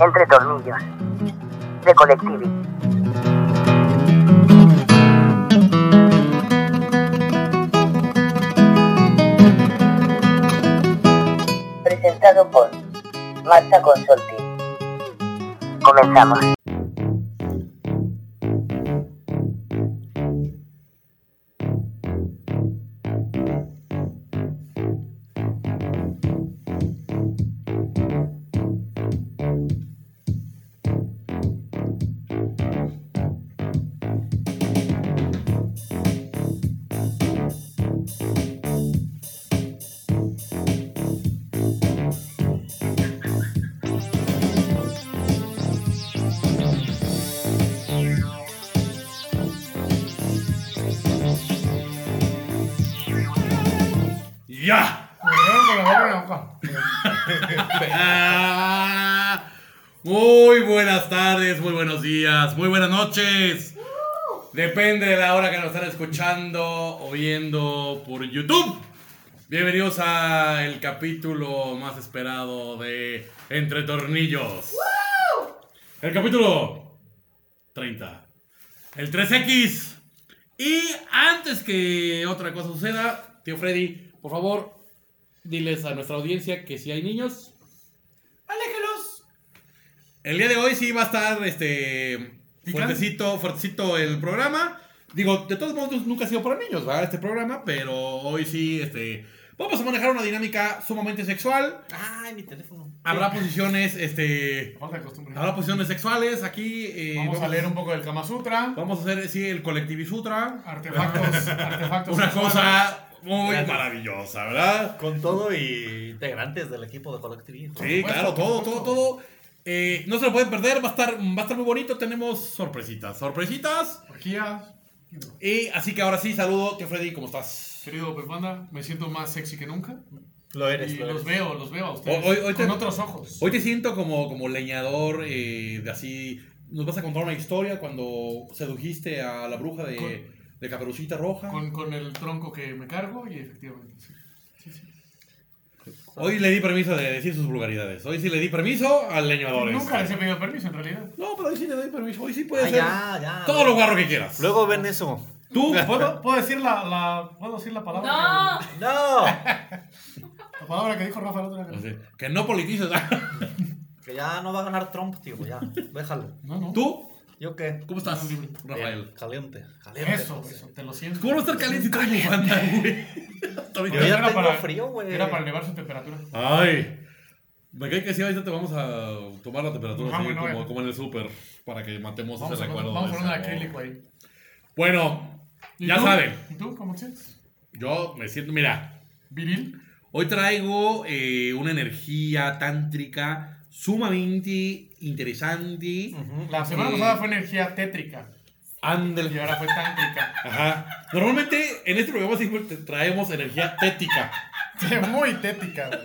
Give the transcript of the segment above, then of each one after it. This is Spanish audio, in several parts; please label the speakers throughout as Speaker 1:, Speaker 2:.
Speaker 1: entre tornillos, de colectivi.
Speaker 2: Presentado por Marta Consulting.
Speaker 1: Comenzamos.
Speaker 3: ¡Ya!
Speaker 4: Me dieron con la boca en la boca.
Speaker 3: Ah, Muy buenas tardes, muy buenos días, muy buenas noches. Depende de la hora que nos están escuchando o viendo por YouTube. Bienvenidos a el capítulo más esperado de Entre Tornillos. El capítulo 30. El 3X. Y antes que otra cosa suceda, tío Freddy, por favor, diles a nuestra audiencia que si hay niños, ¡aléjelos! El día de hoy sí va a estar este fuertecito, fuertecito el programa. Digo, de todos modos nunca ha sido para niños, ¿verdad? Este programa, pero hoy sí, este. Vamos a manejar una dinámica sumamente sexual.
Speaker 5: Ay, mi teléfono.
Speaker 3: Habrá posiciones, este.
Speaker 4: Falta de costumbre.
Speaker 3: Habrá posiciones sexuales aquí. eh,
Speaker 4: Vamos a leer un Ah, poco del Kama Sutra.
Speaker 3: Vamos a hacer, sí, el Collectivisutra.
Speaker 4: Artefactos, artefactos.
Speaker 3: Una
Speaker 4: sexuales.
Speaker 3: cosa muy
Speaker 5: Gracias.
Speaker 3: maravillosa, ¿verdad?
Speaker 5: Con todo y integrantes del equipo de Collective.
Speaker 3: Sí,
Speaker 4: supuesto,
Speaker 3: claro, todo,
Speaker 4: por
Speaker 3: todo,
Speaker 4: supuesto.
Speaker 3: todo. Eh, no se lo pueden perder, va a estar, va a estar muy bonito. Tenemos sorpresitas, sorpresitas.
Speaker 4: orgías.
Speaker 3: Y así que ahora sí, saludo, tío Freddy, ¿cómo estás?
Speaker 4: Querido Pepanda, me siento más sexy que nunca.
Speaker 5: Lo eres, Ah,
Speaker 4: Y
Speaker 5: lo
Speaker 4: los
Speaker 5: eres.
Speaker 4: veo, los veo a ustedes.
Speaker 3: Hoy- hoy- hoy
Speaker 4: con
Speaker 3: te-
Speaker 4: otros ojos.
Speaker 3: Hoy te siento como, como leñador, eh, de así. Nos vas a contar una historia cuando sedujiste a la bruja de,
Speaker 4: Con-
Speaker 3: de Caperucita Roja.
Speaker 4: Con, con el tronco que me cargo y efectivamente. sí.
Speaker 3: Hoy le di permiso de decir sus vulgaridades. Hoy sí le di permiso al leñador.
Speaker 4: Nunca les
Speaker 3: este.
Speaker 4: he pedido permiso en realidad.
Speaker 3: No, pero hoy sí le doy permiso. Hoy sí
Speaker 5: Ah,
Speaker 3: puedes ser
Speaker 5: ya, ya.
Speaker 3: pues, todo lo guarro que quieras.
Speaker 5: Luego ven eso.
Speaker 3: Tú, pues,
Speaker 4: ¿Puedo, puedo decir la, la- ¿Puedo decir la palabra?
Speaker 6: No,
Speaker 5: ¡No!
Speaker 4: que- La palabra que dijo Rafa la otra vez.
Speaker 3: Así, pues, Que no politices. ¿ah?
Speaker 5: que ya no va a ganar Trump, tío. Ya, déjalo.
Speaker 4: No, no.
Speaker 3: ¿Tú?
Speaker 5: ¿Yo qué?
Speaker 3: ¿Cómo estás,
Speaker 5: Bien,
Speaker 3: Rafael?
Speaker 5: Caliente. Caliente.
Speaker 4: Eso,
Speaker 5: José.
Speaker 4: eso, te lo siento.
Speaker 3: ¿Cómo no estar caliente si traes bufanda, güey?
Speaker 5: Yo
Speaker 3: Ahorita-
Speaker 4: Pero
Speaker 5: ya
Speaker 4: era
Speaker 5: tengo
Speaker 4: para-
Speaker 5: frío, güey.
Speaker 4: Era para elevar su temperatura.
Speaker 3: Ay. Me cae que sí, ahorita te vamos a tomar la temperatura
Speaker 4: Vamos,
Speaker 3: así,
Speaker 4: no,
Speaker 3: como,
Speaker 4: eh.
Speaker 3: como en el súper para que matemos
Speaker 4: Pues Vamos
Speaker 3: ese
Speaker 4: a,
Speaker 3: recuerdo.
Speaker 4: vamos a
Speaker 3: de
Speaker 4: poner un
Speaker 3: sabor.
Speaker 4: acrílico ahí.
Speaker 3: Bueno,
Speaker 4: ¿Y
Speaker 3: ya
Speaker 4: tú?
Speaker 3: saben,
Speaker 4: ¿Y tú cómo te sientes?
Speaker 3: yo me siento, mira,
Speaker 4: ¿Viril?
Speaker 3: hoy traigo eh, una energía tántrica sumamente interesante.
Speaker 5: Ujú.
Speaker 4: La semana
Speaker 3: Eh.
Speaker 4: pasada fue energía tétrica
Speaker 3: Ándale.
Speaker 4: y ahora fue tántrica.
Speaker 3: Ajá. Normalmente en este programa siempre te traemos energía tétrica.
Speaker 4: Sí, Muy tétrica, güey.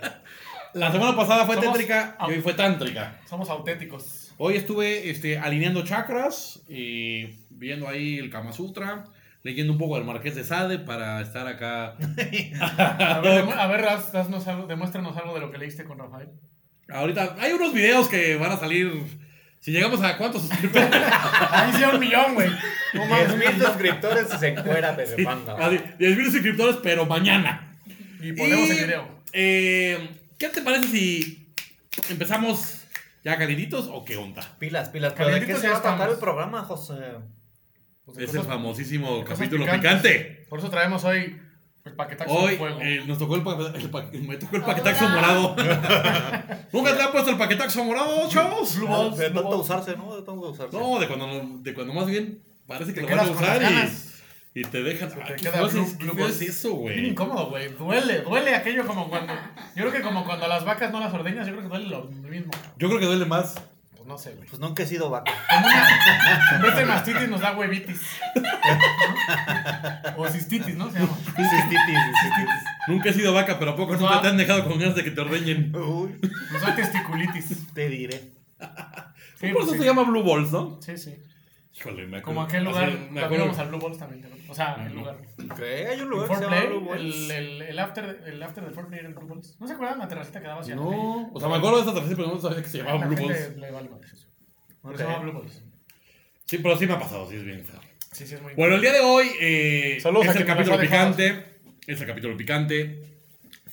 Speaker 3: La semana pasada fue
Speaker 4: Somos-
Speaker 3: tétrica y hoy fue tántrica.
Speaker 4: Somos auténticos.
Speaker 3: Hoy estuve este, alineando chakras, eh, viendo ahí el Kama Sutra, leyendo un poco del Marqués de Sade para estar acá.
Speaker 4: A ver, demu- a ver, haz- haznos algo- demuéstranos algo de lo que leíste con Rafael.
Speaker 3: Ahorita hay unos videos que van a salir. Si llegamos a cuántos suscriptores.
Speaker 4: Ahí sí, un millón, güey. No mames.
Speaker 5: 10.000 suscriptores y se encuera Pepe
Speaker 3: a
Speaker 5: Panda.
Speaker 3: 10.000 suscriptores, pero mañana.
Speaker 4: Y ponemos
Speaker 3: Y,
Speaker 4: el video.
Speaker 3: eh, ¿Qué te parece si empezamos ya calientitos o qué onda?
Speaker 5: Pilas, pilas. ¿Pero de qué
Speaker 4: Calientitos
Speaker 5: se
Speaker 4: ya
Speaker 5: va a tratar
Speaker 4: estamos.
Speaker 5: el programa, José?
Speaker 4: Pues de
Speaker 3: Es el
Speaker 4: cosas-
Speaker 3: famosísimo
Speaker 4: de cosas
Speaker 3: capítulo
Speaker 4: picantes.
Speaker 3: picante.
Speaker 4: Por eso traemos hoy el paquetazo
Speaker 3: Hoy
Speaker 4: de fuego.
Speaker 3: eh, nos tocó el, pa- el pa- me tocó el
Speaker 6: Ahora.
Speaker 3: paquetaxo morado. ¿Nunca te han puesto el paquetaxo morado, chavos?
Speaker 4: Blue
Speaker 5: Ah,
Speaker 4: balls,
Speaker 5: De
Speaker 4: blue
Speaker 5: tanto
Speaker 4: balls.
Speaker 5: usarse, ¿no? De tanto usarse.
Speaker 3: No, de cuando, no- de cuando más bien parece que
Speaker 4: Te
Speaker 3: lo van a
Speaker 4: quedas con las
Speaker 3: usar
Speaker 4: ganas.
Speaker 3: y, y te dejan.
Speaker 4: Se te
Speaker 3: Ay, qué
Speaker 4: queda
Speaker 3: feo es-
Speaker 4: blue-
Speaker 3: qué
Speaker 4: blue
Speaker 3: feo
Speaker 4: balls.
Speaker 3: es eso,
Speaker 4: Bien
Speaker 3: güey.
Speaker 4: incómodo, güey. Duele, duele aquello como cuando. Yo creo que como cuando a las vacas no las ordeñas, yo creo que duele lo mismo.
Speaker 3: Yo creo que duele más.
Speaker 4: Pues no sé, güey.
Speaker 5: Pues nunca he sido vaca.
Speaker 4: Como una- En vez de mastitis nos da huevitis. ¿no? O cistitis, ¿no? Se llama.
Speaker 5: Cistitis, cistitis.
Speaker 3: Nunca he sido vaca, pero ¿a poco
Speaker 4: No.
Speaker 3: nunca te han dejado con ganas de que te ordeñen?
Speaker 5: Uy,
Speaker 4: Nos da testiculitis.
Speaker 5: te diré.
Speaker 4: Sí,
Speaker 3: Por
Speaker 4: pues
Speaker 3: eso
Speaker 4: sí.
Speaker 3: se llama Blue Balls, ¿no?
Speaker 4: Sí, sí.
Speaker 3: Híjole, me acuerdo.
Speaker 4: Como aquel lugar,
Speaker 3: Así, me
Speaker 4: cuando
Speaker 3: acuerdo.
Speaker 4: íbamos al Blue Balls también. ¿te acuerdas? O sea, el lugar.
Speaker 5: Ok, hay un
Speaker 4: El
Speaker 5: lugar que se llama Blue
Speaker 4: foreplay,
Speaker 5: Balls.
Speaker 4: el, el, el after, el after del foreplay era el Blue Balls. ¿No se acuerdan la terracita que daba hacia la calle?
Speaker 3: No, o sea, me acuerdo de esta tercera, pero no sabía que se llamaba
Speaker 4: La
Speaker 3: Blue
Speaker 4: gente
Speaker 3: Balls.
Speaker 4: le vale madres eso. Pero
Speaker 5: Ok.
Speaker 4: Se llama Blue Balls.
Speaker 3: Sí, pero sí me ha pasado, sí es bien feo.
Speaker 4: Sí, sí, es muy
Speaker 3: Bueno, el día de hoy eh,
Speaker 4: Saludos
Speaker 3: es
Speaker 4: a
Speaker 3: el
Speaker 4: quien me dejó
Speaker 3: capítulo
Speaker 4: de
Speaker 3: picante. Es el capítulo picante.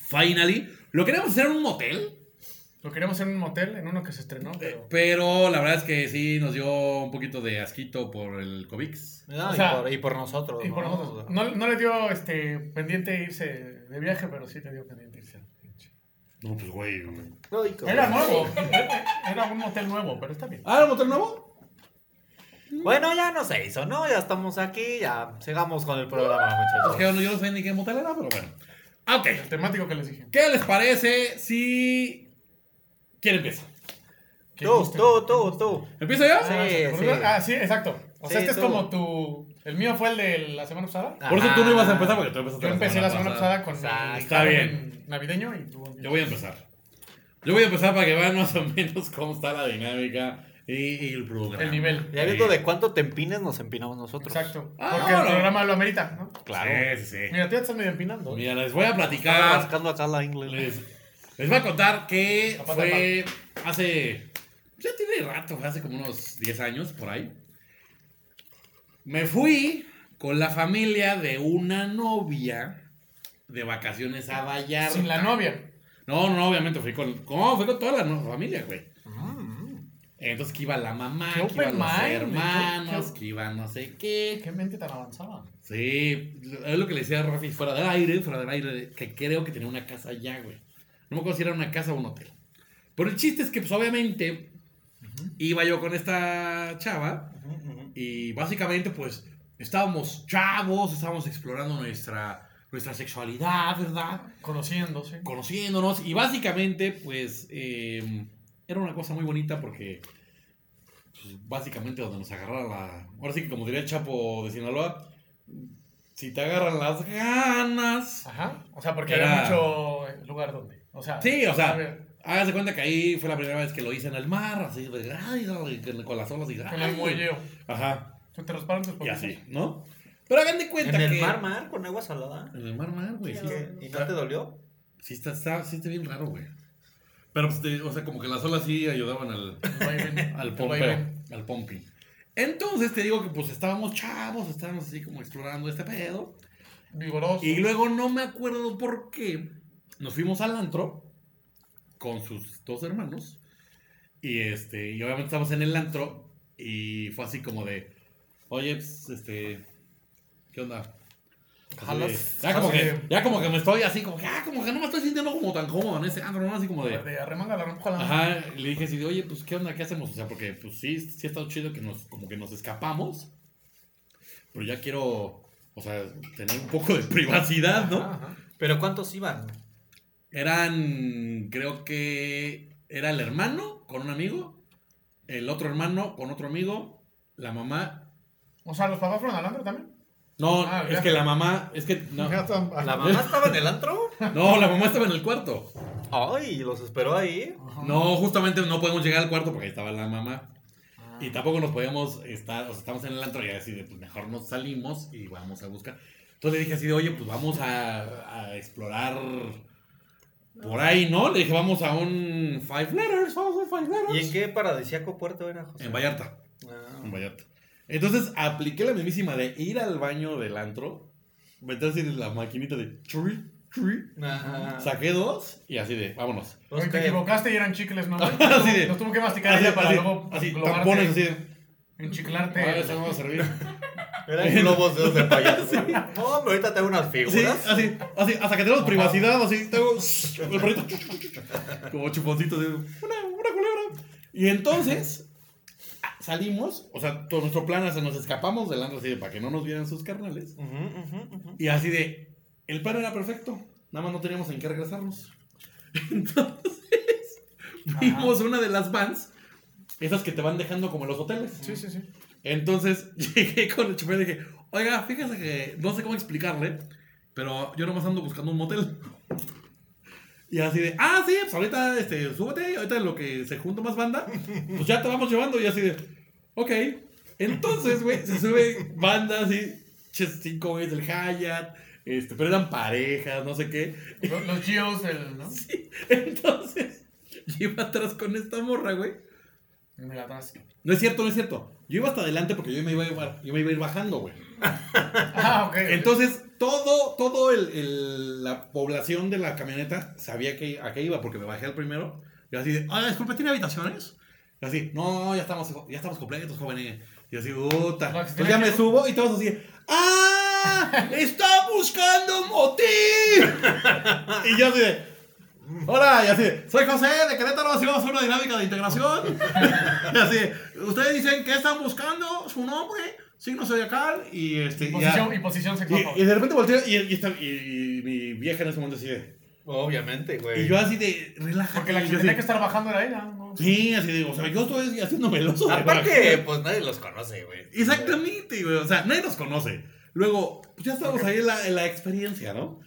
Speaker 3: Finally. Lo queríamos hacer en un motel,
Speaker 4: Lo queríamos en un motel, en uno que se estrenó,
Speaker 3: eh,
Speaker 4: pero...
Speaker 3: pero la verdad es que sí nos dio un poquito de asquito por el COVID.
Speaker 5: Ah,
Speaker 4: o
Speaker 5: y
Speaker 4: sea,
Speaker 5: por- y por nosotros.
Speaker 3: Eh,
Speaker 4: Y por
Speaker 5: ¿no?
Speaker 4: nosotros.
Speaker 5: O sea,
Speaker 4: No, no le dio este, pendiente irse de viaje, pero sí le dio pendiente irse.
Speaker 3: No, pues güey.
Speaker 5: lógico.
Speaker 4: Era nuevo. Era un motel nuevo, pero está bien.
Speaker 3: ¿Ah, era un motel nuevo?
Speaker 5: Bueno, ya no se hizo, ¿no? Ya estamos aquí, ya sigamos con el programa, muchachos.
Speaker 3: Es que yo no sé ni qué motel era, pero bueno. Ah, Ok.
Speaker 4: El temático que les dije.
Speaker 3: ¿Qué les parece si. ¿Quién empieza?
Speaker 4: Que
Speaker 5: Tú,
Speaker 4: gusten.
Speaker 5: tú, tú, tú.
Speaker 3: ¿Empieza yo?
Speaker 4: Ah,
Speaker 5: Sí,
Speaker 4: ¿se te
Speaker 5: sí.
Speaker 4: ocurrió? Ah, sí, exacto. O sea,
Speaker 5: Sí,
Speaker 4: este es
Speaker 5: tú.
Speaker 4: como tu. El mío fue el de la semana pasada.
Speaker 3: Por eso tú no ibas a empezar porque tú empezaste
Speaker 4: Yo empecé la semana pasada con.
Speaker 5: Ah,
Speaker 4: el
Speaker 3: está
Speaker 4: Halloween Navideño y tú.
Speaker 3: Yo voy a empezar. Yo voy a empezar para que vean más o menos cómo está la dinámica y, y el programa.
Speaker 4: El nivel.
Speaker 5: Ya viendo de cuánto te empines, nos empinamos nosotros.
Speaker 4: Exacto.
Speaker 3: Ah,
Speaker 4: porque
Speaker 3: no.
Speaker 4: el programa lo amerita, ¿no?
Speaker 3: Claro. Sí, sí.
Speaker 4: Mira, tú ya estás medio empinando. ¿eh?
Speaker 3: Mira, les voy a
Speaker 5: Estaba
Speaker 3: platicar.
Speaker 5: rascando acá la inglés.
Speaker 3: Les, les voy a contar que
Speaker 4: Aparte,
Speaker 3: fue hace. Ya tiene rato, fue hace como unos 10 años por ahí. Me fui con la familia de una novia de vacaciones a Vallarta.
Speaker 4: Sin la novia.
Speaker 3: No, no, obviamente fui con. No, fui con toda la no- familia, güey. Entonces que iba la mamá,
Speaker 4: Ah. Qué
Speaker 3: que iban
Speaker 4: open
Speaker 3: los
Speaker 4: mind,
Speaker 3: hermanos,
Speaker 4: qué- qué-
Speaker 3: que iba no sé qué.
Speaker 4: Qué mente tan avanzada.
Speaker 3: Sí, es lo que le decía a Rafi fuera del aire, fuera del aire, que creo que tenía una casa allá, güey. No me acuerdo si era una casa o un hotel. Pero el chiste es que, pues obviamente, iba yo con esta chava y básicamente, pues, estábamos chavos, estábamos explorando nuestra, nuestra sexualidad, ¿verdad?
Speaker 4: Conociéndose.
Speaker 3: conociéndonos y básicamente pues eh, era una cosa muy bonita porque pues, básicamente donde nos agarraron la... Ahora sí que como diría el Chapo de Sinaloa, si te agarran las ganas...
Speaker 4: Ajá. O sea, porque
Speaker 3: Era-
Speaker 4: había mucho eh, lugar donde. O sea.
Speaker 3: Sí, o
Speaker 4: a
Speaker 3: sea,
Speaker 4: ver,
Speaker 3: hágase cuenta que ahí fue la primera vez que lo hice en el mar, así de... ay, ay, con- con las olas y...
Speaker 4: Con
Speaker 3: ah, ay,
Speaker 4: el muelleo.
Speaker 3: Ajá,
Speaker 4: Tú te rasparon tus
Speaker 3: y
Speaker 4: papás.
Speaker 3: así, ¿no? Pero hagan de
Speaker 5: ¿En
Speaker 3: cuenta
Speaker 5: el
Speaker 3: que...
Speaker 5: mar, mar, con agua salada?
Speaker 3: En el mar, mar, güey. sí.
Speaker 5: ¿Y no te dolió?
Speaker 3: Sí está, está- sí está bien raro, güey. Pero, pues, te- o sea, como que las olas sí ayudaban al...
Speaker 4: Pues,
Speaker 3: Al pompeo, al pumping. Entonces te digo que pues estábamos chavos, estábamos así como explorando este pedo.
Speaker 4: Vigoroso.
Speaker 3: Y luego no me acuerdo por qué nos fuimos al antro con sus dos hermanos. Y este, y obviamente estábamos en el antro y fue así como de, oye, pues, este, ¿qué onda? Así
Speaker 5: Jalas,
Speaker 3: de- ya, Ah, como
Speaker 4: así
Speaker 3: que,
Speaker 4: de-
Speaker 3: ya como que me estoy así, como que, ah, como que no me estoy sintiendo como tan cómodo en ese antro, ¿no? Así como de...
Speaker 4: De arremanga la rompa la
Speaker 3: Ajá, le dije así de, oye, pues, ¿qué onda? ¿Qué hacemos? O sea, porque, pues, sí, sí ha estado chido que nos, como que nos escapamos, pero ya quiero, o sea, tener un poco de privacidad, ¿no?
Speaker 4: Ajá, ajá.
Speaker 5: ¿Pero cuántos iban?
Speaker 3: Eran, creo que, era el hermano con un amigo, el otro hermano con otro amigo, la mamá...
Speaker 4: O sea, los papás fueron al antro también.
Speaker 3: No,
Speaker 4: Ah,
Speaker 3: es
Speaker 4: ya.
Speaker 3: que la mamá, es que, no,
Speaker 4: Ya están-
Speaker 5: ¿La mamá estaba en el antro?
Speaker 3: no, la mamá estaba en el cuarto.
Speaker 5: Ay, los esperó ahí.
Speaker 4: Ajá.
Speaker 3: No, justamente no podemos llegar al cuarto porque ahí estaba la mamá. Y tampoco nos podíamos estar, o sea, estamos en el antro y así de, pues mejor nos salimos y vamos a buscar. Entonces le dije así de, oye, pues vamos a, a explorar por ahí, ¿no? Le dije, vamos a un Five Letters, vamos a un Five Letters.
Speaker 5: ¿Y en qué paradisíaco puerto era, José?
Speaker 3: En Vallarta,
Speaker 5: Ah.
Speaker 3: en Vallarta. Entonces apliqué la mismísima de ir al baño del antro, meterse en la maquinita de churri, churri,
Speaker 5: Ajá.
Speaker 3: saqué dos y así de, vámonos.
Speaker 4: Oye, te
Speaker 5: Los que-
Speaker 4: equivocaste y eran chicles, ¿no?
Speaker 3: Así de-
Speaker 4: Los tuvo que masticar
Speaker 3: Así,
Speaker 4: ella para
Speaker 3: así,
Speaker 4: luego
Speaker 3: así,
Speaker 4: englobarte,
Speaker 3: tampones así de,
Speaker 4: enchiclarte.
Speaker 3: "Ah, eso no va a servir.
Speaker 5: Eran globos de, de payaso. No, hombre, ahorita tengo unas
Speaker 3: Sí,
Speaker 5: figuras.
Speaker 3: así, así, hasta que tenemos privacidad, así, tengo el perrito, como chuponcito, de una, una culebra. Y entonces salimos, o sea, todo nuestro plan, o sea, nos escapamos del antro así de para que no nos vieran sus carnales.
Speaker 5: Ujú, ujú, ujú.
Speaker 3: Y así de, el plan era perfecto, nada más no teníamos en qué regresarnos. Entonces, vimos una de las vans, esas que te van dejando como en los hoteles.
Speaker 4: Sí, sí, sí.
Speaker 3: Entonces llegué con el chofer y dije, oiga, fíjese que no sé cómo explicarle, pero yo nomás ando buscando un motel. Y así de, ah, sí, pues ahorita este, súbete, ahorita en lo que se junta más banda, pues ya te vamos llevando. Y así de, ok. Entonces, güey, se sube bandas así, ches, cinco güeyes del Hayat, este, pero eran parejas, no sé qué.
Speaker 4: Los, los Geos, el, ¿no?
Speaker 3: Entonces, yo iba atrás con esta morra, güey.
Speaker 4: En el atasco.
Speaker 3: No es cierto, no es cierto. Yo iba hasta adelante porque yo me iba a ir, yo me iba a ir bajando, güey.
Speaker 4: Ah, ok.
Speaker 3: Entonces, todo, todo el, el- la población de la camioneta sabía que, a qué iba porque me bajé al primero. Y así, de, ah, disculpe, ¿tiene habitaciones? Y así, no, ya estamos, ya estamos completos, jóvenes. Y así, puta.
Speaker 4: No, que se
Speaker 3: Entonces ya
Speaker 4: tiene
Speaker 3: me
Speaker 4: que-
Speaker 3: subo y todos así, ¡ah! ¡Está buscando un motín! y yo así de, Hola, y así, soy José de Querétaro, así vamos a hacer una dinámica de integración. y así, ustedes dicen que están buscando su nombre, signo zodiacal y este. ya.
Speaker 4: Posición, y posición sexual.
Speaker 3: Y, y de repente volteo y, y, está- y- y mi vieja en ese momento así de.
Speaker 5: Obviamente, güey.
Speaker 3: Y yo así de, relájate.
Speaker 4: Porque la que
Speaker 3: y yo
Speaker 4: tenía
Speaker 3: así-
Speaker 4: que estar bajando era ella. ¿no?
Speaker 3: Sí, así digo, o sea, yo estoy haciéndome el oso. de
Speaker 5: Aparte, pues nadie los conoce, güey.
Speaker 3: Exactamente, güey. O sea, nadie nos conoce. Luego, pues ya estamos ahí en la, en la experiencia, ¿no?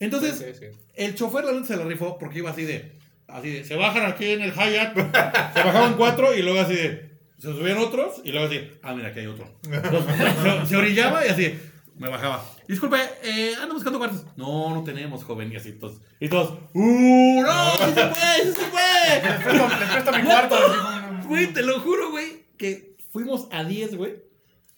Speaker 3: Entonces,
Speaker 5: Sí, sí, sí.
Speaker 3: el chofer la neta se la rifó porque iba así de. Así de, se bajan aquí en el Hyatt. se bajaban cuatro y luego así de. Se subían otros y luego así, ah, mira, aquí hay otro. Entonces, se, se orillaba y así, me bajaba. Disculpe, eh, ando buscando cuartos. No, no tenemos, joven. Y así, todos. Y todos, ¡uh! ¡No! ¡Sí se puede! ¡Sí se puede!
Speaker 4: Les presto, les presto mi cuarto. así como-
Speaker 3: Güey, te lo juro, güey, que fuimos a 10, güey,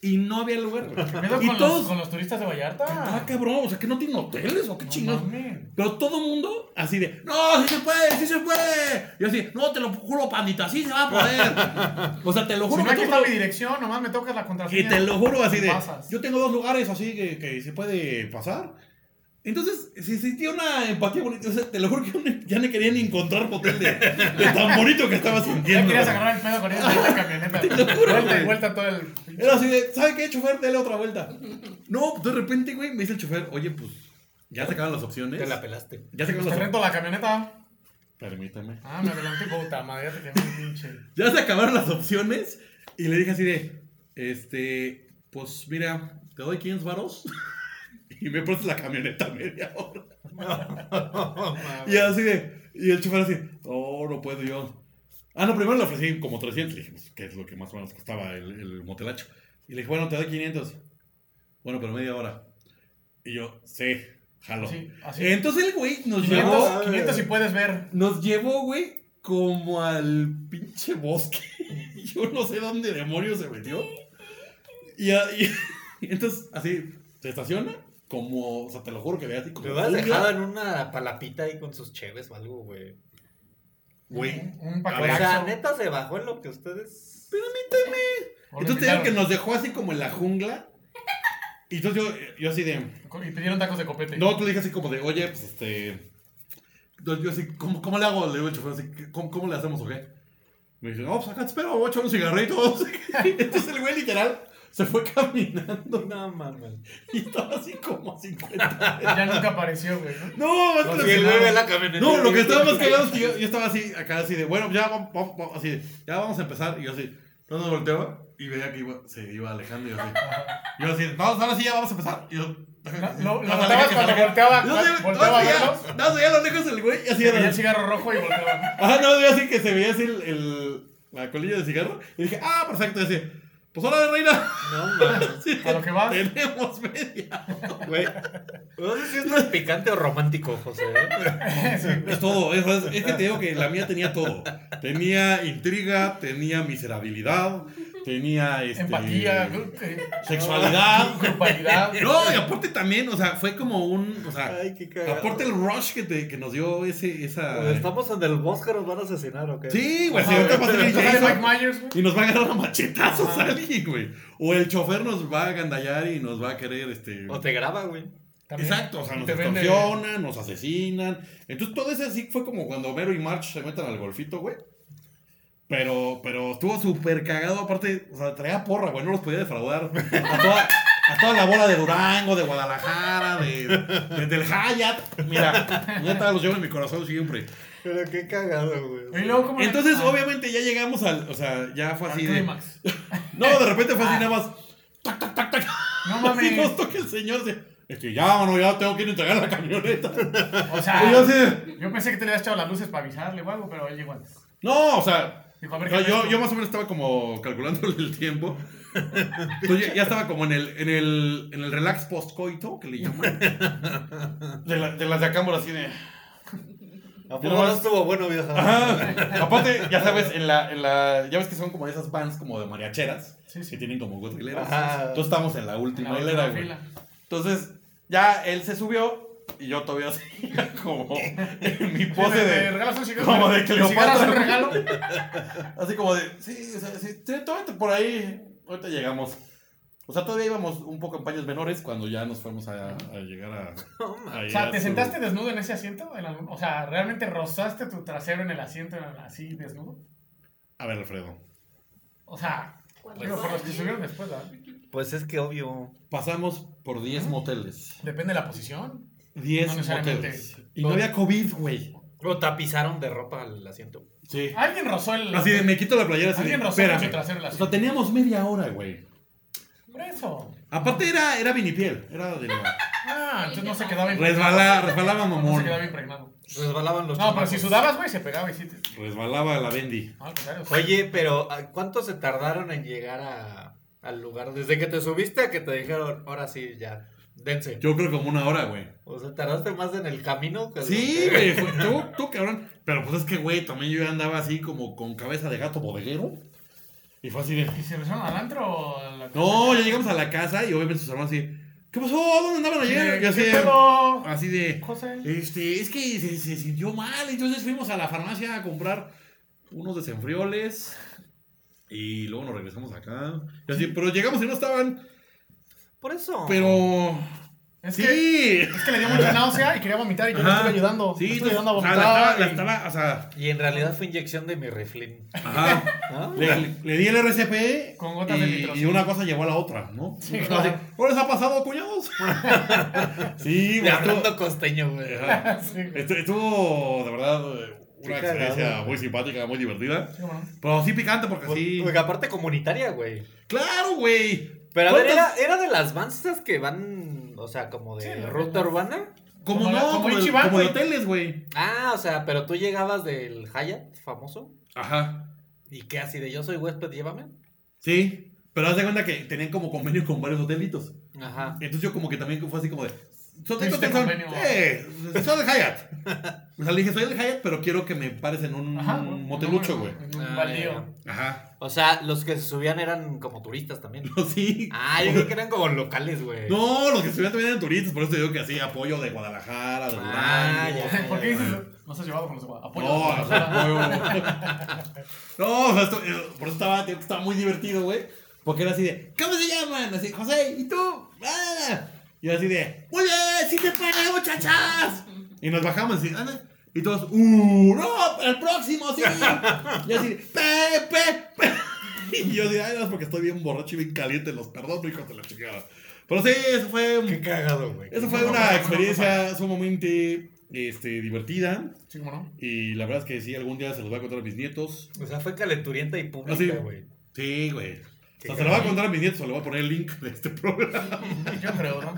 Speaker 3: y no había lugar, güey.
Speaker 4: ¿Qué pedo
Speaker 3: Y
Speaker 4: con,
Speaker 3: todos,
Speaker 4: los, con los turistas de
Speaker 3: ah,
Speaker 4: Vallarta?
Speaker 3: cabrón, o sea, que no tienen hoteles o qué
Speaker 4: No
Speaker 3: chingados.
Speaker 4: mames.
Speaker 3: Pero todo mundo así de, no, sí se puede, sí se puede. Yo así, no, te lo juro, pandita, sí se va a poder. O sea, te lo juro
Speaker 4: Si no,
Speaker 3: que
Speaker 4: aquí
Speaker 3: tú-
Speaker 4: está mi dirección, nomás me tocas la contraseña.
Speaker 3: y te lo juro así de,
Speaker 4: Pasas.
Speaker 3: yo tengo dos lugares así que, que se puede pasar. Entonces, se sentía una empatía bonita. O sea, te lo juro que yo ne- ya no quería ni encontrar hotel de, de tan bonito que estaba
Speaker 4: Ya
Speaker 3: sintiendo.
Speaker 4: querías
Speaker 3: güey.
Speaker 4: agarrar el pedo con ella en la camioneta.
Speaker 3: juro,
Speaker 4: Vuelta
Speaker 3: güey.
Speaker 4: y vuelta todo el.
Speaker 3: Era así de, ¿sabe qué, chofer? Dele otra vuelta. No, de repente, güey, me dice el chofer, oye, pues, ya se acaban las opciones.
Speaker 5: Te la pelaste.
Speaker 3: Ya se acaban
Speaker 4: Pues te
Speaker 3: las
Speaker 4: rento la camioneta.
Speaker 3: Permítame.
Speaker 4: Ah, me adelanté, puta madre, ya te quemé pinche.
Speaker 3: Ya se acabaron las opciones. Y le dije así de, este, pues, mira, te doy 500 varos. Y me prestas la camioneta media hora. Y así de, y el chofer así, no, no puedo yo. Ah, no, primero le ofrecí como 300, le dije, pues, que es lo que más o menos costaba el, el motelacho. Y le dije, bueno, te doy 500. Bueno, pero media hora. Y yo, sí, jalo.
Speaker 4: Sí, así.
Speaker 3: Entonces el güey nos
Speaker 4: 500,
Speaker 3: llevó,
Speaker 4: 500 si puedes ver.
Speaker 3: nos llevó, güey, como al pinche bosque. yo no sé dónde demonios se metió. Y, a- y- y entonces, así, se estaciona, como, o sea, te lo juro que ve así como...
Speaker 5: Lo hubieras
Speaker 3: jungla.
Speaker 5: dejado en una palapita ahí con sus cheves o algo, güey.
Speaker 3: Güey,
Speaker 4: Un- Un
Speaker 5: O sea,
Speaker 4: paquete.
Speaker 5: neta se bajó en lo que ustedes.
Speaker 3: Entonces te digo que nos dejó así como en la jungla. Y entonces yo, yo así de.
Speaker 4: Y pidieron tacos de copete.
Speaker 3: No, tú le dije así como de, oye, pues este. Entonces yo así, ¿cómo, cómo le hago? Le digo al chofer así, "¿Qué- ¿cómo, cómo le hacemos o qué? Me dice, no, pues acá te espero, voy a echar un cigarrito. Entonces el güey literal se fue caminando
Speaker 5: No mames.
Speaker 3: y estaba así como a 50.
Speaker 4: Ya nunca apareció, güey. ¿no?
Speaker 3: No, más
Speaker 5: Y el
Speaker 3: que
Speaker 5: bebé en la camioneta.
Speaker 3: No, lo que estaba más cagado es que yo, yo estaba así, acá así de, bueno, ya vamos, vamos- vamos", así de, ya vamos a empezar. Y yo así, no nos volteaba y veía que iba- se iba alejando. Y yo así, yo así, vamos, ahora sí ya vamos a empezar. Y yo,
Speaker 4: Lo, lo
Speaker 3: Hasta
Speaker 4: notabas
Speaker 3: que
Speaker 4: cuando
Speaker 3: salga.
Speaker 4: volteaba,
Speaker 3: No, sí,
Speaker 4: volteaba a
Speaker 3: no, sí, ya,
Speaker 4: verlos.
Speaker 3: No, sí, ya lo lejos el güey, y así
Speaker 4: Tenía
Speaker 3: era.
Speaker 4: el cigarro rojo y volteaba.
Speaker 3: Ajá, no, yo así que se veía así el, el- la colilla de cigarro. Y dije, ah, perfecto. Y así, pues ahora, reina.
Speaker 5: No mames.
Speaker 3: Sí,
Speaker 4: A lo que vas.
Speaker 3: Tenemos media.
Speaker 5: Güey. No sé si esto es picante o romántico, José. ¿eh?
Speaker 3: Es todo, es, es- es que te digo que la mía tenía todo. Tenía intriga, tenía miserabilidad, tenía este,
Speaker 4: Empatía, eh,
Speaker 3: sexualidad.
Speaker 4: grupalidad.
Speaker 3: No, y aparte también, o sea, fue como un, o sea,
Speaker 5: Ay, qué cagado.
Speaker 3: aparte el rush que, te, que nos dio ese, esa...
Speaker 5: Estamos en el bosque, nos van a asesinar, ¿o qué?
Speaker 3: Pues Sí, güey, si
Speaker 4: Ajá,
Speaker 3: ahorita
Speaker 4: güey.
Speaker 3: va a salir
Speaker 4: Entonces sale
Speaker 3: Jason
Speaker 4: Mike Myers, güey.
Speaker 3: y nos va a agarrar a machetazos
Speaker 4: Ajá.
Speaker 3: alguien, güey. O el chofer nos va a gandallar y nos va a querer, este...
Speaker 5: O te graba, güey.
Speaker 4: También.
Speaker 3: Exacto, o sea,
Speaker 4: Y
Speaker 3: nos
Speaker 4: te vende-
Speaker 3: extorsionan, nos asesinan. Entonces todo ese así fue como cuando Homero y March se meten al golfito, güey. Pero, pero estuvo súper cagado, aparte, o sea, traía porra, güey, no los podía defraudar. A toda, a toda la bola de Durango, de Guadalajara, de, de- del Hayat. Mira, neta, los llevo en mi corazón siempre.
Speaker 5: Pero qué cagado,
Speaker 4: Y
Speaker 5: güey.
Speaker 4: luego, ¿cómo le-
Speaker 3: Entonces,
Speaker 4: ah,
Speaker 3: obviamente, ya llegamos al, o sea, ya fue
Speaker 4: al
Speaker 3: así de...
Speaker 4: clímax. Ah.
Speaker 3: No, de repente fue así nada más. Tac, tac, tac, tac.
Speaker 4: No
Speaker 3: Así
Speaker 4: mames.
Speaker 3: nos toca el señor de... Es que ya, mano, ya tengo que ir a entregar la camioneta.
Speaker 4: O
Speaker 3: Y yo así
Speaker 4: sea,
Speaker 3: de,
Speaker 4: yo pensé que te le habías echado las luces para avisarle o algo, pero él llegó antes.
Speaker 3: No, o sea,
Speaker 4: Dijo, a ver,
Speaker 3: No,
Speaker 4: ¿qué
Speaker 3: yo,
Speaker 4: ves?
Speaker 3: yo más o menos estaba como calculándole el tiempo. Entonces, ya- ya estaba como en el, en el, en el relax postcoito, que le llaman. De, la- de las de acámbora así de...
Speaker 5: ¿A poco
Speaker 3: Yo
Speaker 5: no
Speaker 3: nomás-
Speaker 5: estuvo bueno, vieja?
Speaker 3: pues, Ajá. Aparte, ya sabes, en la, en la, ya ves que son como esas bands como de mariacheras,
Speaker 4: Sí, sí.
Speaker 3: que tienen como cuatro hileras.
Speaker 5: Ajá.
Speaker 3: Entonces estábamos en la
Speaker 4: En
Speaker 3: última
Speaker 4: la
Speaker 3: hilera,
Speaker 4: última
Speaker 3: güey.
Speaker 4: fila.
Speaker 3: Entonces, ya él se subió y yo todavía seguía como en mi
Speaker 4: Sí,
Speaker 3: pose
Speaker 4: me- me
Speaker 3: de...
Speaker 4: regalas un cigarro.
Speaker 3: como de
Speaker 4: ¿Me cigarras
Speaker 3: Cleopatra,
Speaker 4: un
Speaker 3: güey.
Speaker 4: regalo?
Speaker 3: Así como de, sí, o sea, sí, sí, tómate por ahí. Ahorita llegamos. O sea, todavía íbamos un poco en paños menores cuando ya nos fuimos a, a llegar a. a
Speaker 4: O
Speaker 3: llegar
Speaker 4: sea,
Speaker 3: a
Speaker 4: ¿te
Speaker 3: su-
Speaker 4: sentaste desnudo en ese asiento? En algún- O sea, ¿realmente rozaste tu trasero en el asiento en- así desnudo?
Speaker 3: A ver, Alfredo.
Speaker 4: O sea,
Speaker 7: Cuando
Speaker 4: digo, por los que
Speaker 7: aquí,
Speaker 4: subieron después, ¿verdad?
Speaker 5: Pues es que obvio.
Speaker 3: Pasamos por 10 moteles.
Speaker 4: Depende de la posición.
Speaker 3: 10
Speaker 4: No necesariamente.
Speaker 3: moteles. Y no había COVID, güey.
Speaker 5: Lo tapizaron de ropa el asiento.
Speaker 3: Sí.
Speaker 4: Alguien rozó el.
Speaker 3: Así de, me quito la playera así de,
Speaker 4: Ah, Alguien rozó con
Speaker 3: espérame.
Speaker 4: su trasero el
Speaker 3: O sea,
Speaker 4: asiento.
Speaker 3: teníamos media hora, güey.
Speaker 4: Por eso.
Speaker 3: Aparte era, era vinipiel. Era de la...
Speaker 4: Ah, entonces no se quedaba
Speaker 3: Resbala, resbalaba
Speaker 4: No se
Speaker 3: mamón.
Speaker 4: quedaba impregnado.
Speaker 5: Resbalaban los
Speaker 4: No, pero si
Speaker 3: pues,
Speaker 5: chamacos.
Speaker 4: sudabas, güey, se pegaba y sí. te-
Speaker 3: Resbalaba la bendy.
Speaker 4: No, al contrario.
Speaker 5: Oye, pero ¿a- ¿cuánto se tardaron en llegar a- al lugar? Desde que te subiste a que te dijeron, ahora sí, ya, dense.
Speaker 3: Yo creo como una hora, güey.
Speaker 5: O sea, tardaste más en el camino que
Speaker 3: Sí, güey, fue- tú, tú, cabrón. Pero pues es que, güey, también yo ya andaba así como con cabeza de gato bodeguero. Y fue así de.
Speaker 4: ¿Y se regresaron al antro o a la
Speaker 3: No, ya llegamos a la casa y obviamente sus hermanos así. ¿Qué pasó? ¿Dónde andaban ayer? Y
Speaker 4: ¿Qué
Speaker 3: así, de-
Speaker 4: pedo?
Speaker 3: así de.
Speaker 4: José.
Speaker 3: Este, es que se, se sintió mal. Entonces fuimos a la farmacia a comprar unos desenfrioles. Y luego nos regresamos acá. Y así, pero llegamos y no estaban.
Speaker 5: Por eso.
Speaker 3: Pero.
Speaker 4: Es
Speaker 3: sí.
Speaker 4: que, es que le dio mucha náusea y quería vomitar y yo le
Speaker 3: Ajá.
Speaker 4: estuve ayudando.
Speaker 3: Sí,
Speaker 4: le estuve
Speaker 3: entonces,
Speaker 4: ayudando a
Speaker 3: o sea,
Speaker 4: vomitar.
Speaker 3: la estaba- la
Speaker 4: y-
Speaker 3: estaba, o sea,
Speaker 5: Y en realidad fue inyección de mi reflín.
Speaker 3: ajá.
Speaker 5: ¿no?
Speaker 3: Le, le- le di el RCP
Speaker 4: Con gotas de
Speaker 3: y, y
Speaker 4: nitrosina.
Speaker 3: una cosa llevó a la otra, ¿no?
Speaker 4: Sí,
Speaker 3: Así,
Speaker 4: claro.
Speaker 3: ¿No les ha pasado, cuñados? sí,
Speaker 5: Y
Speaker 3: güey.
Speaker 5: hablando
Speaker 3: Estuvo,
Speaker 5: costeño, güey.
Speaker 3: Ajá.
Speaker 4: Sí, güey.
Speaker 3: estu- estuvo, de verdad, eh, una
Speaker 5: Qué
Speaker 3: experiencia
Speaker 5: cagado.
Speaker 3: muy simpática, muy divertida.
Speaker 4: Sí, bueno.
Speaker 3: Pero sí picante porque
Speaker 5: Pues,
Speaker 3: sí.
Speaker 5: Porque aparte comunitaria, güey.
Speaker 3: ¡Claro, güey!
Speaker 5: Pero a ver, era,
Speaker 3: ¿Cuántas-
Speaker 5: era de las bandas que van, o sea, como de
Speaker 4: Sí,
Speaker 5: ruta urbana.
Speaker 3: Como,
Speaker 4: como la-
Speaker 3: no,
Speaker 4: como
Speaker 3: como, de-
Speaker 4: Ichiban,
Speaker 3: como de
Speaker 4: güey.
Speaker 3: hoteles, güey.
Speaker 5: Ah, o sea, pero tú llegabas del Hyatt, famoso.
Speaker 3: Ajá.
Speaker 5: Y que así de yo soy huésped, llévame.
Speaker 3: Sí. Pero haz de cuenta que tenían como convenio con varios hotelitos.
Speaker 5: Ajá.
Speaker 3: Entonces yo como que también fue así como de... ¿Son de
Speaker 4: Hiciste
Speaker 3: Cotenson?
Speaker 4: Este convenio.
Speaker 3: Eh, soy del Hyatt. O sea, le dije, soy del Hyatt, pero quiero que me pares en un
Speaker 4: Ajá.
Speaker 3: Mm, motelucho, güey.
Speaker 4: En un
Speaker 5: Ah, ya,
Speaker 4: baldío.
Speaker 5: ya.
Speaker 3: Ajá.
Speaker 5: O sea, los que se subían eran como turistas también.
Speaker 3: No, sí.
Speaker 5: Ah, yo creo que eran como locales, güey.
Speaker 3: No, los que estuvieron también eran turistas, por eso te digo que así, apoyo de Guadalajara, de
Speaker 5: Ah,
Speaker 3: Durango.
Speaker 5: ya.
Speaker 4: ¿Por qué dices? No se has llevado con los guapos. Apoyo.
Speaker 3: No, o sea, apoyo. No, o sea, esto- eh, por eso estaba, tío, que estaba muy divertido, güey. Porque era así de, ¿cómo se llaman? Así, José, ¿y tú? Ah. Y yo así de, muy bien, sí te pagué, muchachas. Y nos bajamos así, "Ana", y todos, ¡uh! ¡No! ¡El próximo, sí! Y así, ¡Pepe! Pe. Y yo dije, ay, no, es porque estoy bien borracho y bien caliente, los perdono, hijos de la chingada. Pero sí, eso fue.
Speaker 5: cagado, güey.
Speaker 3: Eso fue
Speaker 4: No, no,
Speaker 3: una
Speaker 4: no,
Speaker 3: experiencia sumamente este, divertida.
Speaker 4: Sí, cómo no.
Speaker 3: Y la verdad es que sí, algún día se los voy a contar a mis nietos.
Speaker 5: O sea, fue calenturienta y
Speaker 3: Ah, sí.
Speaker 5: pública, güey.
Speaker 3: Sí, güey. O
Speaker 5: Qué
Speaker 3: sea, se lo voy a
Speaker 5: caray.
Speaker 3: contar a mis nietos, o le voy a poner el link de este programa.
Speaker 4: Yo creo, ¿no?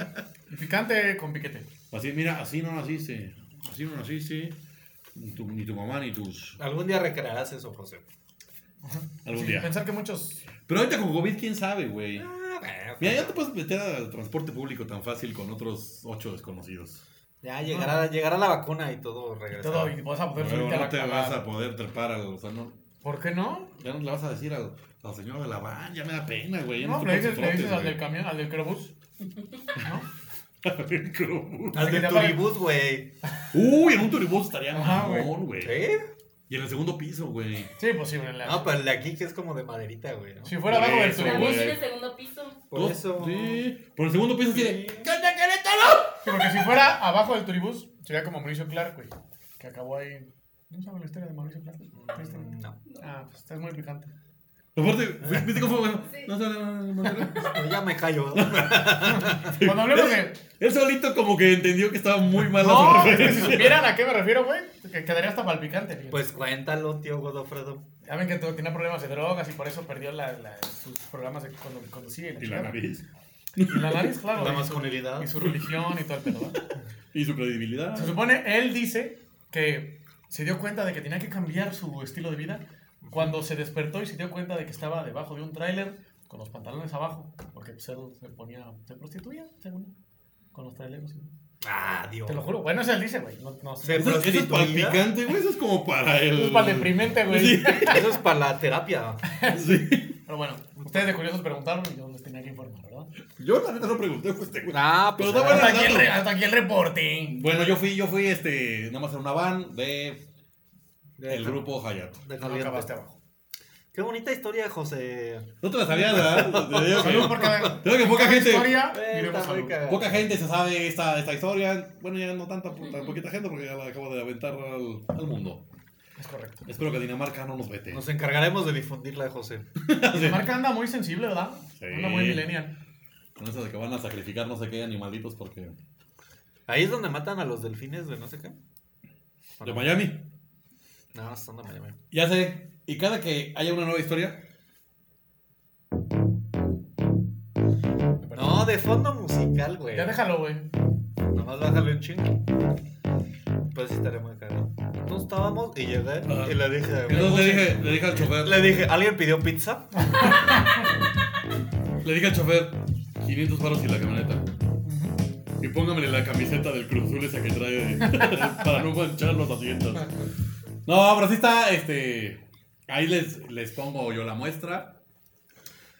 Speaker 4: Y picante con piquete.
Speaker 3: Así, mira, así no naciste. Así no naciste. Ni tu, ni tu mamá ni tus.
Speaker 5: Algún día recrearás eso, José.
Speaker 3: Algún
Speaker 4: Sí,
Speaker 3: día.
Speaker 4: Pensar que muchos.
Speaker 3: Pero ahorita con COVID, quién sabe, güey.
Speaker 5: Ah, bueno,
Speaker 3: Mira, ya te
Speaker 5: pues,
Speaker 3: puedes meter al transporte público tan fácil con otros ocho desconocidos.
Speaker 5: ya llegará, llegará la vacuna y todo regresará.
Speaker 4: Todo, y vas a poder
Speaker 3: Luego
Speaker 4: subirte a la
Speaker 3: no te
Speaker 4: a la-
Speaker 3: vas a poder trepar al. O sea, no,
Speaker 4: ¿Por qué no?
Speaker 3: ya no le vas a decir al, al señor de la van, ya me da pena, güey. ya
Speaker 4: No,
Speaker 3: estoy
Speaker 4: le
Speaker 3: con
Speaker 4: dices, le
Speaker 3: sus
Speaker 4: dices
Speaker 3: trotes,
Speaker 4: al
Speaker 3: güey.
Speaker 4: del camión, al del crobús. ¿No?
Speaker 3: El Crobús.
Speaker 5: Al
Speaker 4: que
Speaker 5: del
Speaker 4: te apague-
Speaker 5: turibús, güey.
Speaker 3: Uy, en un turibús estaría
Speaker 4: Ajá, güey.
Speaker 3: mamón, güey.
Speaker 5: ¿Sí?
Speaker 3: Y en el segundo piso, güey.
Speaker 4: Sí, posible. la-
Speaker 5: No, pero el de aquí que es como de maderita, güey. ¿no?
Speaker 4: Si fuera
Speaker 3: Por
Speaker 4: abajo del
Speaker 3: eso,
Speaker 7: La
Speaker 4: turibús.
Speaker 3: güey.
Speaker 7: luz en el segundo piso.
Speaker 5: Por
Speaker 3: Dos-
Speaker 5: eso.
Speaker 3: Sí. Por el segundo piso así de. ¡Canta
Speaker 4: Sí, porque si fuera abajo del turibús, sería como Mauricio Clark, güey. Que acabó ahí. ¿No saben la historia de Mauricio Clark? ¿Viste?
Speaker 5: Mm, No.
Speaker 4: Ah, pues estás muy picante.
Speaker 3: Aparte, ¿viste cómo fue? Bueno,
Speaker 7: Sí.
Speaker 3: no sé, no, no, no, no.
Speaker 5: No, ya me callo.
Speaker 4: Cuando hablemos de.
Speaker 3: Él solito como que entendió que estaba muy mal la
Speaker 4: No, es que si
Speaker 3: referencia.
Speaker 4: supieran a qué me refiero, güey, que quedaría hasta palpicante. fíjate.
Speaker 5: Pues cuéntalo, tío Godofredo.
Speaker 4: Ya ven que todo- tenía problemas de drogas y por eso perdió la, la- sus programas de cuando conducía.
Speaker 3: Y la
Speaker 4: chingada.
Speaker 3: nariz.
Speaker 4: Y la nariz, claro.
Speaker 5: La
Speaker 4: y su-
Speaker 5: masculinidad.
Speaker 4: Y su religión y todo el pedo. ¿va?
Speaker 3: Y su credibilidad.
Speaker 4: Se supone, él dice que se dio cuenta de que tenía que cambiar su estilo de vida cuando se despertó y se dio cuenta de que estaba debajo de un tráiler con los pantalones abajo, porque pues, él se ponía, se prostituía, según, con los traileros.
Speaker 5: Ah, Dios.
Speaker 4: Te lo juro, bueno, eso él dice, güey. No, no,
Speaker 5: Se
Speaker 4: eso
Speaker 3: Eso, eso es para el
Speaker 5: ¿Prostituida?
Speaker 3: picante, güey. Eso es como para el.
Speaker 4: es para el deprimente, güey.
Speaker 3: Sí.
Speaker 5: Eso es para la terapia.
Speaker 3: Sí.
Speaker 4: Pero bueno, ustedes de curiosos preguntaron y yo les tenía que informar, ¿verdad?
Speaker 3: Yo la neta no pregunté, fue este güey.
Speaker 8: Ah,
Speaker 3: Pero
Speaker 8: pues.
Speaker 3: está bueno el dato.
Speaker 4: el reporte.
Speaker 3: Bueno, yo fui, yo fui este, nada más en una van de el grupo Hayato.
Speaker 5: De
Speaker 4: No lo
Speaker 5: caliente.
Speaker 4: acabaste abajo.
Speaker 5: Qué bonita historia, José.
Speaker 3: No te la sabías, ¿verdad? Te digo que-
Speaker 4: Salud, porque.
Speaker 3: Creo que poca gente-
Speaker 4: Historia,
Speaker 5: Eh,
Speaker 4: diremos
Speaker 5: está muy
Speaker 4: salud.
Speaker 5: cagada.
Speaker 3: Poca gente se sabe esta, esta historia. Bueno, ya no tanta, tan poquita gente porque ya la acabo de aventar al, al mundo.
Speaker 4: Es correcto.
Speaker 3: Espero que Dinamarca no nos vete.
Speaker 5: Nos encargaremos de difundirla de José.
Speaker 4: La marca anda muy sensible, ¿verdad?
Speaker 3: Sí.
Speaker 4: Anda muy millennial.
Speaker 3: Con eso de que van a sacrificar no sé qué animalitos porque...
Speaker 5: Ahí es donde matan a los delfines de no sé qué. ¿O
Speaker 3: De
Speaker 5: no?
Speaker 3: Miami.
Speaker 5: No, están de Miami.
Speaker 3: Ya sé. Y cada que haya una nueva historia...
Speaker 5: No, de fondo musical, güey.
Speaker 4: Ya déjalo, güey.
Speaker 5: Nomás bájale un chingo. Pues sí estaré muy caro. Entonces estábamos y llegué
Speaker 3: Ajá.
Speaker 5: y le dije.
Speaker 3: Entonces Ah. le dije, "Pues, le dije al chofer...
Speaker 5: Le dije, ¿alguien pidió pizza?
Speaker 3: Le dije al chofer, 500 baros y la camioneta. Y póngamele la camiseta del Cruz Azul esa que trae para no manchar los asientos. No, pero sí está, este... Ahí les, les pongo yo la muestra.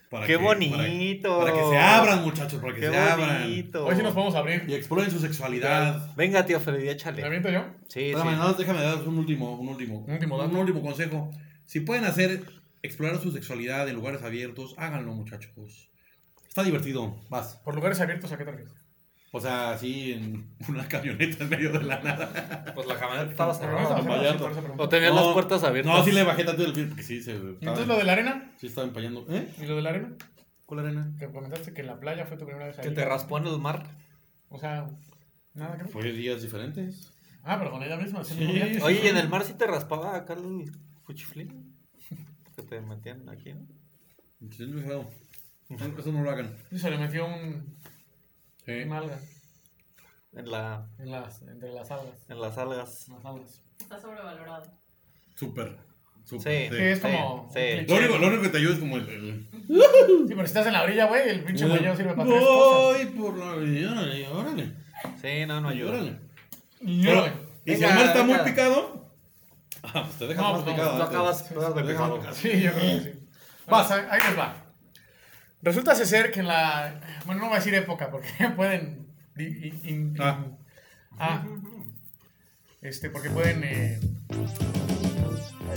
Speaker 3: Para
Speaker 5: ¡Qué
Speaker 3: que-
Speaker 5: bonito!
Speaker 3: Para, para que se abran, muchachos, para que
Speaker 5: ¡Qué
Speaker 3: se abran.
Speaker 5: bonito!
Speaker 4: Hoy sí nos podemos abrir.
Speaker 3: Y exploren su sexualidad.
Speaker 5: Venga, tío Freddy,
Speaker 4: ¿Me
Speaker 5: échale.
Speaker 4: aviento yo?
Speaker 5: Sí,
Speaker 3: Espérame,
Speaker 5: sí.
Speaker 3: nada más déjame dar un último, un último.
Speaker 4: Un último dato.
Speaker 3: último consejo. Si pueden hacer, explorar su sexualidad en lugares abiertos, háganlo, muchachos. Está divertido. Vas.
Speaker 4: Por lugares abiertos, ¿a qué te refieres?
Speaker 3: O sea, así en una camioneta en medio de la nada.
Speaker 5: Pues la camioneta estaba
Speaker 4: Ahorita
Speaker 5: cerrada.
Speaker 4: hacemos
Speaker 3: Vallarta.
Speaker 4: así por esa pregunta.
Speaker 5: O tenías
Speaker 3: No.
Speaker 5: las puertas abiertas.
Speaker 3: No, sí le bajé tanto del pie porque sí se.
Speaker 4: ¿Y entonces lo de la arena?
Speaker 3: Sí estaba empañando. ¿Eh?
Speaker 4: ¿Y lo de la arena?
Speaker 3: ¿Cuál arena?
Speaker 4: Que comentaste que en la playa fue tu primera vez ahí.
Speaker 5: Que te raspó en el mar.
Speaker 4: O sea, nada que ver.
Speaker 3: Fue días diferentes.
Speaker 4: Ah, pero con ella misma.
Speaker 3: Sí.
Speaker 5: Oye, ¿y en el mar sí te raspaba acá el cuchiflín? Que te metían aquí, ¿no?
Speaker 3: Sí, no me acuerdo. Eso no lo hagan.
Speaker 4: Y se le metió un,
Speaker 3: Sí.
Speaker 4: un alga
Speaker 5: En, la,
Speaker 4: en las, entre las algas.
Speaker 5: en las algas.
Speaker 4: Las algas.
Speaker 7: Está sobrevalorado.
Speaker 4: ¿Eh?
Speaker 3: Súper.
Speaker 5: Sí.
Speaker 3: Súper.
Speaker 4: Sí, es como.
Speaker 5: sí.
Speaker 4: un cliché.
Speaker 3: Lo único, lo único que te ayuda es como el. el...
Speaker 4: Sí, pero si estás en la orilla, güey, el pinche mayor sirve para tres
Speaker 3: Voy
Speaker 4: cosas.
Speaker 3: por la orilla, órale.
Speaker 5: Sí, no, no ayuda.
Speaker 3: Órale.
Speaker 4: Y yo,
Speaker 3: Pero,
Speaker 4: güey.
Speaker 3: y si
Speaker 5: Venga,
Speaker 3: el mar está muy
Speaker 5: venga.
Speaker 3: picado. Ah, pues te deja
Speaker 4: No,
Speaker 3: más
Speaker 4: pues no,
Speaker 3: picado.
Speaker 5: Tú
Speaker 3: antes.
Speaker 5: acabas todas de
Speaker 3: Déjame
Speaker 5: pecado.
Speaker 4: Sí, yo creo
Speaker 3: Eh,
Speaker 4: que sí. Vas, ahí ahí les va. Resulta ser que en la. Bueno, no voy a decir época porque pueden. di- in- in-
Speaker 3: Ah.
Speaker 4: ah. Este, porque pueden. eh,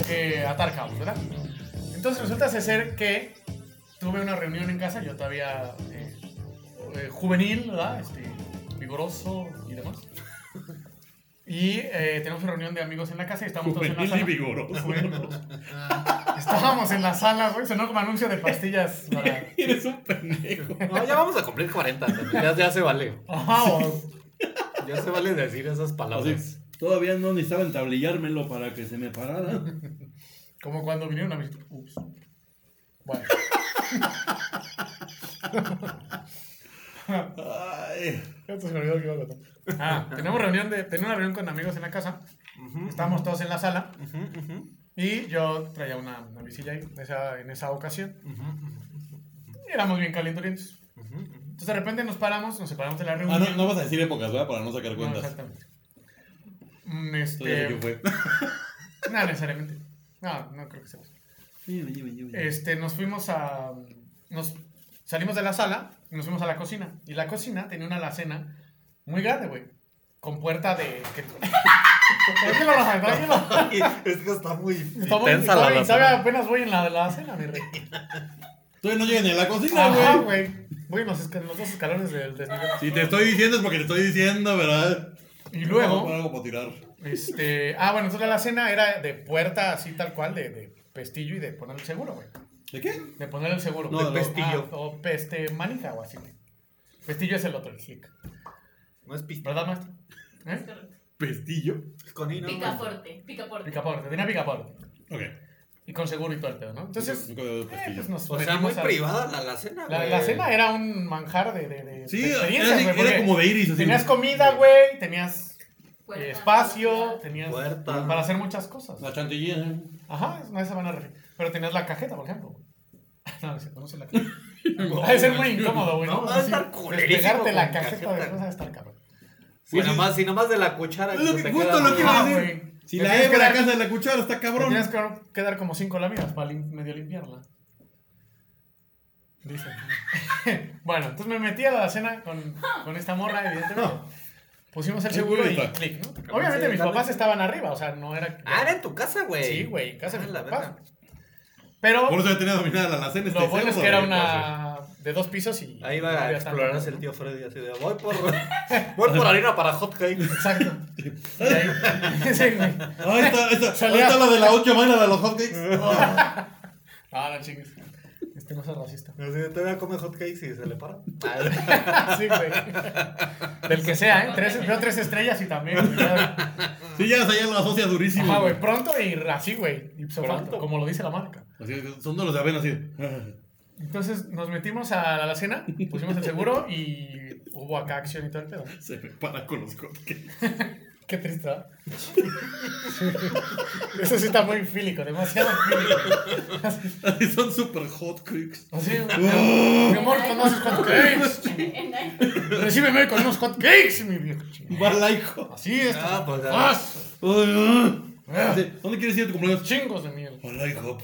Speaker 4: eh, atar cabos, ¿verdad? Entonces resulta ser que tuve una reunión en casa, yo todavía. eh, eh, juvenil, ¿verdad? Este, vigoroso y demás. Y eh, tenemos una reunión de amigos en la casa y estamos todos en la
Speaker 3: Juvenil y
Speaker 4: sala.
Speaker 3: vigoroso.
Speaker 4: Juvenil y vigoroso. Estábamos en la sala, güey. Sonó como anuncio de pastillas para.
Speaker 3: Eres un pendejo.
Speaker 5: No, ya vamos a cumplir 40. ¿no? Ya, ya se vale.
Speaker 4: Ajá, o-
Speaker 5: Ya se vale decir esas palabras.
Speaker 3: Así, todavía no necesitaba entablillármelo para que se me parara.
Speaker 4: Como cuando vinieron a visitar. Ups. Bueno,
Speaker 3: Ay.
Speaker 4: ya se me olvidó que iba a contar. Ah, tenemos reunión de. Tenía una reunión con amigos en la casa. Estábamos todos en la sala.
Speaker 5: Ujú, ujú,
Speaker 4: Y yo traía una, una visilla ahí en esa, en esa ocasión.
Speaker 5: ujú, ujú,
Speaker 4: Y éramos bien calenturientos.
Speaker 5: ujú, ujú.
Speaker 4: Entonces de repente nos paramos, nos separamos de la
Speaker 3: Ah,
Speaker 4: reunión.
Speaker 3: no, no vas a decir épocas, ¿verdad? Para no sacar
Speaker 4: No,
Speaker 3: cuentas.
Speaker 4: exactamente. Mm,
Speaker 3: Entonces,
Speaker 4: Este,
Speaker 3: ¿qué fue?
Speaker 4: no necesariamente. No, no creo que sea. Este, nos fuimos a. Nos salimos de la sala y nos fuimos a la cocina. Y la cocina tenía una alacena muy grande, güey. Con puerta de. que- tranquilo, Rafael, tranquilo.
Speaker 5: Ay, Es que está muy
Speaker 4: Está muy-
Speaker 5: intensa la
Speaker 4: sabe- sabe
Speaker 5: razón.
Speaker 4: apenas voy en la de la alacena, mi rey.
Speaker 3: Todavía no llegan ni a la cocina,
Speaker 4: Ajá,
Speaker 3: güey.
Speaker 4: güey. Voy en los, esca- en los dos escalones del desnivel.
Speaker 3: Si te estoy diciendo es porque te estoy diciendo, ¿verdad?
Speaker 4: Y
Speaker 3: Por
Speaker 4: luego,
Speaker 3: algo para tirar.
Speaker 4: este. Ah, bueno, entonces la alacena era de puerta así tal cual, de, de pestillo y de poner el seguro, güey.
Speaker 3: ¿De qué?
Speaker 4: De poner el seguro.
Speaker 3: No,
Speaker 4: de
Speaker 3: no.
Speaker 4: pestillo. o peste manija o así. Pestillo es el otro, el click.
Speaker 5: No es pista.
Speaker 4: ¿Verdad, maestro? ¿Eh?
Speaker 7: Es correcto.
Speaker 3: ¿Pestillo?
Speaker 5: Es con I, ¿no? Pues,
Speaker 7: Picaporte, picaporte.
Speaker 4: Picaporte, tenía picaporte.
Speaker 3: Ok.
Speaker 4: Y con seguro y todo el pedo, ¿no? Entonces,
Speaker 3: Nunca había oído
Speaker 4: eh,
Speaker 3: pestillo.
Speaker 4: pues nos
Speaker 5: O sea, muy
Speaker 4: metimos a-
Speaker 5: privada la, la cena,
Speaker 4: La,
Speaker 5: güey.
Speaker 4: la cena era un manjar de, de, de-
Speaker 3: Sí,
Speaker 4: de
Speaker 3: era,
Speaker 4: experiencias,
Speaker 3: así-
Speaker 4: güey,
Speaker 3: era
Speaker 4: porque
Speaker 3: como de iris. Así.
Speaker 4: Tenías comida, güey, tenías
Speaker 7: Puerta,
Speaker 4: Eh, espacio,
Speaker 7: velocidad.
Speaker 4: tenías
Speaker 5: Puerta.
Speaker 4: para hacer muchas cosas.
Speaker 3: La chantilly, ¿eh?
Speaker 4: Ajá, no se van a reír. Pero tenías la cajeta, por ejemplo. No, no, sé, no sé la cajeta. Ha de ser muy incómodo, güey.
Speaker 5: No, va a
Speaker 4: Así,
Speaker 5: estar culerísimo
Speaker 4: Despegarte la
Speaker 5: con
Speaker 4: cajeta
Speaker 5: cajeta.
Speaker 4: después de estar cabrón.
Speaker 5: Si nomás, si nomás de la cuchara.
Speaker 3: Es lo
Speaker 5: se
Speaker 3: que
Speaker 5: te
Speaker 3: justo
Speaker 5: queda
Speaker 3: lo que iba a
Speaker 4: Ah,
Speaker 5: pegada.
Speaker 3: decir.
Speaker 4: güey.
Speaker 3: Si
Speaker 4: Te
Speaker 3: la
Speaker 4: tienes
Speaker 3: hebra
Speaker 4: que
Speaker 3: la
Speaker 4: dar-
Speaker 3: casa de la cuchara está
Speaker 4: te
Speaker 3: cabrón.
Speaker 4: Tienes que quedar como cinco láminas para lim- medio limpiarla. Dice. bueno, entonces me metí a la cena con, con esta morra, evidentemente. Pusimos el
Speaker 3: Qué
Speaker 4: seguro y
Speaker 3: bonita.
Speaker 4: clic, ¿no? Obviamente mis papás estaban arriba, o sea, no era...
Speaker 5: Ah, era en tu casa, güey.
Speaker 4: Sí, güey, en casa de
Speaker 5: Ah,
Speaker 4: mis
Speaker 5: la
Speaker 4: papás.
Speaker 5: verga.
Speaker 4: Pero
Speaker 3: Por eso ya tenía dominada la alacena.
Speaker 4: lo
Speaker 3: este
Speaker 4: bueno es
Speaker 3: cerdo,
Speaker 4: que era
Speaker 3: güey.
Speaker 4: una de dos pisos y...
Speaker 5: Ahí
Speaker 4: no
Speaker 5: va a
Speaker 4: había tanto,
Speaker 5: explorarse
Speaker 4: ¿no?
Speaker 5: el tío Freddy así de voy por voy por harina para hot cakes.
Speaker 4: Exacto. Y ahí- sí, güey.
Speaker 3: Ah, esta, esta,
Speaker 4: Salía-
Speaker 3: ahí está la de la ocho vaina de los hotcakes.
Speaker 4: Ah, no chingues. Este no es racista.
Speaker 5: Así de todavía come hot cakes y se le para.
Speaker 4: Sí, güey. Del que sea, ¿eh? Tres, veo tres estrellas y también. güey.
Speaker 3: Sí, ya, ya lo asocia durísimo.
Speaker 4: Ajá, güey.
Speaker 3: güey.
Speaker 4: Pronto y así, güey. Ipso facto,
Speaker 5: Pronto.
Speaker 4: como lo dice la marca.
Speaker 3: Así, son de los de avena, así.
Speaker 4: Entonces nos metimos a la alacena, pusimos el seguro y hubo acá acción y todo el pedo.
Speaker 3: Se me para con los hotcakes.
Speaker 4: Qué triste, ¿verdad? Eso sí está muy fílico, demasiado fílico.
Speaker 3: Así son super hotcakes.
Speaker 4: Así,
Speaker 5: Uh.
Speaker 4: mi mi amor, conoces hot cakes.
Speaker 7: En iPhone.
Speaker 4: Recíbeme con unos hot cakes, mi viejo. chingado.
Speaker 3: Balaico.
Speaker 4: Así es.
Speaker 5: Ah, pues, ya.
Speaker 3: Así, ¿Dónde quieres ir a tu cumpleaños?
Speaker 4: Chingos de miel.
Speaker 3: Balaico.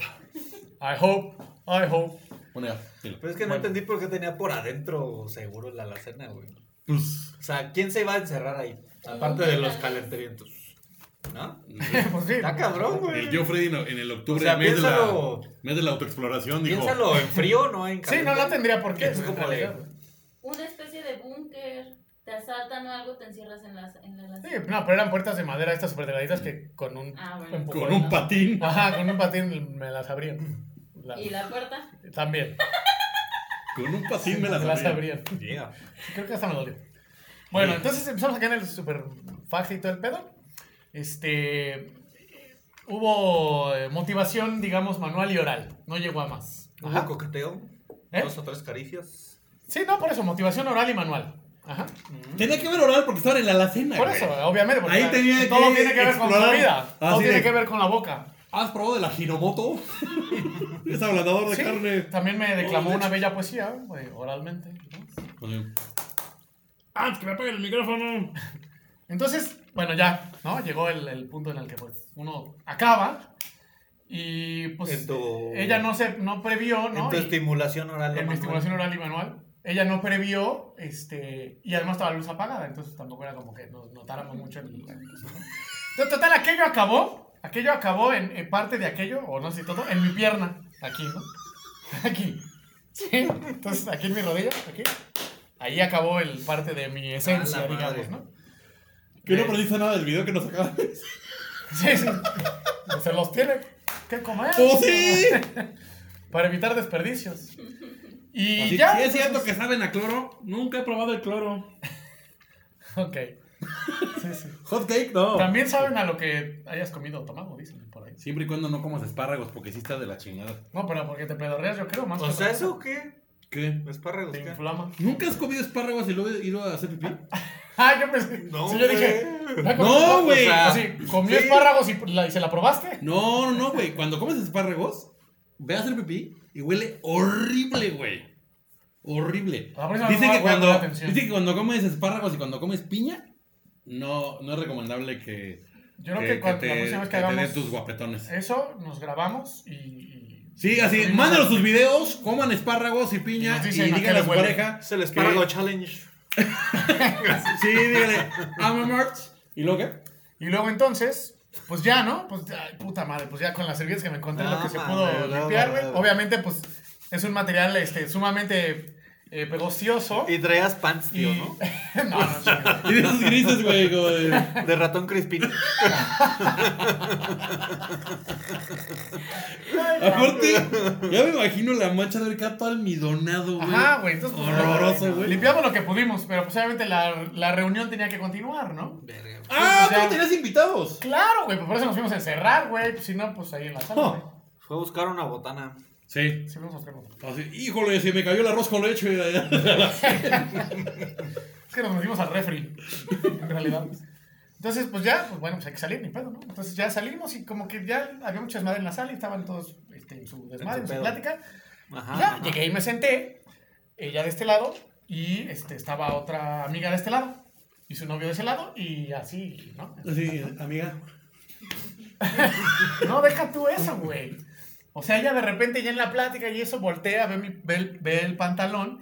Speaker 4: I hope, I hope.
Speaker 3: Bueno, ya. dilo.
Speaker 5: Pero es que no entendí por qué tenía por adentro seguro la alacena, güey.
Speaker 3: Pues,
Speaker 5: O sea, ¿quién se iba a encerrar ahí? Aparte de los calenturientos. ¿No?
Speaker 4: pues sí.
Speaker 5: Está cabrón,
Speaker 3: el
Speaker 5: güey.
Speaker 3: Joe Freddy en en el octubre,
Speaker 5: O sea,
Speaker 3: mes, de la,
Speaker 5: piénsalo.
Speaker 3: mes de la autoexploración, dijo.
Speaker 5: Piénsalo, en frío no hay
Speaker 4: Sí, no, no tendría por qué.
Speaker 5: Es como
Speaker 4: en
Speaker 5: de-
Speaker 4: realidad, güey.
Speaker 7: Una especie de búnker. Te asaltan o algo, te encierras en la, en la
Speaker 4: Sí,
Speaker 7: alacena.
Speaker 4: no, pero eran puertas de madera estas súper delgaditas que con un
Speaker 7: Ah, bueno.
Speaker 4: empujón-
Speaker 3: Con un patín.
Speaker 4: Ajá, con un patín me las abrían. La-
Speaker 7: Y la puerta.
Speaker 4: También.
Speaker 3: Con un patín me las
Speaker 4: las
Speaker 3: abría.
Speaker 4: abrían.
Speaker 5: Llega.
Speaker 4: Creo que hasta me dolió. Bueno,
Speaker 3: Sí.
Speaker 4: entonces empezamos acá en el super faje y todo el pedo. Este. Hubo eh, motivación, digamos, manual y oral. No llegó a más.
Speaker 5: Un coqueteo.
Speaker 4: ¿Eh?
Speaker 5: Dos o tres caricias.
Speaker 4: Sí, no, por eso, motivación oral y manual. Ajá.
Speaker 3: Tenía que ver oral porque estaban en la alacena.
Speaker 4: Por
Speaker 3: Eh, güey.
Speaker 4: eso, obviamente. porque
Speaker 3: Ahí tenía
Speaker 4: todo
Speaker 3: que
Speaker 4: tiene que ver con la
Speaker 3: explorar. Ah,
Speaker 4: comida. Todo
Speaker 3: Así
Speaker 4: tiene
Speaker 3: de-
Speaker 4: que ver con la boca.
Speaker 3: ¿Has probado de la Hinomoto? es ablandador de
Speaker 4: Sí,
Speaker 3: carne.
Speaker 4: También me declamó
Speaker 3: de
Speaker 4: una bella poesía, güey, oralmente.
Speaker 3: ¡Ah, que me apaguen el micrófono!
Speaker 4: Entonces, bueno, ya, ¿no? Llegó el, el punto en el que pues uno acaba y pues
Speaker 5: En tu-
Speaker 4: ella no se no previó, ¿no?
Speaker 5: En tu
Speaker 4: Y-
Speaker 5: estimulación oral.
Speaker 4: en mi
Speaker 5: manual.
Speaker 4: estimulación oral y manual. Ella no previó, este, y además estaba la luz apagada, entonces tampoco era como que nos notáramos mucho en el- Entonces, total, aquello acabó, aquello acabó en, en parte de aquello, o no sé si todo, en mi pierna, aquí, ¿no? Aquí. Sí, entonces aquí en mi rodilla, aquí. Ahí acabó el parte de mi esencia,
Speaker 5: A
Speaker 3: Ah,
Speaker 5: la
Speaker 4: digamos,
Speaker 5: madre.
Speaker 4: ¿no?
Speaker 3: Que no
Speaker 4: Eh,
Speaker 3: perdiste nada del video que nos acaba de
Speaker 4: Sí, sí. Se los tiene que comer.
Speaker 3: ¡Oh, sí!
Speaker 4: Para evitar desperdicios. Y
Speaker 3: Así,
Speaker 4: ya.
Speaker 3: si es cierto
Speaker 4: entonces- pues,
Speaker 3: que saben a cloro, nunca he probado el cloro.
Speaker 4: Ok. Sí, sí.
Speaker 3: ¿Hot cake? No.
Speaker 4: También saben a lo que hayas comido o tomado, dicen por ahí.
Speaker 3: Siempre y cuando no comas espárragos, porque sí está de la chingada.
Speaker 4: No, pero porque te pedorreas, yo creo, más
Speaker 5: O
Speaker 4: que otra
Speaker 5: sea, Pues ¿eso pues qué?
Speaker 3: ¿Qué?
Speaker 5: Espárragos,
Speaker 4: cosa. Te
Speaker 5: ¿qué?
Speaker 4: inflama.
Speaker 3: ¿Nunca has comido espárragos y luego he ido a hacer pipí?
Speaker 4: Ah, yo pensé.
Speaker 5: No,
Speaker 4: sí, yo dije.
Speaker 5: güey.
Speaker 4: ¿la
Speaker 3: No,
Speaker 4: comiste?
Speaker 3: güey.
Speaker 4: O sea, Así, comió
Speaker 5: Sí.
Speaker 4: espárragos y, la- y se la probaste.
Speaker 3: No, no, no, güey. Cuando comes espárragos, ve a hacer pipí y huele horrible, güey. Horrible.
Speaker 4: La próxima
Speaker 3: Dice
Speaker 4: vez me voy
Speaker 3: que,
Speaker 4: a poner
Speaker 3: cuando,
Speaker 4: atención.
Speaker 3: dice que cuando comes espárragos y cuando comes piña, no, no es recomendable que,
Speaker 4: Yo creo que, cuando
Speaker 3: te,
Speaker 4: la próxima vez
Speaker 3: que
Speaker 4: que,
Speaker 3: te
Speaker 4: hagamos
Speaker 3: den tus guapetones.
Speaker 4: eso, nos grabamos y. y-
Speaker 3: Sí, así,
Speaker 4: Comimos
Speaker 3: mándanos
Speaker 4: algo.
Speaker 3: sus videos, coman espárragos y piña
Speaker 4: Y nos
Speaker 3: y,
Speaker 4: dicen a qué
Speaker 3: díganle a
Speaker 4: le
Speaker 3: su
Speaker 4: huele.
Speaker 3: pareja.
Speaker 5: Es el espárrago
Speaker 3: que-
Speaker 5: challenge.
Speaker 3: Sí, dígale, I'm a March. ¿Y luego qué?
Speaker 4: Y luego entonces, pues ya, ¿no? Pues ay, puta madre, pues ya con las servilletas que me encontré
Speaker 5: No,
Speaker 4: lo que se
Speaker 5: madre,
Speaker 4: pudo
Speaker 5: no,
Speaker 4: limpiar, güey.
Speaker 5: no, no.
Speaker 4: Obviamente, pues es un material este, sumamente eh, pegostioso.
Speaker 5: Y traías pants,
Speaker 4: Y-
Speaker 5: tío, ¿no?
Speaker 4: no, no, chinga.
Speaker 3: Y de esos grises, güey. como de-
Speaker 5: De ratón crispín.
Speaker 3: Aparte, ya me imagino la mancha del gato almidonado, güey.
Speaker 4: Ajá, güey. Entonces, pues,
Speaker 3: Horroroso, güey.
Speaker 4: Limpiamos lo que pudimos, pero pues obviamente la, la reunión tenía que continuar, ¿no?
Speaker 5: Verga.
Speaker 3: Ah,
Speaker 4: O sea-
Speaker 3: tú tenías invitados.
Speaker 4: Claro, güey, pues por eso nos fuimos a encerrar, güey. Pues, si no, pues ahí en la sala, güey. pues,
Speaker 3: Oh.
Speaker 5: Fue a buscar una botana.
Speaker 3: Sí.
Speaker 4: Sí, fuimos a hacer cosas.
Speaker 3: Así, híjole, se me cayó el arroz con leche.
Speaker 4: Es que nos metimos al refri, en realidad. Entonces, pues ya, pues bueno, pues hay que salir, ni pedo, ¿no? Entonces ya salimos y como que ya había mucha desmadre en la sala y estaban todos este, en su desmadre, en su
Speaker 5: pedo.
Speaker 4: plática.
Speaker 5: Ajá,
Speaker 4: ya,
Speaker 5: ajá.
Speaker 4: llegué y me senté, ella de este lado, y este, estaba otra amiga de este lado, y su novio de ese lado, y así, ¿no?
Speaker 3: Sí, amiga.
Speaker 4: No, deja tú eso, güey. O sea, ella de repente ya en la plática y eso voltea, ve, mi, ve, el- ve el pantalón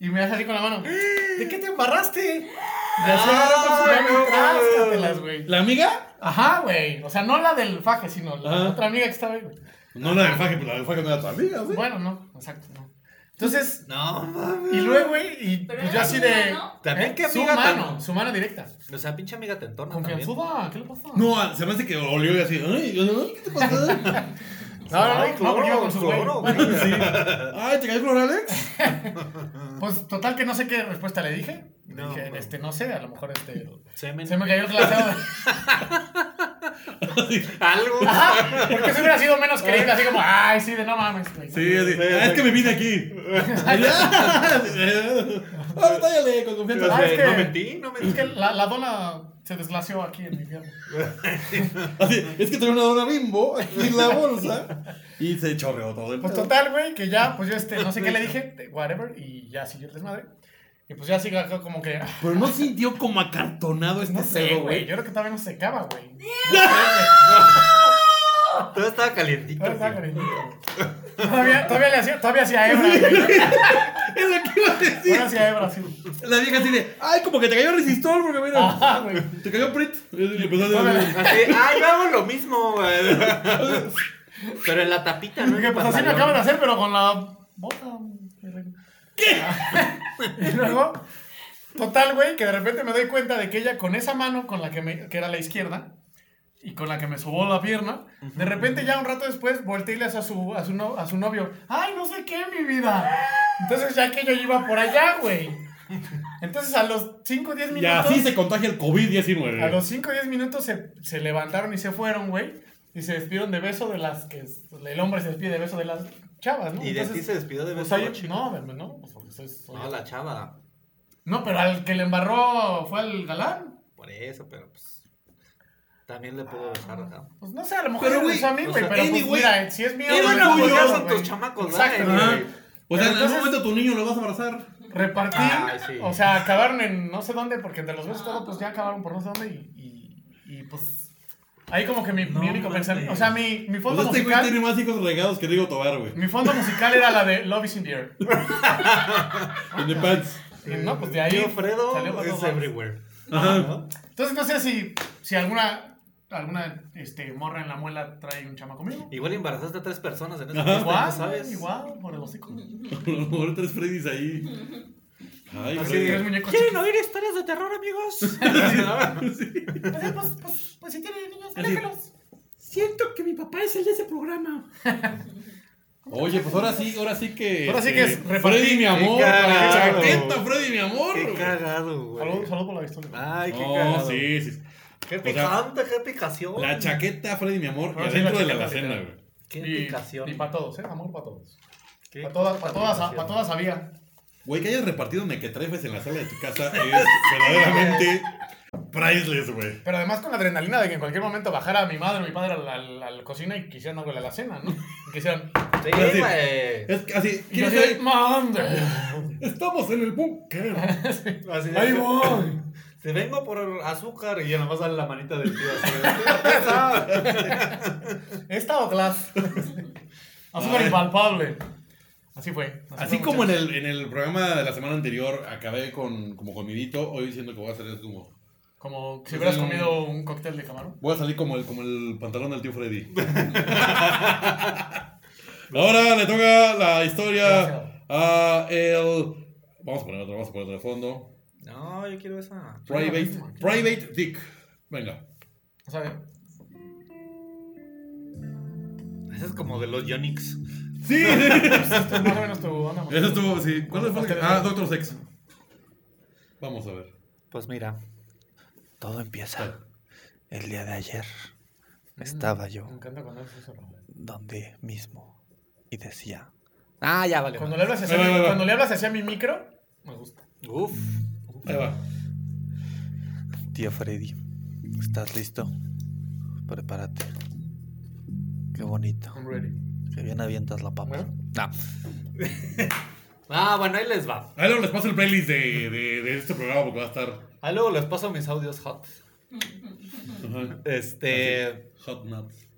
Speaker 4: y me hace así con la mano. ¿De qué te embarraste? Ah, Y así agarra con su mano y tráscatelas, güey.
Speaker 3: ¿La amiga?
Speaker 4: Ajá, güey. O sea, no la del faje, sino la
Speaker 3: Ajá.
Speaker 4: otra amiga que estaba ahí, güey.
Speaker 3: No la del faje, pues la del faje no era tu amiga, ¿sí?
Speaker 4: Bueno, no, exacto, no. Entonces,
Speaker 5: No mames.
Speaker 4: y luego, güey, y
Speaker 7: Pero
Speaker 4: pues yo
Speaker 7: era
Speaker 4: así
Speaker 7: su
Speaker 4: de.
Speaker 7: mano.
Speaker 5: También
Speaker 4: ¿Eh?
Speaker 5: que
Speaker 4: su
Speaker 5: amiga tan-
Speaker 4: mano, su mano directa.
Speaker 5: O sea, pinche amiga tentona también.
Speaker 4: Confianzuda, ¿qué le pasa?
Speaker 3: No, ah, se me hace que olió y así. Ay, ay, ¿qué te pasa?
Speaker 4: no, Ah, no, no,
Speaker 5: Ay,
Speaker 4: no,
Speaker 5: cloro,
Speaker 4: porque iba con su güey.
Speaker 5: cloro, güey.
Speaker 3: Sí. Ay, ¿te caes con Alex?
Speaker 4: Pues total que no sé qué respuesta le dije. Le
Speaker 5: No,
Speaker 4: dije,
Speaker 5: no.
Speaker 4: este, no sé, a lo mejor este.
Speaker 5: Semen.
Speaker 4: Se me cayó el glaseado.
Speaker 5: Algo.
Speaker 4: Ajá, Porque si hubiera sido menos creíble, así como, ay, sí, de no mames, güey.
Speaker 3: Sí, así. "Ah, es que me vine aquí. "Ah, Ahora tállale con
Speaker 5: O
Speaker 3: confianza.
Speaker 5: sea,
Speaker 4: Ah, es que-
Speaker 5: No mentí, no
Speaker 4: Es
Speaker 5: mentí.
Speaker 4: que la, la dona se desglació aquí en mi pierna.
Speaker 3: Así, es que tenía una dona bimbo aquí en la bolsa y se chorreó todo el
Speaker 4: Pues
Speaker 3: pedo.
Speaker 4: total, güey, que ya, pues yo este, no sé qué le dije, whatever, y ya siguió el desmadre. Y pues ya sigo acá como que. ah,
Speaker 3: Pero no sintió como acartonado este
Speaker 4: No sé,
Speaker 3: pedo,
Speaker 4: güey.
Speaker 3: güey.
Speaker 4: Yo creo que todavía no se secaba, güey.
Speaker 5: Todo estaba calientito.
Speaker 4: Todavía estaba
Speaker 5: güey.
Speaker 4: calientito, güey. Todavía, todavía le hacía, todavía hacía hebra, güey.
Speaker 3: Es lo que iba a decir.
Speaker 4: Todavía hacía hebra, sí.
Speaker 3: La vieja así de, ay, como que te cayó resistor, porque mira.
Speaker 4: Ajá, güey.
Speaker 3: Te cayó Prit. Y empezó a
Speaker 4: Todavía-
Speaker 3: decir,
Speaker 5: Así, ay, yo hago lo mismo, güey. Pero en la tapita, ¿no?
Speaker 4: Porque pues así me
Speaker 5: Pantalón.
Speaker 4: acaban de hacer, pero con la bota. ¿Qué? y luego, total, güey, que de repente me doy cuenta de que ella con esa mano, con la que, me, que era la izquierda, y con la que me sobó la pierna, de repente ya un rato después volteé y le hace a su, a, su no- a su novio, ay, no sé qué, mi vida. Entonces ya que yo iba por allá, güey. Entonces a los 5 o 10
Speaker 3: Y
Speaker 4: minutos...
Speaker 3: así se contagia el
Speaker 4: A
Speaker 3: COVID-19.
Speaker 4: los 5 o 10 minutos se, se levantaron y se fueron, güey. Y se despidieron de beso de las que. El hombre se despide de beso de las chavas, ¿no?
Speaker 5: Y de ti se despidió de
Speaker 4: pues,
Speaker 5: vez
Speaker 4: hay-
Speaker 5: en chico.
Speaker 4: No, verme, no. pues, porque soy- soy-
Speaker 5: No, la chava.
Speaker 4: No, pero al que le embarró fue al galán.
Speaker 5: Por eso, pero pues. También le pudo besar, ¿no?
Speaker 4: Pues no sé, a lo mejor
Speaker 3: Pero,
Speaker 4: me
Speaker 3: güey,
Speaker 4: besó a mí,
Speaker 5: o
Speaker 4: güey.
Speaker 5: sea,
Speaker 4: Pero pues,
Speaker 3: anyway,
Speaker 4: mira, si es mío.
Speaker 3: era
Speaker 4: güey,
Speaker 3: lo
Speaker 4: pues,
Speaker 3: tuyo.
Speaker 4: ya,
Speaker 5: Son
Speaker 4: güey.
Speaker 5: tus chamacos,
Speaker 4: Exacto,
Speaker 5: ¿verdad?
Speaker 4: ajá.
Speaker 5: güey.
Speaker 3: O sea,
Speaker 4: Pero
Speaker 3: en algún
Speaker 4: entonces-
Speaker 3: momento tu niño lo vas a abrazar.
Speaker 4: Repartí.
Speaker 5: Ay, Ah, sí.
Speaker 4: O sea, acabaron en no sé dónde, porque entre los besos y todo, pues ya acabaron por no sé dónde. Y, y, y, pues. Ahí como que mi, mi único pensamiento. O sea, mi, mi
Speaker 3: Pues
Speaker 4: fondo
Speaker 3: este güey
Speaker 4: musical.
Speaker 3: tiene más hijos regados que Rigo Tobar, güey.
Speaker 4: Mi fondo musical era la de Love is in the air.
Speaker 3: En The Pants.
Speaker 4: Y no, pues de ahí.
Speaker 5: Tío Fredo
Speaker 4: salió para
Speaker 5: es
Speaker 4: todos lados.
Speaker 5: everywhere.
Speaker 3: Ajá.
Speaker 4: Entonces Ah, no sé si, si alguna, alguna este, morra en la muela trae un chama conmigo.
Speaker 5: Igual embarazaste a tres personas en esa
Speaker 3: Ajá.
Speaker 5: fiesta,
Speaker 4: Igual,
Speaker 5: ¿no sabes?
Speaker 4: igual, por el hocico.
Speaker 3: Ahora tres Freddy's ahí. Ay,
Speaker 5: Así
Speaker 3: Freddy.
Speaker 4: Tres
Speaker 5: de,
Speaker 4: muñecos
Speaker 5: ¿Quieren
Speaker 4: chiquis.
Speaker 5: oír historias de terror, amigos?
Speaker 4: Pues, pues, pues, pues si tiene niños, déjalos.
Speaker 5: Siento que mi papá es el de ese programa.
Speaker 3: Oye, pues ahora sí, ahora sí que.
Speaker 4: Ahora sí que es repartir.
Speaker 3: Freddy, mi amor.
Speaker 5: Qué cagado.
Speaker 3: Chaqueta, Freddy, mi amor.
Speaker 5: Qué
Speaker 3: güey.
Speaker 5: cagado, güey. Ah,
Speaker 4: Salud, salud por la historia.
Speaker 5: Ay, qué
Speaker 3: Oh,
Speaker 5: cagado.
Speaker 3: sí, sí.
Speaker 5: Qué
Speaker 3: O sea,
Speaker 5: picante, qué picación.
Speaker 3: La chaqueta, Freddy, mi amor, y
Speaker 4: Ahora sí,
Speaker 3: adentro
Speaker 4: la
Speaker 3: de la
Speaker 4: chaqueta,
Speaker 3: alacena,
Speaker 4: literal.
Speaker 3: güey.
Speaker 5: Qué
Speaker 4: Y-
Speaker 5: picación.
Speaker 4: Y para todos, ¿eh? Amor para todos.
Speaker 5: Qué
Speaker 4: Para todas, para todas, ah,
Speaker 5: picación.
Speaker 4: para todas había.
Speaker 3: Güey, que hayas repartido mequetrefes en la sala de tu casa es verdaderamente priceless, güey.
Speaker 4: Pero además con la adrenalina de que en cualquier momento bajara mi madre o mi padre a la, a la- a la cocina y quisieran algo de la cena, ¿no? Y quisieran...
Speaker 5: Sí,
Speaker 3: Así.
Speaker 5: güey.
Speaker 3: Es que así,
Speaker 4: Y yo
Speaker 3: ¿quieres
Speaker 4: así de,
Speaker 3: saber?
Speaker 4: ¡Madre!
Speaker 3: Estamos en el búnker.
Speaker 5: Así de-
Speaker 3: Ahí voy.
Speaker 5: Si vengo por azúcar y ya nomás sale la manita del tío así. de-
Speaker 4: ¿Esta o Glass? Azúcar
Speaker 3: Ay.
Speaker 4: impalpable. Así fue.
Speaker 3: Así
Speaker 4: fue,
Speaker 3: como en
Speaker 4: muchachos.
Speaker 3: el, en el programa de la semana anterior acabé con como comidito, hoy diciendo que voy a salir como.
Speaker 4: Como si
Speaker 3: Sí,
Speaker 4: hubieras
Speaker 3: sí.
Speaker 4: comido un cóctel de camarón.
Speaker 3: Voy a salir como el, como el pantalón del tío Freddy. Ahora le toca la historia a el. Vamos a poner otro, vamos a poner otro de fondo.
Speaker 5: No, yo quiero esa.
Speaker 3: Private, private Dick. Venga.
Speaker 4: O sea,
Speaker 5: Esa es como de los Yonix.
Speaker 3: Sí, sí.
Speaker 4: esto es más o menos tu onda. muchacho.
Speaker 3: Eso estuvo, sí. ¿Cuál fue el que- Ah, Doctor Sex. Vamos a ver.
Speaker 5: Pues mira, todo empieza el día de ayer. Estaba yo
Speaker 4: Me encanta cuando haces eso. Rafael.
Speaker 5: donde mismo y decía. Ah, ya vale.
Speaker 4: Cuando le hablas hacia,
Speaker 3: Ahí va, ahí
Speaker 4: mi,
Speaker 3: va.
Speaker 4: cuando le hablas hacia mi micro, me gusta.
Speaker 5: Uf.
Speaker 3: Ahí va.
Speaker 5: Tío Freddy,
Speaker 9: ¿Estás listo? Prepárate. Qué bonito.
Speaker 4: I'm ready.
Speaker 9: Que bien avientas la papa.
Speaker 4: Bueno.
Speaker 9: No.
Speaker 5: Ah, bueno, ahí les va.
Speaker 3: Ahí luego les paso el playlist de, de, de este programa porque va a estar
Speaker 5: Ahí luego les paso mis audios hot.
Speaker 3: ajá,
Speaker 5: Este.
Speaker 3: Hot Nuts.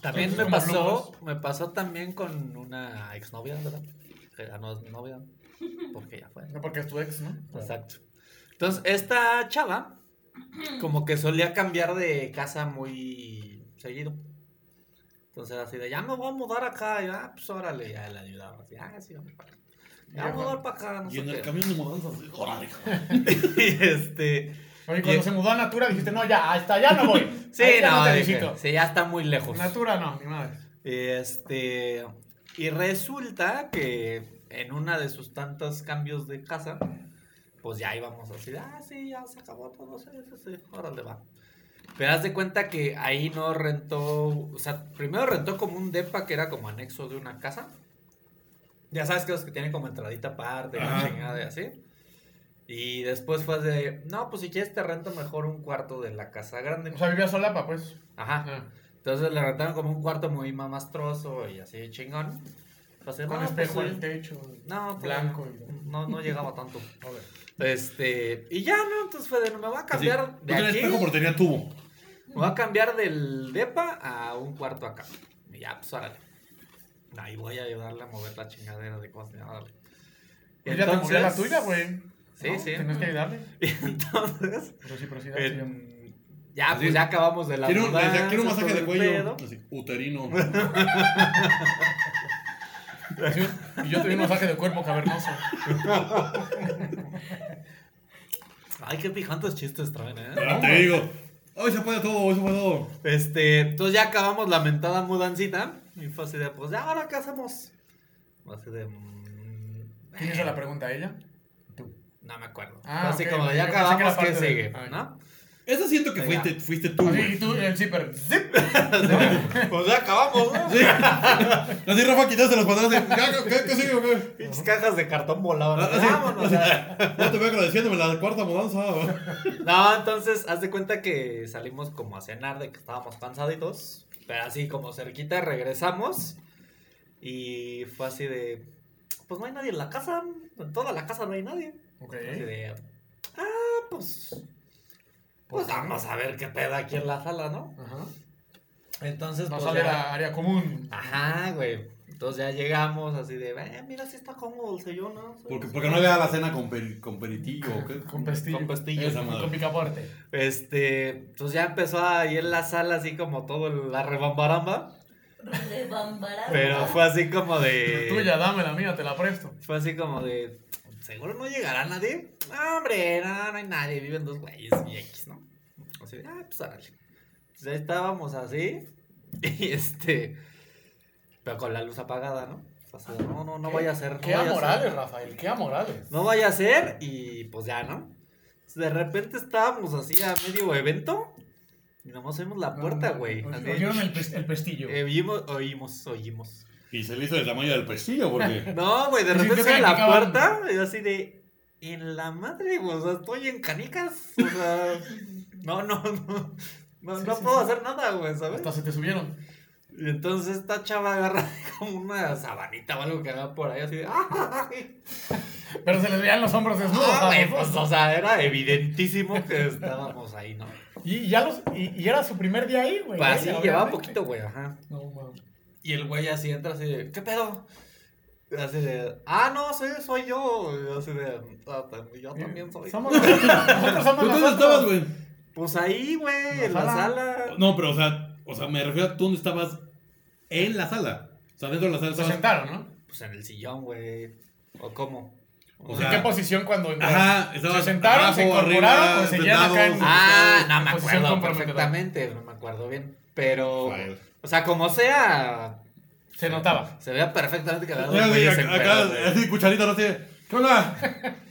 Speaker 5: También me
Speaker 4: Como
Speaker 5: pasó. Me pasó también con una exnovia, ¿verdad? Que ya no es mi novia. Porque ya fue.
Speaker 4: No, porque es tu ex, ¿no?
Speaker 5: Exacto. Entonces, esta chava, como que solía cambiar de casa muy seguido. Entonces era así de, ya me voy a mudar acá, y, ah, pues órale, ya le ayudaba. Así, ah, sí, vamos para acá. Ya me voy a mudar para acá, no
Speaker 3: Y
Speaker 5: sé
Speaker 3: en el
Speaker 5: qué.
Speaker 3: camión de mudanzas, órale.
Speaker 5: Y este,
Speaker 4: Oye, cuando
Speaker 5: Y-
Speaker 4: se mudó a Natura dijiste, no, ya, hasta allá no voy.
Speaker 5: sí,
Speaker 4: Ahí ya
Speaker 5: no,
Speaker 4: te
Speaker 5: dije,
Speaker 4: visito.
Speaker 5: sí, ya está muy lejos.
Speaker 4: Natura no, ni madre.
Speaker 5: Este, y resulta que en una de sus tantos cambios de casa, pues ya íbamos así, ah, sí, ya se acabó todo, sí, sí, sí, órale, va. Pero haz de cuenta que ahí no rentó, o sea, primero rentó como un depa que era como anexo de una casa. Ya sabes que los que tienen como entradita aparte, la
Speaker 3: Ajá.
Speaker 5: chingada y así. Y después fue de, no, pues si quieres te rento mejor un cuarto de la casa grande.
Speaker 4: O sea, vivía solapa, pues.
Speaker 5: Ajá.
Speaker 4: Ah,
Speaker 5: Entonces le rentaron como un cuarto muy mamastroso y así chingón. Pues,
Speaker 4: Con
Speaker 5: no, pues,
Speaker 4: espejo
Speaker 5: sí.
Speaker 4: al techo.
Speaker 5: No,
Speaker 4: blanco
Speaker 5: blanco.
Speaker 4: y-
Speaker 5: No, no llegaba tanto. Este, y ya, ¿no? Entonces fue de, me voy a cambiar
Speaker 3: Pues No
Speaker 5: de
Speaker 3: tenía
Speaker 5: aquí.
Speaker 3: espejo, pero tenía tubo.
Speaker 5: Me voy a cambiar del depa a un cuarto acá. Y ya, pues órale. Ahí voy a ayudarle a mover la chingadera de cosas. ya, órale.
Speaker 3: Pues
Speaker 4: Ella Pues te movió la
Speaker 5: Entonces-
Speaker 4: tuya, güey.
Speaker 5: Sí,
Speaker 4: ¿No?
Speaker 5: sí.
Speaker 4: Tenías que ayudarle.
Speaker 5: Y entonces,
Speaker 4: Reciprocidad. se llama.
Speaker 5: en- ya,
Speaker 3: Así.
Speaker 5: pues ya acabamos de la
Speaker 3: Quiero, le decía,
Speaker 5: mudanza,
Speaker 3: quiero un masaje
Speaker 5: todo
Speaker 3: de
Speaker 5: el
Speaker 3: cuello.
Speaker 5: pedo.
Speaker 3: Así, uterino.
Speaker 4: Y yo te di un masaje de cuerpo cavernoso.
Speaker 5: Ay, qué pijantes chistes traen, ¿eh?
Speaker 3: Ya te digo. Hoy se puede todo, hoy se puede todo.
Speaker 5: Este, entonces ya acabamos la mentada mudancita. Y fue así de, pues ya, ahora qué hacemos. Fue Así de. mm,
Speaker 4: ¿Quién hizo la pregunta? ¿Ella? Tú.
Speaker 5: No me acuerdo.
Speaker 4: Ah,
Speaker 5: Fue así
Speaker 4: ok,
Speaker 5: como,
Speaker 4: ok, yo
Speaker 5: ya
Speaker 4: pensé que era
Speaker 5: acabamos,
Speaker 4: parte
Speaker 5: ¿qué
Speaker 4: de-
Speaker 5: sigue?
Speaker 4: Ah,
Speaker 5: ¿No?
Speaker 3: Esa siento que
Speaker 5: Ya.
Speaker 3: fuiste, fuiste tú.
Speaker 4: Así,
Speaker 3: güey.
Speaker 4: y Ah, tú, el zipper. ¡Zip!
Speaker 5: Pues ya acabamos, ¿no?
Speaker 3: Sí. Así Rafa quitaste los pantalones. y, "Ya, ¿Qué, qué, qué sigue o qué?
Speaker 5: Pinches cajas de cartón volaban.
Speaker 3: Ah, sí.
Speaker 5: Vámonos. ya.
Speaker 3: No te veo agradeciéndome la cuarta mudanza.
Speaker 5: No, entonces, haz de cuenta que salimos como a cenar de que estábamos cansaditos. Pero así como cerquita regresamos. Y fue así de. Pues no hay nadie en la casa. En toda la casa no hay nadie.
Speaker 4: Ok.
Speaker 5: Así de, ¿Eh? ah, pues. Pues vamos a ver qué pedo aquí en la sala, ¿no?
Speaker 4: Ajá.
Speaker 5: Entonces,
Speaker 4: No
Speaker 5: pues.
Speaker 4: sale
Speaker 5: ya-
Speaker 4: la área común.
Speaker 5: Ajá, güey. Entonces ya llegamos así de, eh, mira si está cómodo el sillón, ¿no?
Speaker 3: Porque, porque no había la cena con, peri- con peritillo. ¿o qué?
Speaker 4: Con pestillo.
Speaker 5: Con pestillo.
Speaker 3: Esa madre.
Speaker 4: Con picaporte.
Speaker 5: Este, entonces ya empezó ahí en la sala así como todo el- la rebambaramba.
Speaker 7: De bambaramba.
Speaker 5: Pero fue así como de.
Speaker 4: Tuya, dame la mía, te la presto.
Speaker 5: Fue así como de. ¿Seguro no llegará nadie? No, hombre, no, no hay nadie. Viven dos güeyes y X, ¿no? Así de, ah, pues órale. Entonces ahí estábamos así. Y este. Pero con la luz apagada, ¿no? O sea, no, no, no vaya a ser.
Speaker 4: Qué
Speaker 5: no vaya a ser.
Speaker 4: amorales, Rafael. Qué amorales.
Speaker 5: No vaya a ser. Y pues ya, ¿no? Entonces, de repente estábamos así a medio evento. Y nomás oímos la puerta, güey. Así,
Speaker 4: pues, Oyeron el, pes- el pestillo.
Speaker 5: eh, vimos, oímos, oímos.
Speaker 3: Y se le hizo el tamaño del pestillo porque.
Speaker 5: No, güey, de
Speaker 4: Sí,
Speaker 5: repente
Speaker 4: yo creo
Speaker 5: sale
Speaker 4: que
Speaker 5: la
Speaker 4: acaban-
Speaker 5: puerta y yo así de. En la madre, güey, o sea, estoy en canicas. O sea. No, no, no. No,
Speaker 4: Sí,
Speaker 5: no
Speaker 4: sí,
Speaker 5: puedo
Speaker 4: sí.
Speaker 5: hacer nada, güey, ¿sabes?
Speaker 4: Hasta se te subieron.
Speaker 5: Y entonces esta chava agarra como una sabanita o algo que va por ahí, así de. ¡Ay!
Speaker 4: Pero se les veían los hombros desnudos.
Speaker 5: No, güey,
Speaker 4: ¿sabes?
Speaker 5: pues, o sea, era evidentísimo que estábamos ahí, ¿no?
Speaker 4: Y ya los. Y, y era su primer día ahí, güey.
Speaker 5: Pues así
Speaker 4: Ella,
Speaker 5: llevaba
Speaker 4: obviamente.
Speaker 5: poquito, güey, ajá.
Speaker 4: No, mames.
Speaker 5: Y el güey así entra así de, ¿qué pedo? Y Así de, ah, no, soy, soy yo. Y así de, "Ah, tam- yo también soy.
Speaker 4: Somos nosotros. Nosotros somos
Speaker 3: ¿Tú dónde
Speaker 4: nosotros.
Speaker 3: estabas, güey?
Speaker 5: Pues ahí, güey, en la
Speaker 4: sala.
Speaker 5: sala.
Speaker 3: No, pero o sea, o sea, me refiero a tú dónde estabas en la sala. O sea, dentro de la sala
Speaker 4: Se
Speaker 3: estabas.
Speaker 4: sentaron, ¿no?
Speaker 5: Pues en el sillón, güey. ¿O cómo?
Speaker 3: O
Speaker 4: Pues, ¿En
Speaker 3: sea,
Speaker 4: qué posición cuando entraron?
Speaker 3: Ajá, estabas
Speaker 4: ¿Se sentaron, se
Speaker 3: abajo,
Speaker 4: incorporaron
Speaker 3: arriba,
Speaker 4: o seguían acá en-
Speaker 3: sentados.
Speaker 5: Ah, no me
Speaker 4: Posición
Speaker 5: acuerdo
Speaker 4: comprometedora.
Speaker 5: perfectamente, no me acuerdo bien. Pero,
Speaker 3: Rafael.
Speaker 5: o sea, como sea,
Speaker 4: Se notaba.
Speaker 5: se veía perfectamente que había dos
Speaker 3: Mira, güey,
Speaker 5: güeyes
Speaker 3: acá,
Speaker 5: en
Speaker 3: acá,
Speaker 5: pedo, güey.
Speaker 3: así, cucharita, no sé. ¿Qué onda?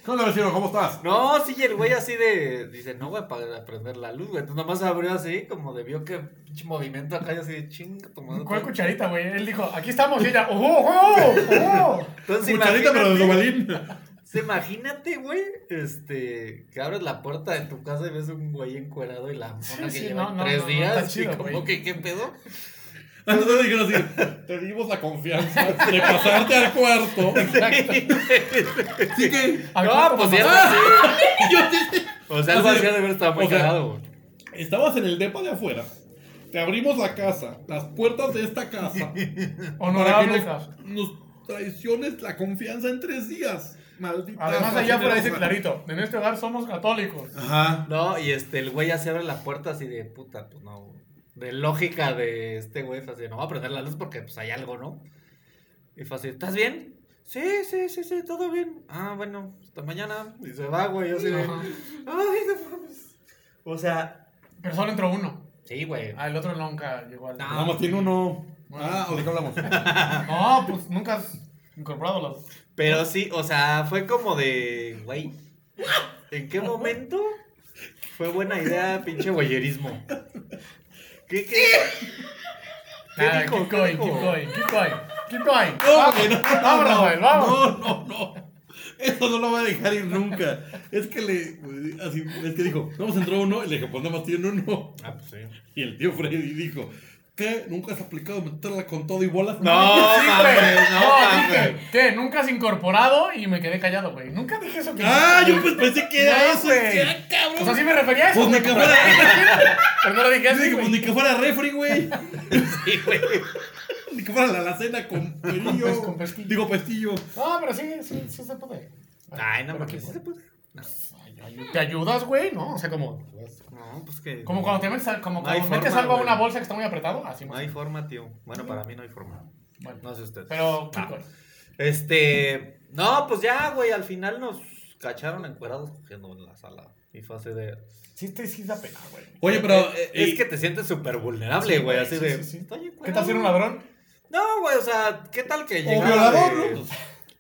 Speaker 3: ¿Qué onda, vecino? ¿Cómo estás?
Speaker 5: No, sí, y el güey así de. Dice, no, güey, para prender la luz, güey. Entonces nomás abrió así, como de vio que pinche movimiento acá y así de chinga tomando.
Speaker 4: ¿Cuál cucharita, güey? Él dijo, aquí estamos y ella, ¡oh, oh, oh!
Speaker 5: Entonces,
Speaker 3: cucharita, pero de
Speaker 5: imagínate,
Speaker 3: Dobalín.
Speaker 5: sea, Pues, imagínate, güey, este, que abres la puerta de tu casa y ves un güey encuerado y la mona
Speaker 4: Sí,
Speaker 5: que
Speaker 4: sí,
Speaker 5: lleva
Speaker 4: no, no,
Speaker 5: tres
Speaker 4: no, no,
Speaker 5: días.
Speaker 4: está
Speaker 5: y
Speaker 4: chido,
Speaker 5: como
Speaker 4: güey.
Speaker 5: que, ¿qué pedo?
Speaker 3: Entonces le dijeron así, te dimos la confianza de pasarte al cuarto. Así que
Speaker 4: Al
Speaker 5: no,
Speaker 4: cuarto
Speaker 5: pues
Speaker 4: para
Speaker 5: ya
Speaker 4: pasar.
Speaker 5: está así. O sea, algo
Speaker 3: Así
Speaker 5: así
Speaker 3: de-
Speaker 5: ha de haber estado muy
Speaker 3: o sea,
Speaker 5: cagado, güey.
Speaker 3: estabas en el depa de afuera, te abrimos la casa, las puertas de esta casa, para que
Speaker 4: Honorable.
Speaker 3: nos, nos traiciones la confianza en tres días. Maldita.
Speaker 4: Además, allá afuera dice
Speaker 3: Clarín.
Speaker 4: clarito: en este hogar somos católicos.
Speaker 3: Ajá.
Speaker 5: No, y este, el güey así abre la puerta así de puta, pues no. güey. De lógica de este güey, fue así, no voy a prender la luz porque pues hay algo, ¿no? Y fue así, ¿estás bien? Sí, sí, sí, sí, todo bien. Ah, bueno, hasta mañana. Y se va, güey, así de. Ay,
Speaker 4: Ajá.
Speaker 5: no mames. O sea.
Speaker 4: Pero solo entró uno.
Speaker 5: Sí, güey.
Speaker 4: Ah, el otro nunca llegó al.
Speaker 5: No.
Speaker 3: Nada más tiene uno. Ah, ¿o de qué hablamos?
Speaker 4: No, pues nunca has incorporado los.
Speaker 5: Pero sí, o sea, fue como de. Güey. ¿En qué momento? Fue buena idea, pinche güeyerismo. ¿Qué, qué? ¿Qué
Speaker 4: Nada,
Speaker 5: dijo?
Speaker 4: keep
Speaker 5: ¿Qué
Speaker 4: going,
Speaker 5: dijo?
Speaker 4: keep going, keep going, keep going.
Speaker 3: No, que no,
Speaker 4: Vámonos, Joel,
Speaker 3: No,
Speaker 4: vámonos.
Speaker 3: no, no. Eso no lo voy a dejar ir nunca. Es que le. Así, es que dijo, no, pues entró uno y le dije, pues nada más tiene uno.
Speaker 5: Ah, pues sí.
Speaker 3: Y el tío Freddy dijo, ¿qué? ¿Nunca has aplicado meterla con todo y bolas?
Speaker 5: No,
Speaker 4: Sí, güey.
Speaker 5: mames, no,
Speaker 4: No,
Speaker 5: mames.
Speaker 4: dije, ¿qué? Nunca has incorporado y me quedé callado, güey. Nunca dije eso que.
Speaker 3: Ah, yo pues pensé que
Speaker 4: No,
Speaker 3: era eso.
Speaker 4: güey.
Speaker 3: Dije, ah, cabrón.
Speaker 4: O sea, sí me refería a eso.
Speaker 3: Pues ni
Speaker 4: güey,
Speaker 3: que
Speaker 4: pero-
Speaker 3: fuera-
Speaker 4: Pero no lo dije
Speaker 3: Yo
Speaker 4: así,
Speaker 3: dije, pues
Speaker 4: güey.
Speaker 3: ni que fuera refri, güey.
Speaker 5: Sí, güey.
Speaker 3: Ni que fuera la alacena con
Speaker 4: pes-
Speaker 3: pelillo.
Speaker 4: con pesquillo.
Speaker 3: Digo, pestillo.
Speaker 4: No, pero sí, sí, sí se puede.
Speaker 5: Ay, no,
Speaker 4: Pero
Speaker 5: porque
Speaker 4: aquí, pues,
Speaker 5: sí se puede.
Speaker 4: ay, ay, ¿Te ayudas, güey? No, o sea, como.
Speaker 5: No, pues que.
Speaker 4: Como cuando te metes, al- como
Speaker 5: No
Speaker 4: cuando
Speaker 5: hay
Speaker 4: metes
Speaker 5: forma,
Speaker 4: algo a una
Speaker 5: güey.
Speaker 4: bolsa que está muy apretado, así
Speaker 5: No
Speaker 4: más.
Speaker 5: hay forma, tío. Bueno, para mí no hay forma.
Speaker 4: Bueno.
Speaker 5: No sé ustedes.
Speaker 4: Pero,
Speaker 5: Ah.
Speaker 4: keep going.
Speaker 5: Este. No, pues ya, güey. Al final nos cacharon encuerados cogiendo en la sala. Y fue así de.
Speaker 4: Sí, te sí da pena, güey.
Speaker 3: Oye, pero.
Speaker 5: Eh,
Speaker 3: eh,
Speaker 5: es que te sientes súper vulnerable,
Speaker 4: Sí,
Speaker 5: güey.
Speaker 4: güey,
Speaker 5: así
Speaker 4: sí, sí,
Speaker 5: de.
Speaker 4: sí.
Speaker 5: "Estoy
Speaker 4: ¿Qué
Speaker 5: encuerado".
Speaker 4: tal si era un ladrón?
Speaker 5: No, güey, o sea, ¿qué tal que
Speaker 3: O
Speaker 5: llegaba.
Speaker 3: violador,
Speaker 5: de-
Speaker 3: ¿no?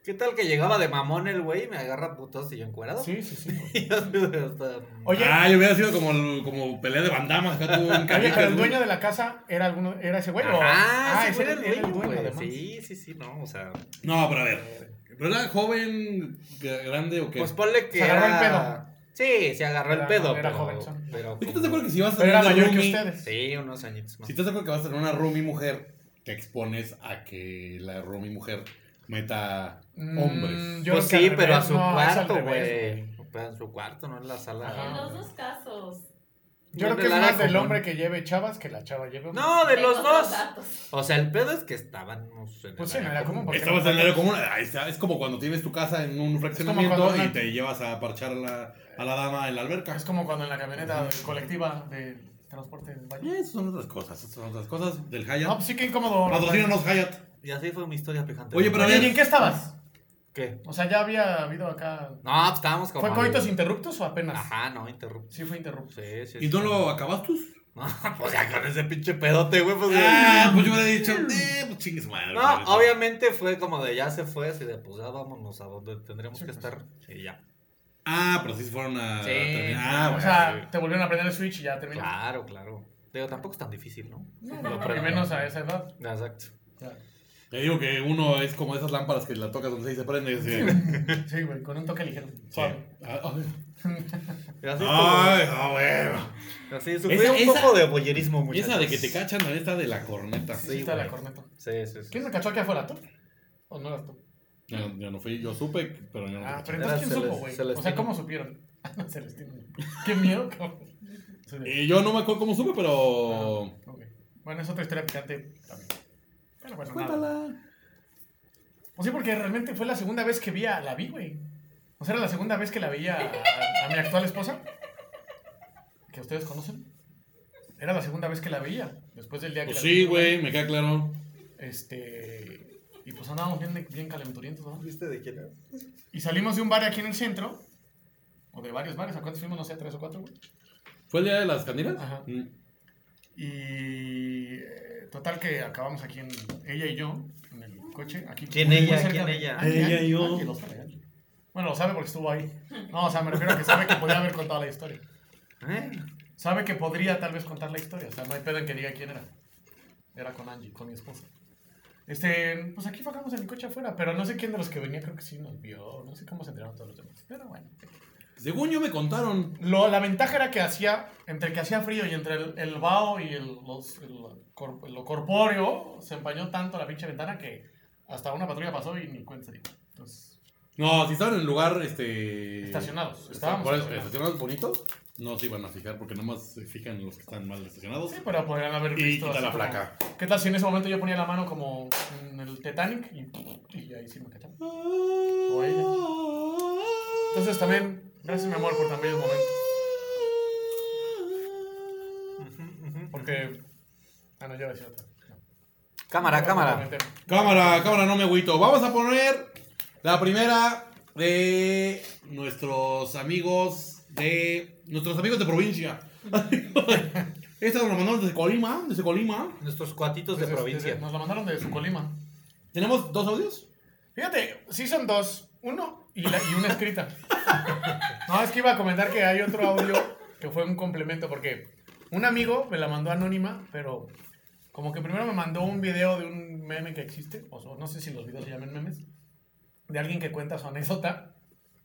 Speaker 5: ¿Qué tal que llegaba de mamón el güey y me agarra a putos y yo encuerado?
Speaker 4: Sí, sí, sí. güey.
Speaker 5: Y yo así de mm, hasta-
Speaker 4: Oye,
Speaker 3: Ah, yo hubiera sido como, el- como pelea de bandamas acá tuvo un
Speaker 4: Oye, pero
Speaker 3: canicas,
Speaker 4: el
Speaker 3: ¿no?
Speaker 4: dueño de la casa era alguno, era ese güey. ¿o?
Speaker 5: Ah, sí,
Speaker 4: ese
Speaker 5: era el dueño, güey.
Speaker 4: además.
Speaker 5: Sí, sí, sí, no, o sea.
Speaker 3: No, pero a ver. ¿Pero era joven, g- grande o qué?
Speaker 5: Pues ponle que.
Speaker 4: Se agarró el
Speaker 5: era- Sí, se agarró el
Speaker 4: Era-
Speaker 5: pedo.
Speaker 4: era
Speaker 5: pero,
Speaker 4: joven,
Speaker 5: pero
Speaker 3: ¿Es que
Speaker 5: como-
Speaker 3: estás de acuerdo que si vas a
Speaker 4: Pero era
Speaker 3: tener
Speaker 4: mayor que
Speaker 3: roomie-
Speaker 4: ustedes.
Speaker 5: Sí, unos añitos más.
Speaker 3: Si estás de acuerdo que vas a tener una roomie mujer, te expones a que la roomie mujer meta
Speaker 4: Mm,
Speaker 3: hombres.
Speaker 4: yo
Speaker 5: pues
Speaker 4: creo que
Speaker 5: sí,
Speaker 4: al
Speaker 5: pero a
Speaker 4: revés,
Speaker 5: su
Speaker 4: no, es al
Speaker 5: cuarto,
Speaker 4: revés,
Speaker 5: güey. Pero en su cuarto, no en la sala.
Speaker 4: Ajá.
Speaker 7: En
Speaker 5: güey.
Speaker 7: los dos casos.
Speaker 4: Yo creo que es
Speaker 5: Era
Speaker 4: más del
Speaker 5: común.
Speaker 4: hombre que lleve chavas que la chava lleve hombres.
Speaker 5: No, de los
Speaker 7: Tengo
Speaker 5: dos.
Speaker 7: datos.
Speaker 5: O sea, el pedo es que estábamos en el
Speaker 4: Pues sí, no
Speaker 5: área
Speaker 4: era común. porque
Speaker 3: Estabas
Speaker 4: no-
Speaker 3: en el área común. ah, está- Es como cuando tienes tu casa en un
Speaker 4: como
Speaker 3: fraccionamiento
Speaker 4: cuando
Speaker 3: y
Speaker 4: una-
Speaker 3: te llevas a parchar a la, a la dama en la alberca.
Speaker 4: Es como cuando en la camioneta colectiva de transporte del baño.
Speaker 3: Eh, Esas son otras cosas. Esas son otras cosas del Hyatt.
Speaker 4: No, pues sí que incómodo.
Speaker 3: Patrocínanos Hyatt.
Speaker 5: Y así fue mi historia picante.
Speaker 3: Oye, pero a
Speaker 4: Oye,
Speaker 3: ver.
Speaker 4: ¿y en qué estabas?
Speaker 5: ¿Qué?
Speaker 4: O sea, ya había habido acá.
Speaker 5: No, pues estábamos como.
Speaker 4: ¿Fue coitos
Speaker 5: interruptos?
Speaker 4: interruptos o apenas?
Speaker 5: Ajá, no, interruptos.
Speaker 4: Sí, fue interruptos.
Speaker 5: Sí, sí.
Speaker 3: ¿Y no lo acabas tú?
Speaker 5: No, pues ya con ese pinche pedote, güey. Pues,
Speaker 3: Ah, pues yo hubiera dicho, eh, pues chingues madre.
Speaker 5: No,
Speaker 3: madre.
Speaker 5: obviamente fue como de ya se fue, así de pues ya vámonos a donde tendríamos que estar. Y ya.
Speaker 3: Ah, pero sí se fueron a
Speaker 5: Sí.
Speaker 3: terminar. Ah,
Speaker 4: O
Speaker 3: bueno.
Speaker 4: sea, te volvieron a prender el switch y ya terminaste.
Speaker 5: Claro, claro. Digo, tampoco es tan difícil, ¿no?
Speaker 4: Lo
Speaker 5: Lo
Speaker 4: Porque
Speaker 5: prendo.
Speaker 4: menos a esa edad.
Speaker 5: Exacto.
Speaker 3: Te digo que uno es como esas lámparas que la tocas donde se prende. y así-
Speaker 4: Sí, güey, con un toque ligero. Suave.
Speaker 3: Ah, ah.
Speaker 5: Y así,
Speaker 3: Ay, ah, bueno.
Speaker 5: estuvo. así sufrí
Speaker 3: Esa-
Speaker 5: un
Speaker 3: esa-
Speaker 5: poco de boyerismo, muchachos.
Speaker 3: Esa de que te cachan, esta de la corneta.
Speaker 4: Sí,
Speaker 5: Sí,
Speaker 4: está la
Speaker 5: güey.
Speaker 4: corneta.
Speaker 5: Sí, sí, sí.
Speaker 4: ¿Quién me cachó aquí afuera? ¿Tú? ¿O no eras tú?
Speaker 3: Yo, yo no fui, yo supe, pero yo no.
Speaker 4: Ah,
Speaker 3: caché.
Speaker 4: pero entonces
Speaker 5: Era
Speaker 4: ¿quién supo,
Speaker 5: Celes-
Speaker 4: güey? O sea,
Speaker 5: Celestino.
Speaker 4: ¿cómo supieron? Ah, Celestino. Qué miedo, cabrón. Sí, de-
Speaker 3: Eh, yo no me acuerdo cómo supe, pero.
Speaker 4: Ah, ok. Bueno, es otra historia picante también. Pero bueno, nada.
Speaker 3: Cuéntala.
Speaker 4: Pues sí, porque realmente fue la segunda vez que vi a la vi, güey. O sea, era la segunda vez que la veía a, a mi actual esposa. Que ustedes conocen. Era la segunda vez que la veía. Después del día que
Speaker 3: Pues
Speaker 4: la
Speaker 3: sí,
Speaker 4: vi,
Speaker 3: güey, me queda claro.
Speaker 4: Este. Y pues andábamos bien, bien calenturientos, ¿no?
Speaker 5: ¿Viste de quién era?
Speaker 4: Y salimos de un bar aquí en el centro. O de varios bares. ¿A cuántos fuimos? No sé, tres o cuatro, güey.
Speaker 3: ¿Fue el día de las candilas?
Speaker 4: Ajá.
Speaker 3: Mm.
Speaker 4: Y. eh, Total que acabamos aquí en. Ella y yo. En el coche. Aquí,
Speaker 5: ¿Quién
Speaker 4: muy
Speaker 5: ella?
Speaker 4: cerca
Speaker 5: ¿Quién
Speaker 4: de-
Speaker 5: ella?
Speaker 4: Ah, que-
Speaker 3: Ella y yo.
Speaker 4: ah, que lo sabe, ¿eh? Bueno, lo sabe porque estuvo ahí. No, o sea, me refiero a que sabe que podía haber contado la historia.
Speaker 5: ¿Eh?
Speaker 4: Sabe que podría tal vez contar la historia. O sea, no hay pedo en que diga quién era. Era con Angie, con mi esposa. Este, pues aquí bajamos en mi coche afuera, pero no sé quién de los que venía, creo que sí nos vio. No sé cómo se enteraron todos los demás. Pero bueno.
Speaker 3: Según yo me contaron.
Speaker 4: Lo, la ventaja era que hacía, entre que hacía frío y entre el, el vaho y el, los- el cor- lo corpóreo, se empañó tanto la pinche ventana que hasta una patrulla pasó y ni cuenta se dio. Entonces,
Speaker 3: No, si estaban en el lugar, este.
Speaker 4: estacionados.
Speaker 3: Estábamos.
Speaker 4: Estábamos.
Speaker 3: ¿Por eso,
Speaker 4: estacionados.
Speaker 3: estacionados bonitos? No se iban a fijar porque nomás se fijan los que están mal estacionados.
Speaker 4: Sí, pero podrían haber
Speaker 3: y
Speaker 4: visto.
Speaker 3: quita
Speaker 4: así
Speaker 3: la
Speaker 4: como-
Speaker 3: placa.
Speaker 4: ¿Qué tal si en ese momento yo ponía la mano como en el Titanic y, y ahí sí me cacharon? O ella. Entonces también, gracias mi amor por tan bellos momentos. Porque... Ah, no, yo decía otra.
Speaker 5: Cámara, cámara.
Speaker 4: Obviamente.
Speaker 3: Cámara, cámara, no me agüito. Vamos a poner la primera de nuestros amigos de. Nuestros amigos de provincia. Esta nos la mandaron desde Colima, desde Colima.
Speaker 5: Nuestros cuatitos de
Speaker 4: Desde-
Speaker 5: provincia.
Speaker 4: desde- Nos la mandaron de su colima.
Speaker 3: ¿Tenemos dos audios?
Speaker 4: Fíjate, sí son dos. Uno y, la- y una escrita. No, es que iba a comentar que hay otro audio que fue un complemento porque un amigo me la mandó anónima, pero como que primero me mandó un video de un meme que existe, o so- no sé si los videos se llaman memes, de alguien que cuenta su anécdota,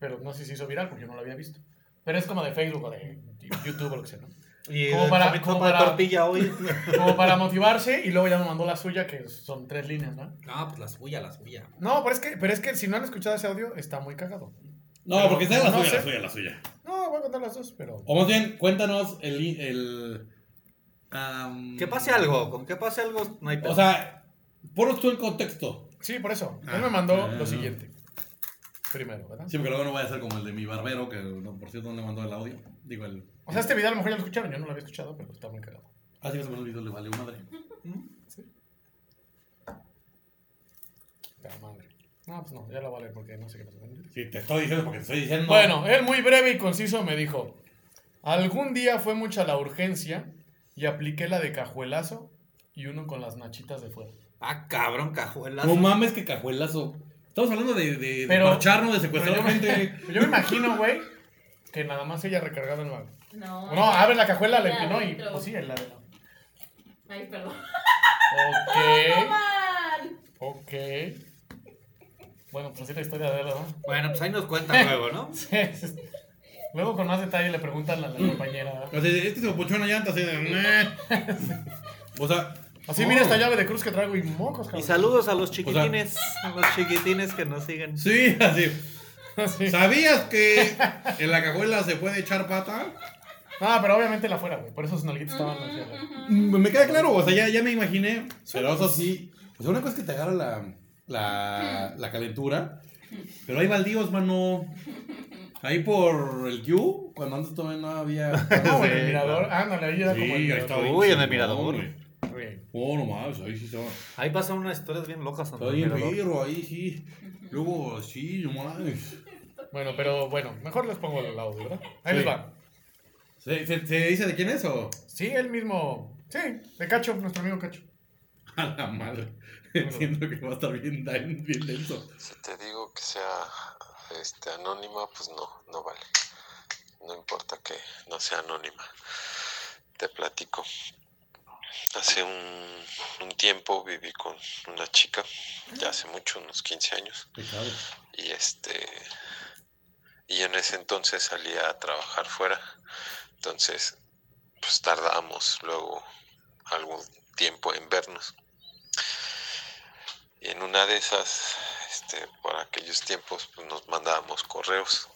Speaker 4: pero no sé si se hizo viral porque yo no lo había visto. Pero es como de Facebook o de YouTube o lo que sea, ¿no?
Speaker 5: Y
Speaker 4: Como
Speaker 5: el
Speaker 4: para-
Speaker 5: zorrito
Speaker 4: como
Speaker 5: para
Speaker 4: para-
Speaker 5: tortilla hoy.
Speaker 4: Como para motivarse y luego ya me mandó la suya, que son tres líneas, ¿no?
Speaker 5: no, pues la suya, la suya.
Speaker 4: No, pero es que, pero es que si no han escuchado ese audio, está muy cagado.
Speaker 3: No, porque esta es la
Speaker 4: No
Speaker 3: suya,
Speaker 4: sé.
Speaker 3: la suya, la suya.
Speaker 4: No, voy a contar las dos, pero.
Speaker 3: O más bien, cuéntanos el. el am,
Speaker 5: Que pase algo, con que pase algo no hay pedo.
Speaker 3: O sea, ponos tú el contexto.
Speaker 4: Sí, por eso.
Speaker 3: Ah.
Speaker 4: Él me mandó
Speaker 3: Ah.
Speaker 4: lo siguiente. Primero, ¿verdad?
Speaker 3: Sí, porque luego no vaya a ser como el de mi barbero, que no, por cierto no le mandó el audio. Digo, el.
Speaker 4: O sea, este video a lo mejor ya lo escucharon, yo no lo había escuchado, pero está muy cagado.
Speaker 3: Ah, sí, más o menos el video le valió madre.
Speaker 4: Pero madre. No, pues no, ya lo vale porque no sé qué pasó. con él.
Speaker 3: Sí, te estoy diciendo porque te estoy diciendo.
Speaker 4: Bueno, él muy breve y conciso me dijo: Algún día fue mucha la urgencia y apliqué la de cajuelazo y uno con las nachitas de fuera.
Speaker 5: Ah, cabrón, cajuelas.
Speaker 3: No mames, que cajuelazo. Estamos hablando de, de, de
Speaker 4: Pero-
Speaker 3: parcharnos, de
Speaker 4: Pero yo,
Speaker 3: secuestrar
Speaker 4: me,
Speaker 3: gente.
Speaker 4: Pues yo me imagino, güey, que nada más ella recargaba el mago.
Speaker 7: No.
Speaker 4: No, abre la cajuela, le
Speaker 7: Ya,
Speaker 4: empinó y.
Speaker 7: adentro.
Speaker 4: Pues sí, la de la.
Speaker 7: Ay, perdón.
Speaker 4: Ok,
Speaker 7: ¡Man!
Speaker 4: ok. Bueno, pues así la historia de él, ¿no?
Speaker 5: Bueno, pues ahí nos cuenta luego, ¿no?
Speaker 4: Luego con más detalle le preguntan a la compañera. ¿verdad?
Speaker 3: O sea, este se ponchó una llanta así de. "Meh". O sea, oh.
Speaker 4: Así mira esta llave de cruz que traigo y mocos, cabrón.
Speaker 5: Y saludos a los chiquitines, a los chiquitines que nos siguen.
Speaker 3: sí, así.
Speaker 4: Sí.
Speaker 3: ¿Sabías que en la cajuela se puede echar pata?
Speaker 4: Ah, pero obviamente la fuera, güey. Por eso sus nalguitas estaban así. ¿verdad?
Speaker 3: Mm, Me queda claro, o sea, ya, ya me imaginé. Pero eso sí. O sea, una cosa es que te agarra la, la, la calentura. Pero hay baldíos, mano. Ahí por el Q, cuando antes todavía no había.
Speaker 4: No, güey, el mirador. Ándale, ahí era
Speaker 3: Sí,
Speaker 4: como. el
Speaker 3: ahí
Speaker 4: mirador.
Speaker 3: estaba bien
Speaker 5: Uy, en el
Speaker 3: chingón,
Speaker 5: mirador.
Speaker 3: güey.
Speaker 4: Güey.
Speaker 3: Oh, no mames, ahí sí estaba.
Speaker 5: Ahí pasan unas historias bien locas.
Speaker 3: Estaba bien
Speaker 5: Andrés Mirador.
Speaker 3: perro, ahí sí. Luego, sí, no mames.
Speaker 4: Bueno, pero bueno, mejor les pongo el audio, ¿verdad? Ahí
Speaker 3: Sí.
Speaker 4: les va.
Speaker 3: ¿Se, se, se dice de quién es o?
Speaker 4: Sí, él mismo. Sí, de Cacho, nuestro amigo Cacho.
Speaker 3: A la madre. Siento que va a estar bien, dan- bien denso.
Speaker 10: Si te digo que sea este, anónima, pues no, no vale. No importa que no sea anónima. Te platico. Hace un, un tiempo viví con una chica, ya hace mucho, unos 15 años
Speaker 3: Pecado.
Speaker 10: y este y en ese entonces salía a trabajar fuera entonces pues tardábamos luego algún tiempo en vernos y en una de esas este por aquellos tiempos pues, nos mandábamos correos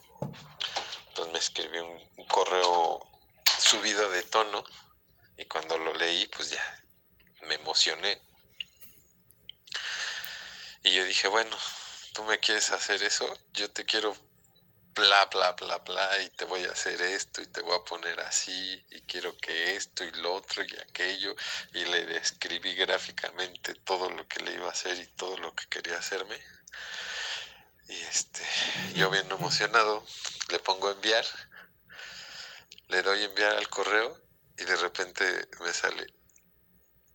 Speaker 10: entonces me escribió un, un correo subido de tono y cuando lo leí pues ya me emocioné y yo dije bueno tú me quieres hacer eso, yo te quiero bla, bla, bla, bla, y te voy a hacer esto, y te voy a poner así, y quiero que esto, y lo otro, y aquello, y le describí gráficamente todo lo que le iba a hacer y todo lo que quería hacerme. Y este, yo bien emocionado, le pongo enviar, le doy enviar al correo, y de repente me sale,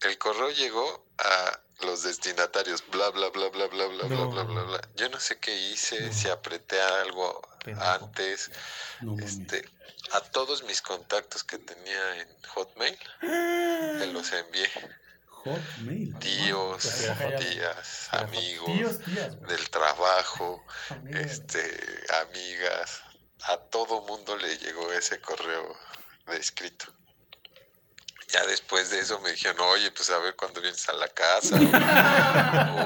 Speaker 10: el correo llegó a los destinatarios, bla, bla, bla, bla, bla, bla, bla, bla, bla, bla. Yo no sé qué hice, si apreté algo
Speaker 5: Pendejo.
Speaker 10: antes,
Speaker 3: No mames.
Speaker 10: este, a todos mis contactos que tenía en Hotmail, se los envié.
Speaker 3: Hotmail.
Speaker 10: Tíos,
Speaker 4: Era callado.
Speaker 10: tías,
Speaker 4: Era
Speaker 10: amigos
Speaker 4: pues, Tíos, tías, güey.
Speaker 10: del trabajo,
Speaker 4: Familia, güey.
Speaker 10: este, amigas. A todo mundo le llegó ese correo de escrito. Ya después de eso me dijeron, oye, pues a ver cuándo vienes a la casa.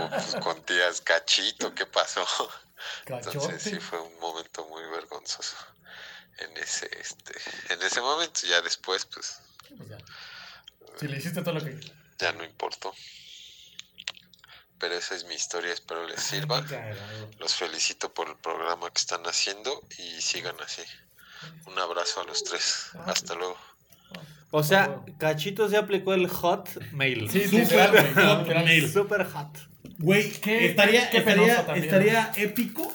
Speaker 10: o pues con tías cachito, ¿qué pasó?
Speaker 4: Cachote.
Speaker 10: Entonces sí fue un momento muy vergonzoso en ese este en ese momento ya después pues
Speaker 4: O sea, si le hiciste todo lo que.
Speaker 10: ya no importó. Pero esa es mi historia, espero les
Speaker 4: Ah,
Speaker 10: sirva. Los felicito por el programa que están haciendo y sigan así. Un abrazo a los tres. Hasta luego.
Speaker 5: O sea, Cachito se aplicó el hot mail.
Speaker 4: Sí,
Speaker 3: Súper
Speaker 4: literal, güey,
Speaker 3: hot
Speaker 4: literal.
Speaker 3: mail.
Speaker 5: Super hot.
Speaker 3: Güey,
Speaker 4: Qué-
Speaker 3: estaría,
Speaker 4: qué
Speaker 3: estaría,
Speaker 4: penoso también.
Speaker 3: estaría épico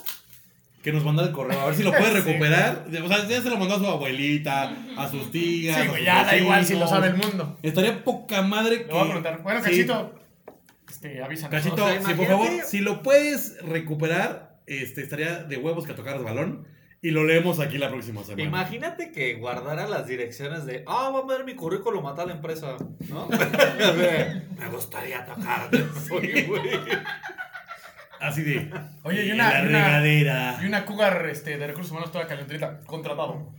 Speaker 3: que nos mandara el correo. A ver si lo puede
Speaker 4: Sí.
Speaker 3: recuperar. O sea, ya se lo mandó a su abuelita, a sus tías.
Speaker 4: Sí,
Speaker 3: a
Speaker 4: güey,
Speaker 3: sus
Speaker 4: ya da igual si lo
Speaker 3: vecinos.
Speaker 4: sabe el mundo.
Speaker 3: Estaría poca madre que.
Speaker 4: Le voy a preguntar. Bueno,
Speaker 3: Sí.
Speaker 4: Cachito. Este, avísanos.
Speaker 3: Cachito,
Speaker 5: O sea,
Speaker 3: si por
Speaker 5: imagínate-
Speaker 3: favor, si lo puedes recuperar, este, estaría de huevos que tocaras balón. Y lo leemos aquí la próxima semana.
Speaker 5: Imagínate que guardara las direcciones de, ah, va a ver mi currículum a tal empresa, ¿no? De, Me gustaría tocar. Sí, güey.
Speaker 3: Así de.
Speaker 4: Oye, y
Speaker 3: en
Speaker 4: una-
Speaker 3: La
Speaker 4: y una-
Speaker 3: regadera.
Speaker 4: Y una cougar este, de recursos humanos toda calentita. Contratado.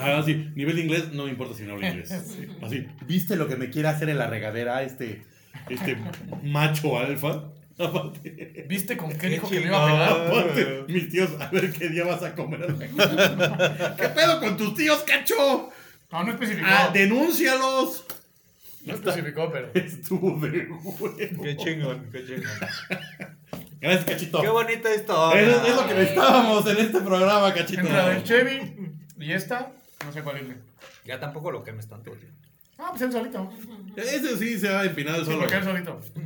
Speaker 3: Ah, sí, nivel de inglés, no me importa si no hablo inglés. Así, ¿viste lo que me quiere hacer en la regadera este, este macho alfa? Aparte,
Speaker 4: ¿Viste con qué
Speaker 5: Qué
Speaker 4: dijo que le iba a pegar?
Speaker 3: aparte, mis tíos, a ver qué día vas a comer. a la regadera. ¿Qué pedo con tus tíos, cacho?
Speaker 4: No, no especificó.
Speaker 3: Ah, denúncialos.
Speaker 4: No especificó, pero.
Speaker 3: Estuvo de huevo.
Speaker 5: Qué chingón, qué chingón.
Speaker 3: Gracias, cachito.
Speaker 5: Qué bonita historia.
Speaker 3: Eso es lo que necesitábamos en este programa, cachito.
Speaker 4: Entre la del Chevy y esta, no sé cuál es.
Speaker 5: Ya tampoco lo que me están tuyo.
Speaker 4: Ah, pues él solito.
Speaker 7: mm.
Speaker 3: Ese sí se ha empinado el
Speaker 4: Sí,
Speaker 3: solo.
Speaker 4: porque él solito. Sí,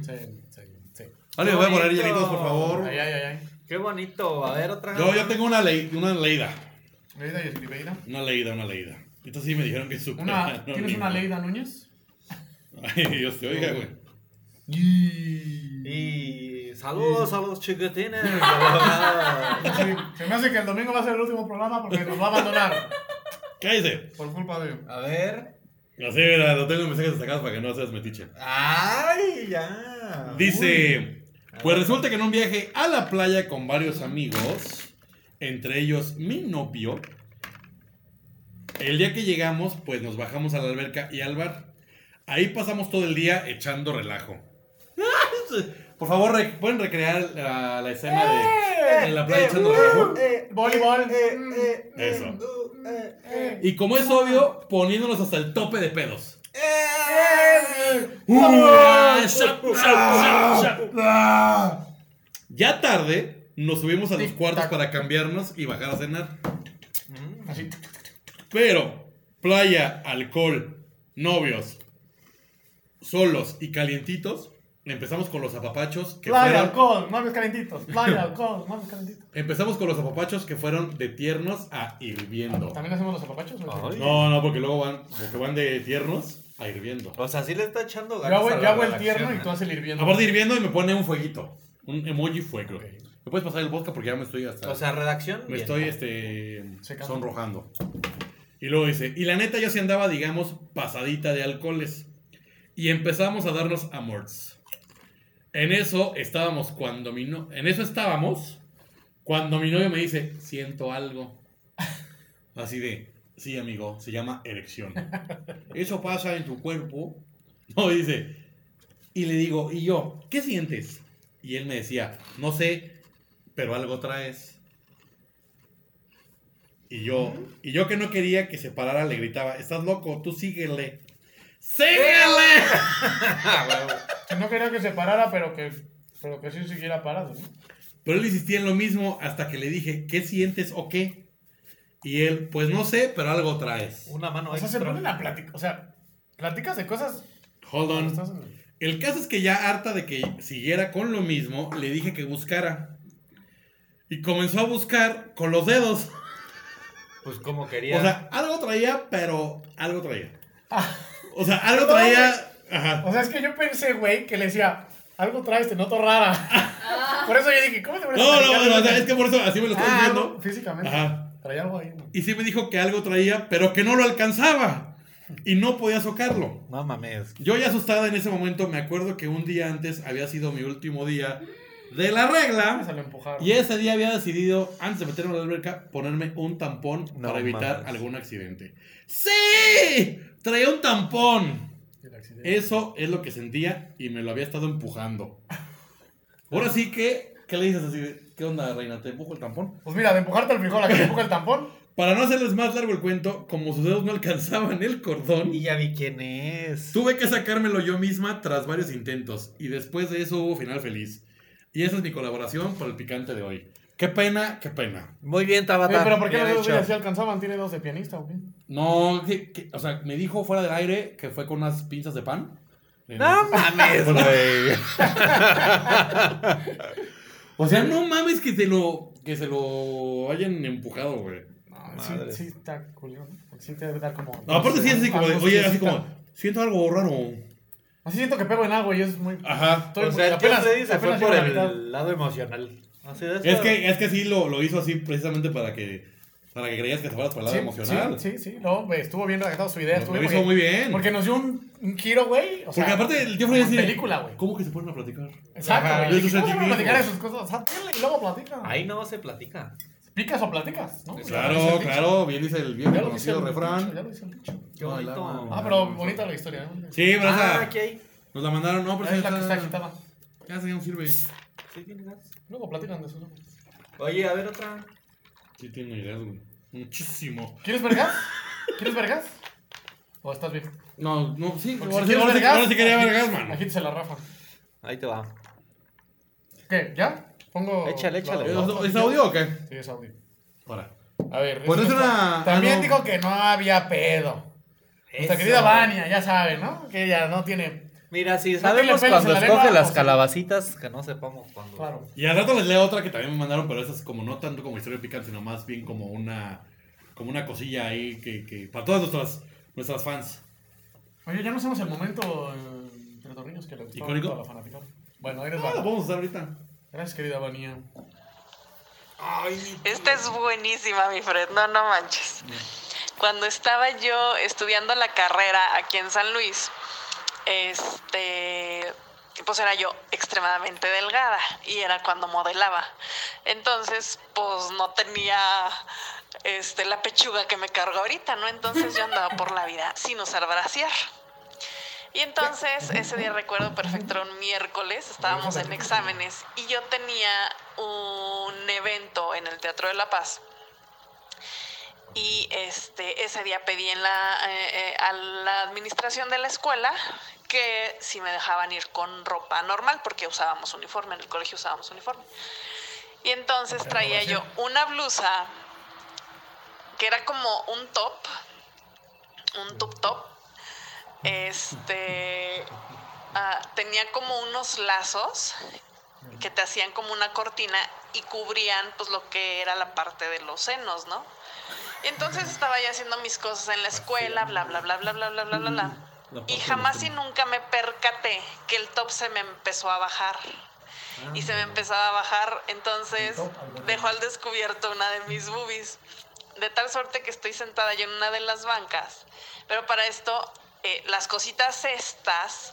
Speaker 4: sí, sí.
Speaker 3: Vale, voy a poner
Speaker 5: Bonito.
Speaker 3: hielitos, por favor.
Speaker 4: Ay, ay, ay, ay.
Speaker 5: Qué bonito. A ver, otra.
Speaker 3: Yo, yo tengo una, ley, una leída.
Speaker 4: Leida y Escribeida.
Speaker 3: Una leída, una leída. Esta sí me dijeron que es súper.
Speaker 4: Una, ¿Tienes una
Speaker 3: leída?
Speaker 4: Leida Núñez?
Speaker 3: Ay, Dios te oiga, güey.
Speaker 4: Y...
Speaker 5: Y saludos a los chiquitines.
Speaker 4: Sí, se me hace que el domingo va a ser el último programa porque nos va a abandonar.
Speaker 3: Cállese.
Speaker 4: Por culpa de él.
Speaker 5: a ver.
Speaker 3: Así, mira, lo tengo en mensajes destacados para que no seas metiche.
Speaker 5: Ay, ya.
Speaker 3: Dice: Pues resulta que en un viaje a la playa con varios amigos, entre ellos mi novio, el día que llegamos, pues nos bajamos a la alberca y al bar. Ahí pasamos todo el día echando relajo. Por favor, re- pueden recrear la, la escena de en la playa
Speaker 4: Eh,
Speaker 3: echando relajo.
Speaker 4: Voleibol. eh,
Speaker 3: Eso. Y como
Speaker 4: Ah.
Speaker 3: es obvio, poniéndonos hasta el tope de pedos.
Speaker 4: Eh. Uh.
Speaker 3: Ah, shap, shap, shap, shap.
Speaker 4: Ah.
Speaker 3: Ya tarde, nos subimos a los cuartos para cambiarnos y bajar a cenar.
Speaker 4: Así.
Speaker 3: Pero, playa, alcohol, novios, solos y calientitos, empezamos con los apapachos que
Speaker 4: Playa,
Speaker 3: fueron...
Speaker 4: alcohol, mames calentitos. Playa, alcohol, mames calentitos.
Speaker 3: Empezamos con los apapachos que fueron de tiernos a hirviendo.
Speaker 4: ¿También hacemos los apapachos? güey?
Speaker 5: Ay.
Speaker 3: No, no, porque luego van, porque van de tiernos a hirviendo.
Speaker 5: O sea, sí le está echando
Speaker 4: Yo
Speaker 5: ganas.
Speaker 4: hago,
Speaker 5: a la
Speaker 4: yo hago el
Speaker 5: redacción,
Speaker 4: tierno y
Speaker 5: ¿eh?
Speaker 4: tú haces el hirviendo.
Speaker 3: Aparte hirviendo y me pone un fueguito. Un emoji fuego.
Speaker 4: Ok.
Speaker 3: ¿Me puedes pasar el vodka? Porque ya me estoy hasta...
Speaker 5: O sea, redacción.
Speaker 3: me
Speaker 5: bien.
Speaker 3: estoy este,
Speaker 4: Secando.
Speaker 3: sonrojando. Y luego dice, y la neta yo sí andaba, digamos, pasadita de alcoholes. Y empezamos a darnos amors. En eso estábamos cuando mi no- En eso estábamos cuando mi novio me dice, siento algo. Así de, sí, amigo, se llama erección. Eso pasa en tu cuerpo. No, dice. Y le digo, ¿y yo? ¿Qué sientes? Y él me decía, no sé, pero algo traes. Y yo, y yo que no quería que se parara, le gritaba, estás loco, tú síguele. ¡Síguele!
Speaker 5: Ah, huevo.
Speaker 4: Que No quería que se parara, pero que, pero que sí siguiera parado. ¿no?
Speaker 3: Pero él insistía en lo mismo hasta que le dije, ¿qué sientes o qué? Y él, pues no sé, pero algo traes.
Speaker 5: Una mano
Speaker 4: O sea, se
Speaker 5: extra.
Speaker 4: ponen a platicar. O sea, platicas de cosas.
Speaker 3: Hold on.
Speaker 4: Estás-
Speaker 3: El caso es que ya harta de que siguiera con lo mismo, le dije que buscara. Y comenzó a buscar con los dedos.
Speaker 5: Pues como quería.
Speaker 3: O sea, algo traía, pero algo traía.
Speaker 4: Ah.
Speaker 3: O sea, algo
Speaker 4: Perdón,
Speaker 3: traía. Ajá.
Speaker 4: O sea, es que yo pensé, güey, que le decía, algo traes, te noto rara.
Speaker 7: Ah,
Speaker 4: Por eso yo dije, ¿cómo te pones a
Speaker 3: No, no,
Speaker 4: platicar
Speaker 3: no,
Speaker 4: de-
Speaker 3: o sea, es que por eso así me lo estoy
Speaker 4: Ah,
Speaker 3: diciendo.
Speaker 4: algo físicamente.
Speaker 3: Ajá.
Speaker 4: Traía algo ahí. ¿no?
Speaker 3: Y sí me dijo que algo traía, pero que no lo alcanzaba. y no podía socarlo.
Speaker 9: No mames.
Speaker 3: Yo ya asustada en ese momento, me acuerdo que un día antes había sido mi último día de la regla.
Speaker 4: Se lo empujaron.
Speaker 3: Y ese día había decidido, antes de meterme a la alberca, ponerme un tampón
Speaker 9: No
Speaker 3: para evitar
Speaker 9: mames.
Speaker 3: algún accidente. ¡Sí! Traía un tampón.
Speaker 4: El accidente.
Speaker 3: Eso es lo que sentía y me lo había estado empujando. Ahora sí que, ¿qué le dices así? de, ¿Qué onda, reina? ¿Te empujo el tampón?
Speaker 4: Pues mira, de empujarte al frijol a que te empuja el tampón.
Speaker 3: Para no hacerles más largo el cuento, como sus dedos no alcanzaban el cordón,
Speaker 5: Y ya vi quién es.
Speaker 3: tuve que sacármelo yo misma tras varios intentos. Y después de eso hubo final feliz. Y esa es mi colaboración para el picante de hoy. Qué pena, qué pena.
Speaker 9: Muy bien, Tabata.
Speaker 4: Oye, Eh, pero ¿por qué
Speaker 9: bien
Speaker 4: los dedos de
Speaker 9: hecho.
Speaker 4: ella sí alcanzaban? ¿Tiene dos de pianista o qué?
Speaker 3: No, que- que- o sea, me dijo fuera del aire que fue con unas pinzas de pan.
Speaker 9: No mames, güey.
Speaker 3: O sea, no mames que se lo, que se lo hayan empujado, güey.
Speaker 4: Sí, sí, está culero. ¿no? Porque sí te debe dar como.
Speaker 3: No, aparte sí es así como, de,
Speaker 4: Algo
Speaker 3: oye, así
Speaker 4: exquisita.
Speaker 3: como, siento algo raro.
Speaker 4: Así siento que pego en agua y es muy.
Speaker 3: Ajá.
Speaker 4: Estoy
Speaker 5: o sea, el
Speaker 4: apenas-
Speaker 5: Chef Freddy se fue
Speaker 4: apenas
Speaker 5: por
Speaker 4: llevo la
Speaker 5: el
Speaker 4: mitad.
Speaker 5: lado emocional. Así de
Speaker 3: Es
Speaker 5: esto-
Speaker 3: que, es que sí lo, lo hizo así precisamente para que, para que creías que te fueras para el lado
Speaker 4: Sí,
Speaker 3: emocional.
Speaker 4: Sí, sí, sí. No, güey, estuvo bien redactado su idea.
Speaker 3: Lo-
Speaker 4: estuvo
Speaker 3: lo
Speaker 4: bien,
Speaker 3: hizo muy
Speaker 4: porque-
Speaker 3: bien.
Speaker 4: Porque nos dio un, un giro, güey. O sea,
Speaker 3: Porque aparte el tío
Speaker 4: como
Speaker 3: Freddy
Speaker 4: en
Speaker 3: así de-
Speaker 4: película, güey.
Speaker 3: ¿Cómo que se ponen a platicar?
Speaker 4: Exacto,
Speaker 3: Ajá,
Speaker 4: güey.
Speaker 3: de
Speaker 4: Dije,
Speaker 3: sus
Speaker 4: ¿cómo se van a
Speaker 3: sentimientos.
Speaker 4: platicar de sus cosas? O sea, dile y luego platica.
Speaker 5: Ahí no se platica.
Speaker 4: ¿Picas o platicas? ¿no? Ya lo
Speaker 3: Claro,
Speaker 4: dice el
Speaker 3: claro, bien dice el bien
Speaker 4: dicho. Ya lo dice
Speaker 3: conocido
Speaker 4: el dicho,
Speaker 3: refrán.
Speaker 4: Ya lo dice el dicho.
Speaker 5: Qué
Speaker 3: No,
Speaker 5: bonito.
Speaker 3: la-
Speaker 4: Ah, pero bonita la historia, ¿no?
Speaker 3: Sí, pero
Speaker 5: Ah,
Speaker 3: esa-
Speaker 5: aquí hay.
Speaker 3: nos la mandaron, no, pero
Speaker 4: Ahí es
Speaker 3: esa
Speaker 4: la que
Speaker 3: ya
Speaker 4: está
Speaker 3: está-
Speaker 4: agitada.
Speaker 3: ya esa ya no sirve.
Speaker 5: Sí, tiene gas.
Speaker 4: Luego platican de eso. ¿no?
Speaker 5: Oye, a ver otra.
Speaker 3: Sí tengo ideas, güey. Muchísimo.
Speaker 4: ¿Quieres vergas? ¿Quieres vergas? ¿O estás bien?
Speaker 3: No, no, sí,
Speaker 4: Porque
Speaker 3: ahora
Speaker 4: si
Speaker 3: sí,
Speaker 4: quieres
Speaker 3: ahora sí,
Speaker 4: vergas,
Speaker 3: ahora sí quería
Speaker 4: aquí-
Speaker 3: vergas, mano.
Speaker 4: Aquí se la rafa.
Speaker 5: Ahí te va.
Speaker 4: ¿Qué? ¿Ya? Pongo.
Speaker 9: Échale, échale.
Speaker 4: la- la-
Speaker 3: ¿Es- ¿Es audio o qué?
Speaker 4: Sí, es audio.
Speaker 3: Ahora.
Speaker 4: A ver.
Speaker 3: Pues
Speaker 4: eso
Speaker 3: es
Speaker 4: no
Speaker 3: una-
Speaker 4: está-
Speaker 3: ah,
Speaker 4: También
Speaker 3: no.
Speaker 4: dijo que no había pedo. Nuestra
Speaker 5: Eso.
Speaker 4: querida Vania, ya sabe, ¿no? Que ella no tiene.
Speaker 5: Mira, si
Speaker 4: tiene
Speaker 5: sabemos
Speaker 4: pelos
Speaker 5: cuando
Speaker 4: en la
Speaker 5: escoge
Speaker 4: lengua, o
Speaker 5: las
Speaker 4: sea-
Speaker 5: calabacitas, que no sepamos cuando.
Speaker 4: Claro.
Speaker 3: Y al rato les leo otra que también me mandaron, pero esa es como no tanto como historia picante, sino más bien como una, como una cosilla ahí que, que para todas nuestras, nuestras fans.
Speaker 4: Oye, ya no hacemos el momento eh, entre tornillos que le gustó
Speaker 3: ¿Icónico?
Speaker 4: a la fanaticada. Bueno, eres
Speaker 3: Ah, la
Speaker 4: va.
Speaker 3: podemos usar ahorita.
Speaker 4: Gracias, querida Vania.
Speaker 11: Esta es buenísima, mi Fred, no, no manches. Cuando estaba yo estudiando la carrera aquí en San Luis, este, pues era yo extremadamente delgada y era cuando modelaba. Entonces, pues no tenía este, la pechuga que me cargo ahorita, ¿no? Entonces yo andaba por la vida sin usar brasier. Y entonces, ese día recuerdo perfecto, era un miércoles, estábamos en exámenes y yo tenía un evento en el Teatro de la Paz. Y este, ese día pedí en la, eh, eh, a la administración de la escuela que si me dejaban ir con ropa normal, porque usábamos uniforme, en el colegio usábamos uniforme. Y entonces traía yo una blusa que era como un top, un tub top, este ah, tenía como unos lazos que te hacían como una cortina y cubrían pues lo que era la parte de los senos, ¿no? Y entonces estaba yo haciendo mis cosas en la escuela, bla bla bla bla bla bla bla bla bla. Y jamás y nunca me percaté que el top se me empezó a bajar.
Speaker 5: Ah.
Speaker 11: Y se me empezaba a bajar, entonces dejó al descubierto una de mis boobies. De tal suerte que estoy sentada yo en una de las bancas. Pero para esto, eh, las cositas estas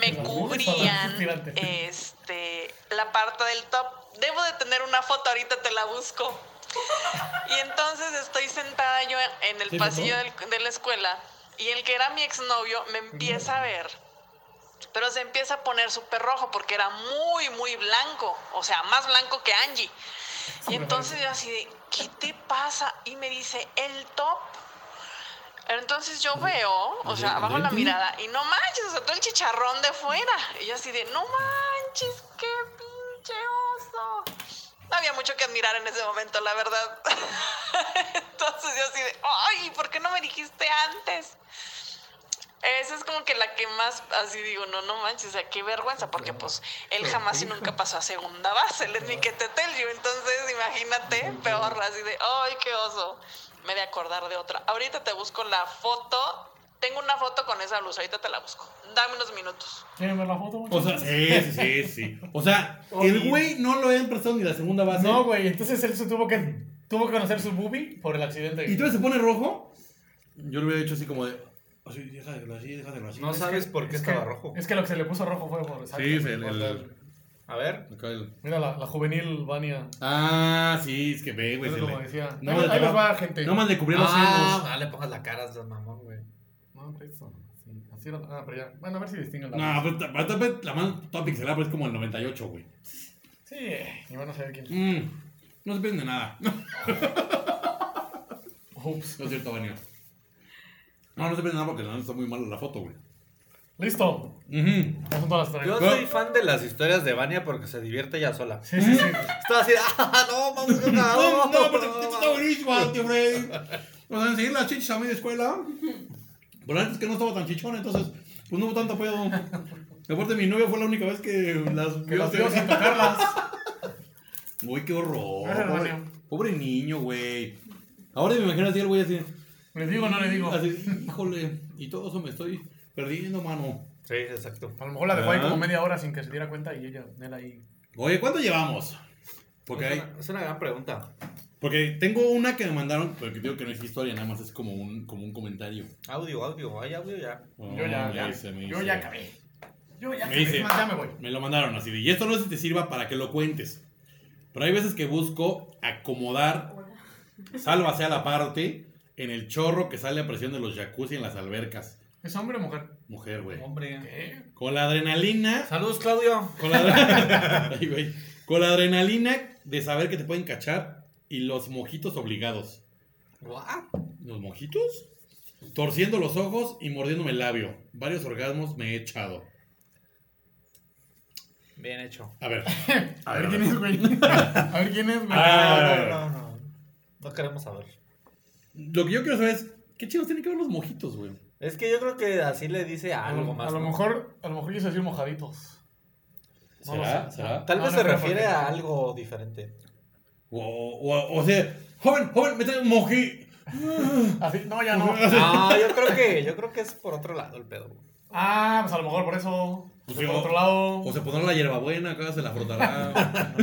Speaker 11: me
Speaker 4: Las boobies son las
Speaker 11: cubrían
Speaker 4: suspirantes.
Speaker 11: este, la parte del top. Debo de tener una foto, ahorita te la busco. Y entonces estoy sentada yo en el pasillo del- de la escuela y el que era mi exnovio me empieza a ver, pero se empieza a poner súper rojo porque era muy, muy blanco, o sea, más blanco que Angie. Y entonces yo así de, ¿qué te pasa? Y me dice, el top. Entonces yo veo, o sea, abajo la mirada, y no manches, o sea, todo el chicharrón de fuera. Y yo así de, no manches, qué pinche oso. No había mucho que admirar en ese momento, la verdad. Entonces yo así de, ay, ¿por qué no me dijiste antes? Esa es como que la que más, así digo, no, no manches, o sea, qué vergüenza, porque pues él jamás y nunca pasó a segunda base, él es mi quetetelio, entonces imagínate, peor, así de, ay, qué oso. Me he de acordar de otra. Ahorita te busco la foto. Tengo una foto con esa blusa, ahorita te la busco. Dame unos minutos.
Speaker 4: ¿Quieren ver la foto? muchachos?
Speaker 3: O sea, sí, sí, sí, sí. O sea, el güey no lo habían prestado ni la segunda base.
Speaker 4: No, güey, entonces él se tuvo que tuvo que conocer su boobie por el accidente.
Speaker 3: ¿Y tú se pone rojo? Yo le hubiera hecho así como de. Así, déjatelo así, déjatelo así.
Speaker 5: No sabes por qué
Speaker 4: Es
Speaker 5: estaba
Speaker 4: que-
Speaker 5: rojo.
Speaker 4: Es que lo que se le puso rojo fue por.
Speaker 12: Sí, es el- el-
Speaker 5: A ver.
Speaker 4: Mira, la, la juvenil Vania.
Speaker 12: Ah, sí, es que ve, güey.
Speaker 4: Es
Speaker 12: se
Speaker 4: como
Speaker 12: le-
Speaker 4: decía.
Speaker 12: No
Speaker 4: Ahí-
Speaker 12: más le
Speaker 4: ahí les
Speaker 12: va-
Speaker 4: va, gente.
Speaker 12: No más le cubrió los
Speaker 5: ah,
Speaker 12: senos.
Speaker 5: no le pongas la cara de mamón, güey.
Speaker 4: No, eso. Sí, así era. Ah, pero ya. Bueno, a ver si distinguen la.
Speaker 12: No,
Speaker 3: pues,
Speaker 12: pero ta- ta- ta- la mano toda pixelada, pero es como el 98, güey.
Speaker 4: Sí, y van a saber quién.
Speaker 12: Mm, no se pierden de nada.
Speaker 4: Ups.
Speaker 12: No es cierto, Vania. No, no se pierden de nada porque la neta está muy mala la foto, güey.
Speaker 4: Listo.
Speaker 12: Ujú.
Speaker 4: Ya son todas las
Speaker 5: Yo
Speaker 4: historias.
Speaker 5: soy fan de las historias de Vania porque se divierte ella sola.
Speaker 4: Sí, sí, sí.
Speaker 5: Estaba así, ah, no, vamos a
Speaker 3: No, no, pero esto está buenísimo, tío Freddy. O sea, enseguida las chichis a media escuela. Pero antes que no estaba tan chichón, entonces, pues no hubo tanto pedo. Y Aparte, mi novia fue la única vez que las
Speaker 4: Que
Speaker 3: vio.
Speaker 4: las vio sin tocarlas.
Speaker 3: Uy, qué horror.
Speaker 4: Gracias,
Speaker 3: Pobre,
Speaker 4: Mario.
Speaker 3: pobre niño, güey. Ahora me imagino así el güey así.
Speaker 4: ¿Le digo o no le digo?
Speaker 3: Así, híjole, y todo eso me estoy perdiendo, mano.
Speaker 5: Sí, exacto.
Speaker 4: A lo mejor la dejó ahí
Speaker 3: Ah.
Speaker 4: como media hora sin que se diera cuenta y ella, él ahí.
Speaker 3: Oye, ¿cuánto llevamos? Porque,
Speaker 5: Es
Speaker 3: hay-
Speaker 5: una, es una gran pregunta.
Speaker 3: porque tengo una que me mandaron, pero que digo que no es historia, nada más es como un, como un comentario.
Speaker 5: Audio, audio, hay audio ya.
Speaker 4: Yo ya,
Speaker 3: me
Speaker 4: ya.
Speaker 3: dice, me
Speaker 4: Yo
Speaker 3: dice.
Speaker 4: ya acabé. Yo
Speaker 3: Me
Speaker 4: ya acabé.
Speaker 3: dice-
Speaker 4: Es más, ya me voy.
Speaker 3: Me lo mandaron así de, y esto no sé si te sirva para que lo cuentes. Pero hay veces que busco acomodar, sálvase a la parte, en el chorro que sale a presión de los jacuzzi en las albercas.
Speaker 4: ¿Es hombre o mujer?
Speaker 3: Mujer, güey.
Speaker 5: Hombre.
Speaker 4: ¿Qué?
Speaker 3: Con la adrenalina.
Speaker 5: Saludos, Claudio.
Speaker 3: Con la, adre- Ay, güey. Con la adrenalina de saber que te pueden cachar y los mojitos obligados.
Speaker 5: What?
Speaker 3: ¿Los mojitos? Torciendo los ojos y mordiéndome el labio. Varios orgasmos me he echado.
Speaker 5: Bien hecho.
Speaker 3: A ver.
Speaker 4: A ver quién es, güey. A ver quién es, güey.
Speaker 3: Ah.
Speaker 5: No, no, no. No queremos saber.
Speaker 3: Lo que yo quiero saber es, ¿qué chicos tienen que ver los mojitos, güey?
Speaker 5: Es que yo creo que así le dice
Speaker 3: Ah,
Speaker 4: A
Speaker 5: algo
Speaker 4: lo,
Speaker 5: más.
Speaker 4: a lo
Speaker 5: ¿no?
Speaker 4: mejor, a lo mejor quiso decir mojaditos. No lo
Speaker 3: ¿Será?
Speaker 4: sé.
Speaker 3: ¿Será?
Speaker 5: Tal
Speaker 4: No,
Speaker 5: vez
Speaker 4: no
Speaker 5: se
Speaker 4: creo,
Speaker 5: refiere
Speaker 4: porque-
Speaker 5: a algo diferente.
Speaker 3: O, o, o sea, joven, joven, me trae un moji.
Speaker 4: Así, no, ya no.
Speaker 3: Ah.
Speaker 5: No, Ah, yo creo que, yo creo que es por otro lado el pedo. güey.
Speaker 4: Ah, pues a lo mejor por eso.
Speaker 3: Pues
Speaker 4: por
Speaker 3: yo-
Speaker 4: otro lado.
Speaker 3: O se pondrá la hierbabuena, acá se la frotará.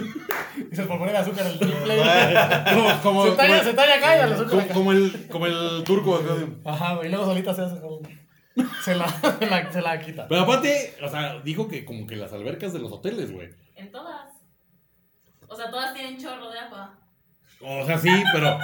Speaker 4: Y se por poner azúcar el triple.
Speaker 3: como, como-
Speaker 4: se talla, se talla acá y al azúcar
Speaker 3: como-
Speaker 4: acá.
Speaker 3: como el, como el turco acá. de-
Speaker 4: Ajá, güey. Y luego solita se hace como. Se la, se la, se la quita.
Speaker 3: Pero aparte, o sea, dijo que como que las albercas de los hoteles, güey.
Speaker 7: En todas. O sea, todas tienen chorro de agua.
Speaker 3: O sea, sí, pero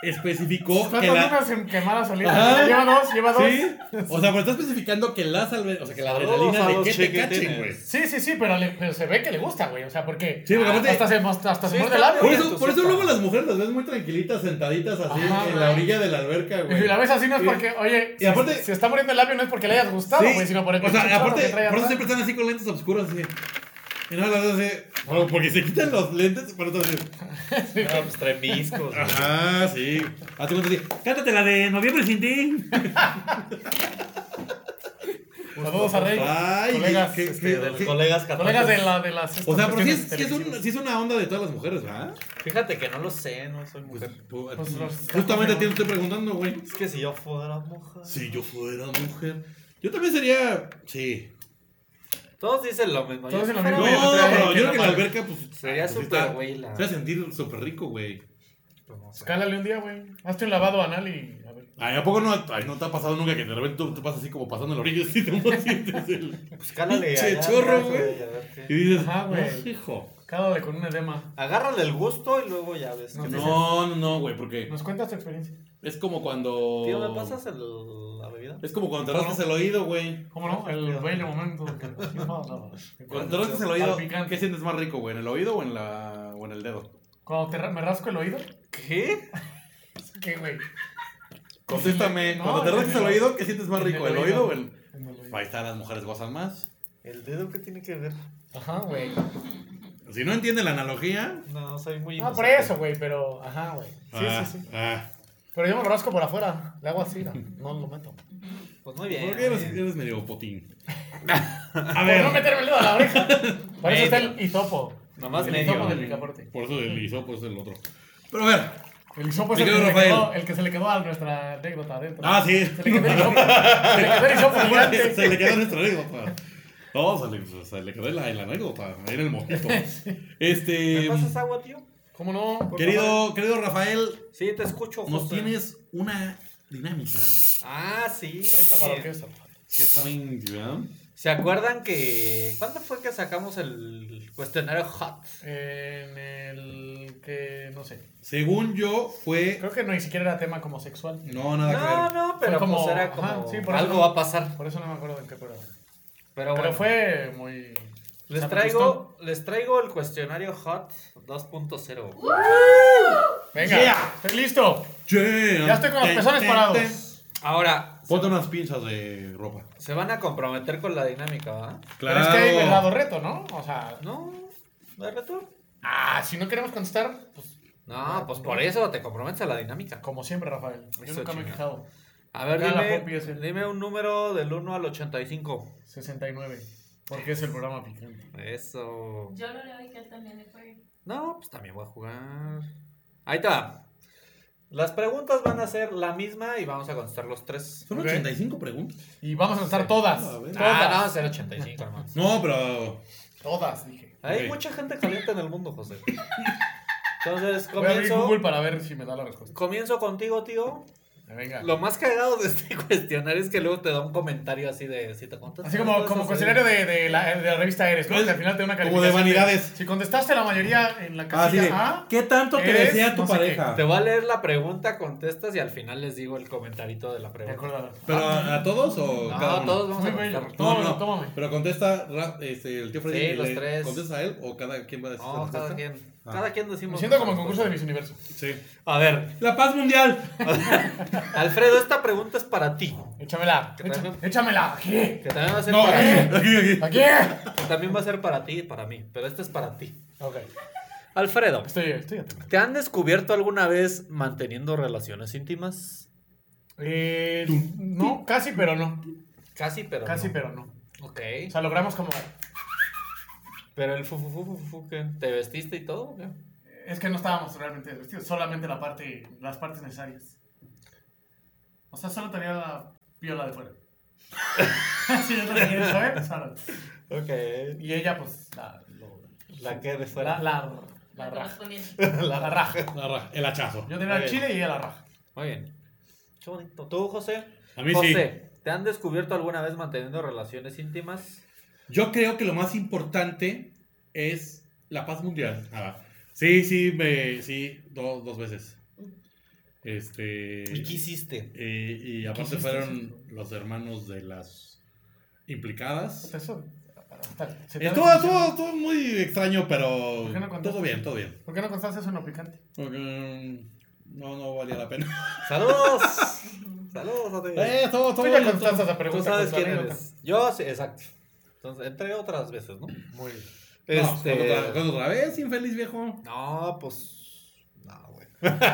Speaker 3: especificó
Speaker 4: Están
Speaker 3: que
Speaker 4: con
Speaker 3: la...
Speaker 4: unas en quemada
Speaker 3: Ajá.
Speaker 4: solita. Lleva dos, lleva dos.
Speaker 3: Sí, o sea, pero está especificando que las albercas, o sea, que la adrenalina
Speaker 5: Saludos a
Speaker 3: de
Speaker 5: los
Speaker 3: que te cachen,
Speaker 5: chiquitines.
Speaker 3: güey.
Speaker 4: Sí, sí, sí, pero, le- pero se ve que le gusta, güey. O sea, porque.
Speaker 3: Sí, porque aparte-
Speaker 4: Hasta se, hasta se
Speaker 5: Sí,
Speaker 4: muerde el
Speaker 5: está-
Speaker 4: labio.
Speaker 3: Por
Speaker 5: Oye,
Speaker 3: eso,
Speaker 5: tú
Speaker 3: por eso
Speaker 5: sepa.
Speaker 3: luego las mujeres las ves muy tranquilitas, sentaditas así
Speaker 4: Ajá,
Speaker 3: en
Speaker 4: güey.
Speaker 3: la orilla de la alberca,
Speaker 4: Y
Speaker 3: güey.
Speaker 4: si la ves así no es
Speaker 3: Sí.
Speaker 4: porque, oye,
Speaker 3: Y
Speaker 4: si,
Speaker 3: aparte-
Speaker 4: si está muriendo el labio no es porque le hayas gustado,
Speaker 3: Sí.
Speaker 4: güey, sino por el
Speaker 3: O sea,
Speaker 4: pinche chorro
Speaker 3: aparte,
Speaker 4: que trae
Speaker 3: por eso
Speaker 4: atrás.
Speaker 3: siempre están así con lentes oscuros, así. Y no las así. bueno, porque se quitan los lentes, pero entonces.
Speaker 5: No, pues traen viscos. güey.
Speaker 3: Ajá, sí. Hazte cuenta así. Cántate la de noviembre sin ti.
Speaker 4: Saludos a Rey.
Speaker 3: Ay,
Speaker 4: colegas,
Speaker 3: qué-
Speaker 4: este,
Speaker 3: qué-
Speaker 5: De los
Speaker 3: qué-
Speaker 5: colegas católicos.
Speaker 4: colegas de la de las
Speaker 3: O sea, pero sí es,
Speaker 4: estas
Speaker 3: sí es un-
Speaker 4: Pues televisivas.
Speaker 3: sí es una onda de todas las mujeres, ¿verdad?
Speaker 5: Fíjate que no lo sé, no soy
Speaker 3: Pues,
Speaker 5: mujer.
Speaker 3: tú-
Speaker 4: Pues los-
Speaker 3: justamente a ti te estoy preguntando, güey.
Speaker 5: Es que si yo fuera mujer.
Speaker 3: Si yo fuera mujer, yo también sería. Sí.
Speaker 5: Todos dicen lo mismo.
Speaker 4: Todos
Speaker 5: Yo-
Speaker 4: dicen lo
Speaker 3: No,
Speaker 4: mismo.
Speaker 5: pues,
Speaker 3: pero yo
Speaker 4: que
Speaker 3: creo
Speaker 4: no
Speaker 3: que la
Speaker 4: mames.
Speaker 3: alberca, pues.
Speaker 5: Sería
Speaker 3: pues,
Speaker 5: súper
Speaker 3: está-
Speaker 5: güey la-
Speaker 3: Se va a sentir súper rico, güey.
Speaker 5: Pues no sé.
Speaker 4: Escálale un día, güey. Hazte un lavado anal y a ver.
Speaker 3: Ay, ¿a poco no, ay, no te ha pasado nunca que de repente tú te pasas así como pasando el orillo y te sientes el...
Speaker 5: Pues cálale
Speaker 3: Pinche
Speaker 5: allá,
Speaker 3: chorro,
Speaker 5: atrás,
Speaker 3: güey.
Speaker 5: a ver qué.
Speaker 3: Y dices,
Speaker 4: Ajá, güey.
Speaker 3: "No, hijo.
Speaker 4: Cálale con un edema.
Speaker 5: Agárrale el gusto y luego ya ves.
Speaker 4: No,
Speaker 5: qué
Speaker 4: no.
Speaker 5: pasa.
Speaker 3: No, no, no, güey, porque
Speaker 4: ¿Nos cuentas tu experiencia?
Speaker 3: es como cuando...
Speaker 5: Tío, ¿me pasas el- la bebida?
Speaker 3: Es como cuando te rascas el oído, güey.
Speaker 4: ¿Cómo no? El bello momento. No, no, no.
Speaker 3: Cuando te rascas el oído,
Speaker 4: Palpitante.
Speaker 3: ¿qué sientes más rico, güey? ¿En el oído o en, la... o en el dedo?
Speaker 4: Cuando te ra- me rasco el oído,
Speaker 5: ¿Qué?
Speaker 4: ¿qué, güey?
Speaker 3: Contéstame,
Speaker 4: No,
Speaker 3: cuando te
Speaker 4: en
Speaker 3: rascas
Speaker 4: el
Speaker 3: el
Speaker 4: oído.
Speaker 3: oído, ¿qué sientes más
Speaker 4: En
Speaker 3: rico?
Speaker 4: el
Speaker 3: ¿El
Speaker 4: oído.
Speaker 3: oído o el...?
Speaker 4: En el oído.
Speaker 3: Ahí está, las mujeres gozan más.
Speaker 5: ¿El dedo qué tiene que ver?
Speaker 4: Ajá, güey.
Speaker 3: pues, Si no entienden la analogía...
Speaker 5: No, soy muy
Speaker 4: No, Ah, por
Speaker 5: inocente.
Speaker 4: eso, güey, pero. Ajá, güey. Sí,
Speaker 3: ah,
Speaker 4: sí, sí.
Speaker 3: ah.
Speaker 4: Pero yo me lo rasco por afuera. Le hago así, no, no lo meto.
Speaker 5: Pues muy bien.
Speaker 3: ¿Por qué eres,
Speaker 5: muy bien.
Speaker 3: eres medio potín? A
Speaker 4: Por no
Speaker 3: ver,
Speaker 4: meterme el dedo a la oreja. Por eso
Speaker 5: Medio.
Speaker 4: está el hisopo.
Speaker 5: Nomás
Speaker 4: el
Speaker 5: medio.
Speaker 4: hisopo del picaporte.
Speaker 3: por eso el hisopo es el otro. Pero a ver,
Speaker 4: El hisopo es
Speaker 3: Me
Speaker 4: el que,
Speaker 3: quedo
Speaker 4: se le
Speaker 3: Rafael.
Speaker 4: quedó, el que se le quedó a nuestra anécdota adentro.
Speaker 3: Ah, sí.
Speaker 4: Se le quedó el hisopo. Se le quedó el hisopo gigante.
Speaker 3: se le quedó nuestra anécdota. No, se le, se le quedó la, la anécdota, ahí en el mojito.
Speaker 5: ¿Me
Speaker 3: Este,
Speaker 5: pasas agua, tío?
Speaker 4: ¿Cómo no?
Speaker 3: querido, querido Rafael,
Speaker 5: Sí, te escucho.
Speaker 3: nos
Speaker 5: José.
Speaker 3: tienes una Dinámica.
Speaker 5: Ah, sí.
Speaker 4: para orquesta.
Speaker 3: Ciertamente, ¿verdad?
Speaker 5: ¿Se acuerdan que. ¿Cuándo fue que sacamos el cuestionario Hot?
Speaker 4: En el que, no sé.
Speaker 3: Según yo, fue.
Speaker 4: Creo que no, ni siquiera era tema como sexual.
Speaker 3: No, nada que
Speaker 5: No,
Speaker 3: ver.
Speaker 5: no, pero
Speaker 4: Fue
Speaker 5: pues era como,
Speaker 4: ajá, sí, por
Speaker 5: algo
Speaker 4: eso-
Speaker 5: va a pasar.
Speaker 4: Por eso no me acuerdo en qué programa.
Speaker 5: Pero,
Speaker 4: Pero
Speaker 5: Ah, bueno,
Speaker 4: fue muy.
Speaker 5: les,
Speaker 4: o sea, me
Speaker 5: traigo, les traigo el cuestionario Hot 2.0.
Speaker 4: Venga,
Speaker 3: Yeah.
Speaker 4: estoy listo.
Speaker 3: Yeah.
Speaker 4: Ya estoy con los
Speaker 3: Ten,
Speaker 4: pezones
Speaker 3: ten,
Speaker 4: parados.
Speaker 3: ten.
Speaker 5: Ahora,
Speaker 3: Ponte unas pinzas de ropa.
Speaker 5: se van a comprometer con la dinámica, ¿va?
Speaker 4: Pero es que hay verdadero reto, ¿no? O sea,
Speaker 5: No, ¿no hay reto?
Speaker 4: ah, si no queremos contestar, pues
Speaker 5: No, pues por eso te comprometes a la dinámica.
Speaker 4: como siempre, Rafael. Yo
Speaker 5: Eso,
Speaker 4: nunca me he
Speaker 5: chinga.
Speaker 4: quejado.
Speaker 5: A ver,
Speaker 4: Ya la
Speaker 5: dime,
Speaker 4: Poppy es el-
Speaker 5: dime un número del 1 al 85.
Speaker 4: 69. Porque es el programa picante.
Speaker 5: Eso.
Speaker 7: Yo lo leo y que él también le juegue.
Speaker 5: No, pues también voy a jugar. Ahí está. Las preguntas van a ser la misma y vamos a contestar los tres.
Speaker 3: Son
Speaker 4: Ok.
Speaker 3: 85 preguntas.
Speaker 4: Y vamos a contestar todas.
Speaker 3: A ver.
Speaker 4: Todas.
Speaker 5: Ah, no, es el 85, hermanos.
Speaker 3: No, pero.
Speaker 4: Todas, dije.
Speaker 5: Hay
Speaker 3: Ok.
Speaker 5: mucha gente caliente en el mundo, José. Entonces,
Speaker 4: Voy a abrir
Speaker 5: comienzo,
Speaker 4: Google para ver si me da la respuesta.
Speaker 5: comienzo contigo, tío.
Speaker 4: Venga.
Speaker 5: Lo más cagado de este cuestionario es que luego te da un comentario así de si te contestas.
Speaker 4: Así como,
Speaker 5: esto,
Speaker 4: como
Speaker 5: eso,
Speaker 4: cuestionario de, de la, de la revista Eres, ¿no?
Speaker 3: Pues,
Speaker 4: Que al final te da una
Speaker 3: como
Speaker 4: calificación.
Speaker 3: de vanidades. Ah,
Speaker 4: si contestaste la mayoría en la
Speaker 3: Así
Speaker 4: casilla
Speaker 3: de.
Speaker 4: A,
Speaker 3: ¿Qué tanto te
Speaker 4: eres
Speaker 3: desea tu
Speaker 4: no sé
Speaker 3: pareja?
Speaker 5: Te voy a leer la pregunta, contestas y al final les digo el comentarito de la
Speaker 4: ¿te
Speaker 5: pregunta.
Speaker 4: acuerdas?
Speaker 3: ¿Pero a, a todos o
Speaker 5: No,
Speaker 3: cada uno?
Speaker 5: todos vamos a
Speaker 4: Muy bello.
Speaker 5: contestar.
Speaker 3: No, no, no.
Speaker 4: Tómame, tómame.
Speaker 3: Pero contesta ra- este, el tío Freddy.
Speaker 5: Sí,
Speaker 3: y
Speaker 5: los
Speaker 3: le-
Speaker 5: tres.
Speaker 3: ¿Contesta a él o cada quien va a decir
Speaker 5: No,
Speaker 3: la
Speaker 5: cada
Speaker 3: respuesta?
Speaker 5: quien. Cada quien
Speaker 4: Ah. Me
Speaker 5: decimos.
Speaker 4: siento como en concurso de Miss Universo.
Speaker 3: Sí.
Speaker 5: A ver,
Speaker 3: La paz mundial.
Speaker 5: Alfredo, esta pregunta es para ti.
Speaker 4: Échamela.
Speaker 5: ¿Qué tal?
Speaker 4: Écha- Échamela. Aquí.
Speaker 5: Que también va a ser
Speaker 3: No,
Speaker 5: para
Speaker 3: aquí, aquí, aquí.
Speaker 4: Aquí.
Speaker 5: que también va a ser para ti y para mí, pero esta es para ti.
Speaker 4: Ok.
Speaker 5: Alfredo,
Speaker 4: Estoy, estoy atento.
Speaker 5: ¿te han descubierto alguna vez manteniendo relaciones íntimas?
Speaker 4: Eh, no, casi, pero no.
Speaker 5: Casi, pero
Speaker 4: Casi,
Speaker 5: no.
Speaker 4: pero no.
Speaker 5: Ok.
Speaker 4: O sea, logramos como.
Speaker 5: Pero el fu, fu, fu, fu, fu, ¿qué? ¿Te vestiste y todo? ¿Qué?
Speaker 4: Es que no estábamos realmente vestidos, solamente la parte, las partes necesarias. O sea, solo tenía la piola de fuera. sí, yo también, ¿sabes? Solo.
Speaker 5: Ok.
Speaker 4: Y ella, pues, la, lo-
Speaker 5: La que de
Speaker 4: la,
Speaker 5: fuera.
Speaker 4: la, la
Speaker 7: La
Speaker 4: raja.
Speaker 7: correspondiente.
Speaker 4: La raja.
Speaker 3: La ra- El hachazo.
Speaker 4: Yo tenía
Speaker 5: Ok.
Speaker 4: el chile y ella la raja.
Speaker 5: Muy bien. Qué bonito. ¿Tú, José?
Speaker 3: A mí sí.
Speaker 5: José, ¿te han descubierto alguna vez manteniendo relaciones íntimas?
Speaker 3: Yo creo que lo más importante es la paz mundial. Ah, sí, sí, me, sí, do- dos veces. Este.
Speaker 5: ¿Y qué hiciste?
Speaker 3: eh, y aparte
Speaker 4: hiciste?
Speaker 3: fueron los hermanos de las implicadas.
Speaker 4: Eso. hasta- se te
Speaker 3: Eh,
Speaker 4: hace
Speaker 3: todo,
Speaker 4: difícil.
Speaker 3: todo, todo muy extraño, pero
Speaker 4: ¿Por qué no contaste?
Speaker 3: todo bien, todo bien.
Speaker 4: ¿Por qué no contaste eso en lo picante?
Speaker 3: Porque, mm, no, no valía la pena.
Speaker 5: ¡Saludos! ¡Saludos a ti!
Speaker 3: Eh, todo, todo
Speaker 4: Tú Pues ya
Speaker 3: bien,
Speaker 4: contaste
Speaker 3: todo-
Speaker 4: esa
Speaker 5: Tú
Speaker 4: pregunta. con
Speaker 5: sabes
Speaker 4: tu
Speaker 5: quién
Speaker 4: anécdota.
Speaker 5: eres. Yo, sí, exacto. Entonces, entre otras veces, ¿no?
Speaker 4: Muy bien. pues,
Speaker 3: No,
Speaker 5: Este.
Speaker 3: cuando otra- cuando otra vez, infeliz viejo.
Speaker 5: No, pues. No, güey.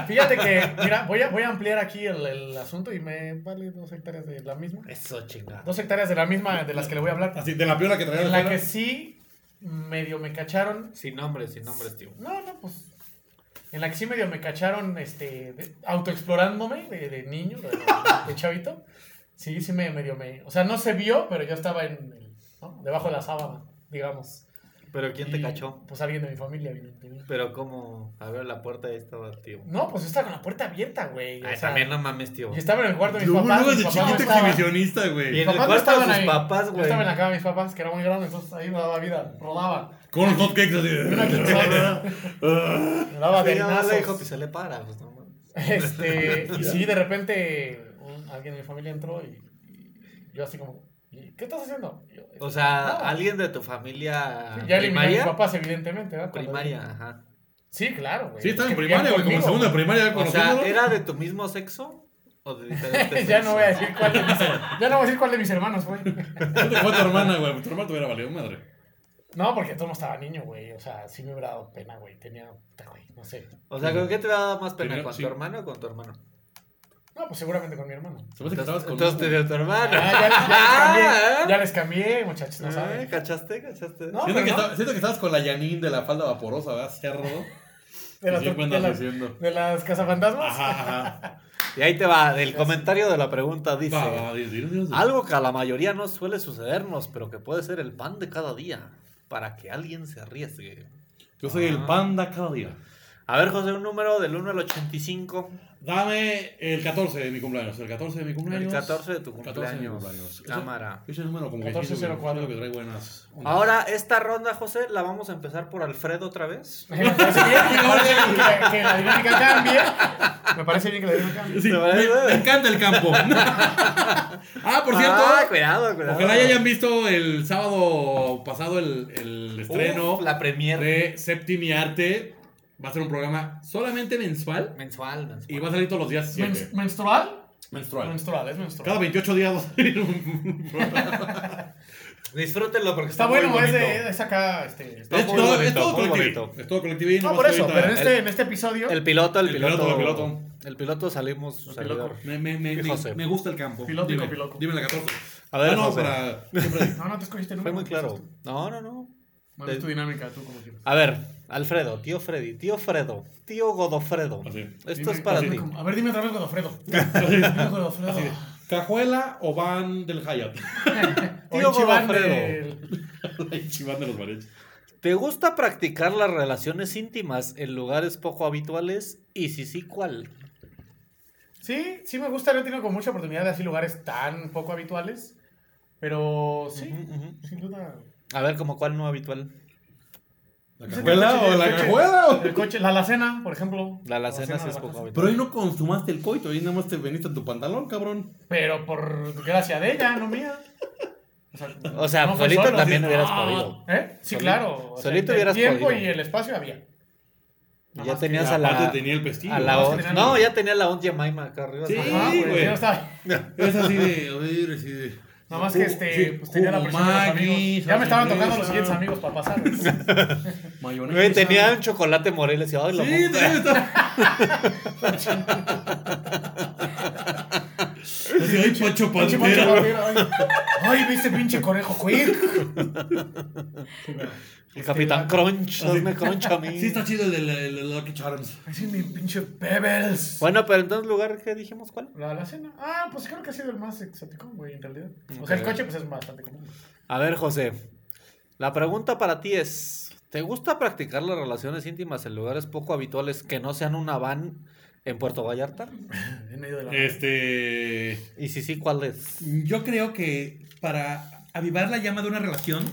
Speaker 4: Fíjate que, mira, voy a, voy a ampliar aquí el, el asunto y me vale dos hectáreas de la misma.
Speaker 5: Eso, chingada.
Speaker 4: Dos hectáreas de la misma de las que le voy a hablar.
Speaker 3: Así, de la piola que traía
Speaker 4: En la que sí medio me cacharon.
Speaker 5: Sin nombres, sin nombres, tío.
Speaker 4: No, no, pues. En la que sí medio me cacharon, este, de- autoexplorándome de, de niño, de, de chavito. Sí, sí me medio me. O sea, no se vio, pero yo estaba en el- ¿no? debajo de la sábana, digamos.
Speaker 5: Pero ¿quién
Speaker 4: Y,
Speaker 5: te cachó?
Speaker 4: Pues alguien de mi familia, evidentemente.
Speaker 5: Pero como. A ver, la puerta ahí estaba, tío.
Speaker 4: No, pues yo estaba con la puerta abierta, güey. o
Speaker 5: Ay,
Speaker 4: sea,
Speaker 5: también no mames, tío.
Speaker 4: Y estaba en el cuarto de mis
Speaker 3: Yo,
Speaker 4: papás.
Speaker 3: luego
Speaker 4: mis
Speaker 3: de
Speaker 4: papás
Speaker 3: chiquito
Speaker 4: no estaban.
Speaker 3: exhibicionista,
Speaker 5: Y
Speaker 3: güey.
Speaker 5: en el
Speaker 4: Papás no
Speaker 5: cuarto de
Speaker 4: estaban
Speaker 5: sus
Speaker 4: ahí.
Speaker 5: papás,
Speaker 4: Yo
Speaker 5: güey.
Speaker 4: estaba en la cama de mis papás, que era muy grande, entonces ahí me daba vida, rodaba.
Speaker 3: Con los hotcakes así. Ah. de-
Speaker 4: Me daba
Speaker 5: Sí,
Speaker 4: de
Speaker 5: ya le dijo,
Speaker 4: nazos.
Speaker 5: pues se le para, pues no mames.
Speaker 4: Este, y sí, de repente un- alguien de mi familia entró y, y yo así como, "¿Y ¿qué estás haciendo? Y yo,
Speaker 5: O sea,
Speaker 4: "Nada".
Speaker 5: alguien de tu familia.
Speaker 4: Sí, ya eliminé a mis
Speaker 5: primaria.
Speaker 4: papás, evidentemente, ¿verdad? Cuando-
Speaker 5: Primaria, ajá.
Speaker 4: Sí, claro, güey.
Speaker 3: Sí, estaba en
Speaker 4: Es que
Speaker 3: primaria, güey,
Speaker 4: vivían
Speaker 3: como en segunda
Speaker 4: conmigo.
Speaker 3: de primaria.
Speaker 5: O sea,
Speaker 3: conociéndolo.
Speaker 5: ¿era de tu mismo sexo? ¿O de diferente
Speaker 4: ya
Speaker 3: pues.
Speaker 4: no voy a decir cuál de mis, ya no voy a decir cuál de mis hermanos, güey.
Speaker 3: ¿Dónde fue tu hermana, güey? Tu hermana te hubiera valido madre.
Speaker 4: No, porque todo no estaba niño, güey. O sea, sí me hubiera dado pena, güey. Tenía, puta, güey, no sé.
Speaker 5: O sea, ¿con qué te daba más pena?
Speaker 3: Primero,
Speaker 5: ¿Con
Speaker 3: sí.
Speaker 5: tu hermano o con tu hermano?
Speaker 4: No, pues seguramente con mi hermano.
Speaker 3: Se me hace que estabas con
Speaker 5: Entonces te dio tu hermano.
Speaker 4: Ah, ya, ya les
Speaker 5: Ah,
Speaker 4: cambié, ya les cambié, muchachos, no
Speaker 5: Ah,
Speaker 4: saben.
Speaker 5: ¿Cachaste? ¿Cachaste?
Speaker 3: Siento
Speaker 4: No, pero
Speaker 3: que,
Speaker 4: no.
Speaker 3: estaba- siento que estabas con la Yanin de la falda vaporosa, ¿verdad? Cerdo.
Speaker 4: De las,
Speaker 3: Sí,
Speaker 4: de,
Speaker 3: cuando
Speaker 4: las-
Speaker 3: diciendo.
Speaker 4: de las cazafantasmas.
Speaker 3: Ajá, ajá.
Speaker 5: Y ahí te va, el comentario de la pregunta dice...
Speaker 3: Va, va, di- di- di- di-
Speaker 5: Algo que a la mayoría no suele sucedernos, pero que puede ser el pan de cada día, para que alguien se arriesgue.
Speaker 3: Yo soy el panda cada día.
Speaker 5: A ver, José, un número del 1 al 85.
Speaker 3: Dame el 14 de mi cumpleaños. El 14 de mi cumpleaños.
Speaker 5: El 14 de tu
Speaker 3: 14 de mi
Speaker 5: cumpleaños.
Speaker 3: cumpleaños.
Speaker 5: Cámara. Ah,
Speaker 3: Ese, ese número como que
Speaker 4: 1404.
Speaker 3: siento que trae buenas. ondas.
Speaker 5: Ahora, esta ronda, José, la vamos a empezar por Alfredo otra vez.
Speaker 4: Me parece bien me parece bien que, que la dinámica cambie. Me parece bien que la dinámica cambie.
Speaker 3: Sí, me, me encanta el campo. ah, por cierto.
Speaker 5: Ah, cuidado, cuidado.
Speaker 3: Ojalá ya hayan visto el sábado pasado el, el estreno
Speaker 5: Uf, la premier
Speaker 3: de Septimi Arte. Va a ser un programa solamente mensual
Speaker 5: mensual, mensual.
Speaker 3: y va a salir todos los días
Speaker 4: Mens-
Speaker 3: 7.
Speaker 4: ¿Menstrual?
Speaker 3: Menstrual.
Speaker 4: Menstrual, es
Speaker 3: Cada
Speaker 4: menstrual.
Speaker 3: 28 días va a salir un programa.
Speaker 5: Disfrútenlo porque
Speaker 4: Está
Speaker 5: está,
Speaker 4: bueno,
Speaker 5: muy
Speaker 4: es,
Speaker 5: bonito.
Speaker 4: de- es acá. Este, está-
Speaker 5: muy
Speaker 3: Es todo, es
Speaker 5: bonito,
Speaker 3: todo
Speaker 5: muy
Speaker 3: colectivo.
Speaker 5: bonito.
Speaker 3: Es todo colectivo.
Speaker 4: no, por eso, pero en este, en este episodio.
Speaker 5: El piloto, el,
Speaker 3: El
Speaker 5: piloto,
Speaker 3: piloto, el piloto.
Speaker 5: El piloto salimos. su Este servidor.
Speaker 3: Me, me, me,
Speaker 5: Y José.
Speaker 3: me, me gusta el campo.
Speaker 4: Piloto y
Speaker 3: dime,
Speaker 4: copiloto.
Speaker 3: Dime la 14.
Speaker 5: A ver,
Speaker 3: Ah, no,
Speaker 5: José.
Speaker 3: para-
Speaker 4: No, no te escogiste el
Speaker 5: Fue
Speaker 4: número.
Speaker 5: muy claro. No, no, no.
Speaker 4: Bueno, es tu dinámica, tú como quieras.
Speaker 5: A ver, Alfredo, tío Freddy, tío Fredo, tío Godofredo.
Speaker 3: Así.
Speaker 5: Esto
Speaker 4: Dime-
Speaker 5: es para
Speaker 4: dime
Speaker 5: ti.
Speaker 4: cómo- A ver, dime otra vez Godofredo. Dime Godofredo.
Speaker 3: ¿Cajuela o van del Hayat?
Speaker 4: O
Speaker 5: Tío
Speaker 4: el Chiván
Speaker 5: Godofredo.
Speaker 4: del-
Speaker 3: El chiván de los bareches.
Speaker 5: ¿Te gusta practicar las relaciones íntimas en lugares poco habituales? Y sí, sí, ¿cuál?
Speaker 4: Sí, sí me gusta. No he tenido como mucha oportunidad de así lugares tan poco habituales. Pero sí,
Speaker 5: Ujú, ujú.
Speaker 4: sin duda.
Speaker 5: A ver, como cuál no habitual.
Speaker 3: ¿La cajuela o la cajuela? o-
Speaker 4: El coche, la alacena, por ejemplo.
Speaker 5: La alacena sí
Speaker 4: de
Speaker 5: es
Speaker 4: la
Speaker 5: poco
Speaker 4: casa.
Speaker 3: Pero
Speaker 5: habitual.
Speaker 3: hoy no consumaste el coito, hoy nada más te veniste a tu pantalón, cabrón.
Speaker 4: Pero por gracia de ella, no mía. O sea,
Speaker 5: O sea,
Speaker 4: no fue
Speaker 5: solito
Speaker 4: solo,
Speaker 5: también
Speaker 4: sí.
Speaker 5: hubieras
Speaker 4: Ah,
Speaker 5: podido.
Speaker 4: ¿Eh? Sí,
Speaker 5: Solito-
Speaker 4: claro. O sea,
Speaker 5: solito
Speaker 4: el
Speaker 5: hubieras
Speaker 4: tiempo
Speaker 5: podido.
Speaker 4: y el espacio había. Nada
Speaker 5: Ya
Speaker 4: más que
Speaker 5: tenías a la.
Speaker 3: Aparte tenía el pestillo.
Speaker 5: a la
Speaker 4: ¿no?
Speaker 5: on-
Speaker 4: Tenía
Speaker 5: No,
Speaker 4: algo.
Speaker 5: ya tenía la on Jemima acá arriba. Ah,
Speaker 3: Sí.
Speaker 4: Ajá, güey,
Speaker 3: güey.
Speaker 4: yo no estaba-
Speaker 3: Es así de, a ver, así de.
Speaker 4: Nada más que este, pues tenía la presión de los amigos. Ya me estaban tocando los siguientes amigos para pasar.
Speaker 3: Mayonesa.
Speaker 5: Güey, tenía un chocolate moreles y ay,
Speaker 3: Sí,
Speaker 5: la
Speaker 3: sí,
Speaker 5: monta.
Speaker 3: está. Así, ay, Pancho
Speaker 4: Pinche
Speaker 3: Pantera.
Speaker 4: Pancho Barrera, ay. Ay, viste pinche conejo, quick.
Speaker 5: El Capitán Crunch, hazme crunch a mí.
Speaker 3: Sí, está chido el de la- el de Lucky Charms.
Speaker 4: Así Este, mi pinche Pebbles.
Speaker 5: Bueno, pero entonces, lugar que dijimos cuál?
Speaker 4: La alacena. Ah, pues creo que ha sido el más exótico, güey, en realidad. O sea, el
Speaker 5: Ok.
Speaker 4: coche pues es bastante común.
Speaker 5: A ver, José. La pregunta para ti es: ¿te gusta practicar las relaciones íntimas en lugares poco habituales que no sean una van en Puerto Vallarta?
Speaker 4: En medio de la...
Speaker 3: Este.
Speaker 5: Y si sí, ¿cuál es?
Speaker 3: Yo creo que para avivar la llama de una relación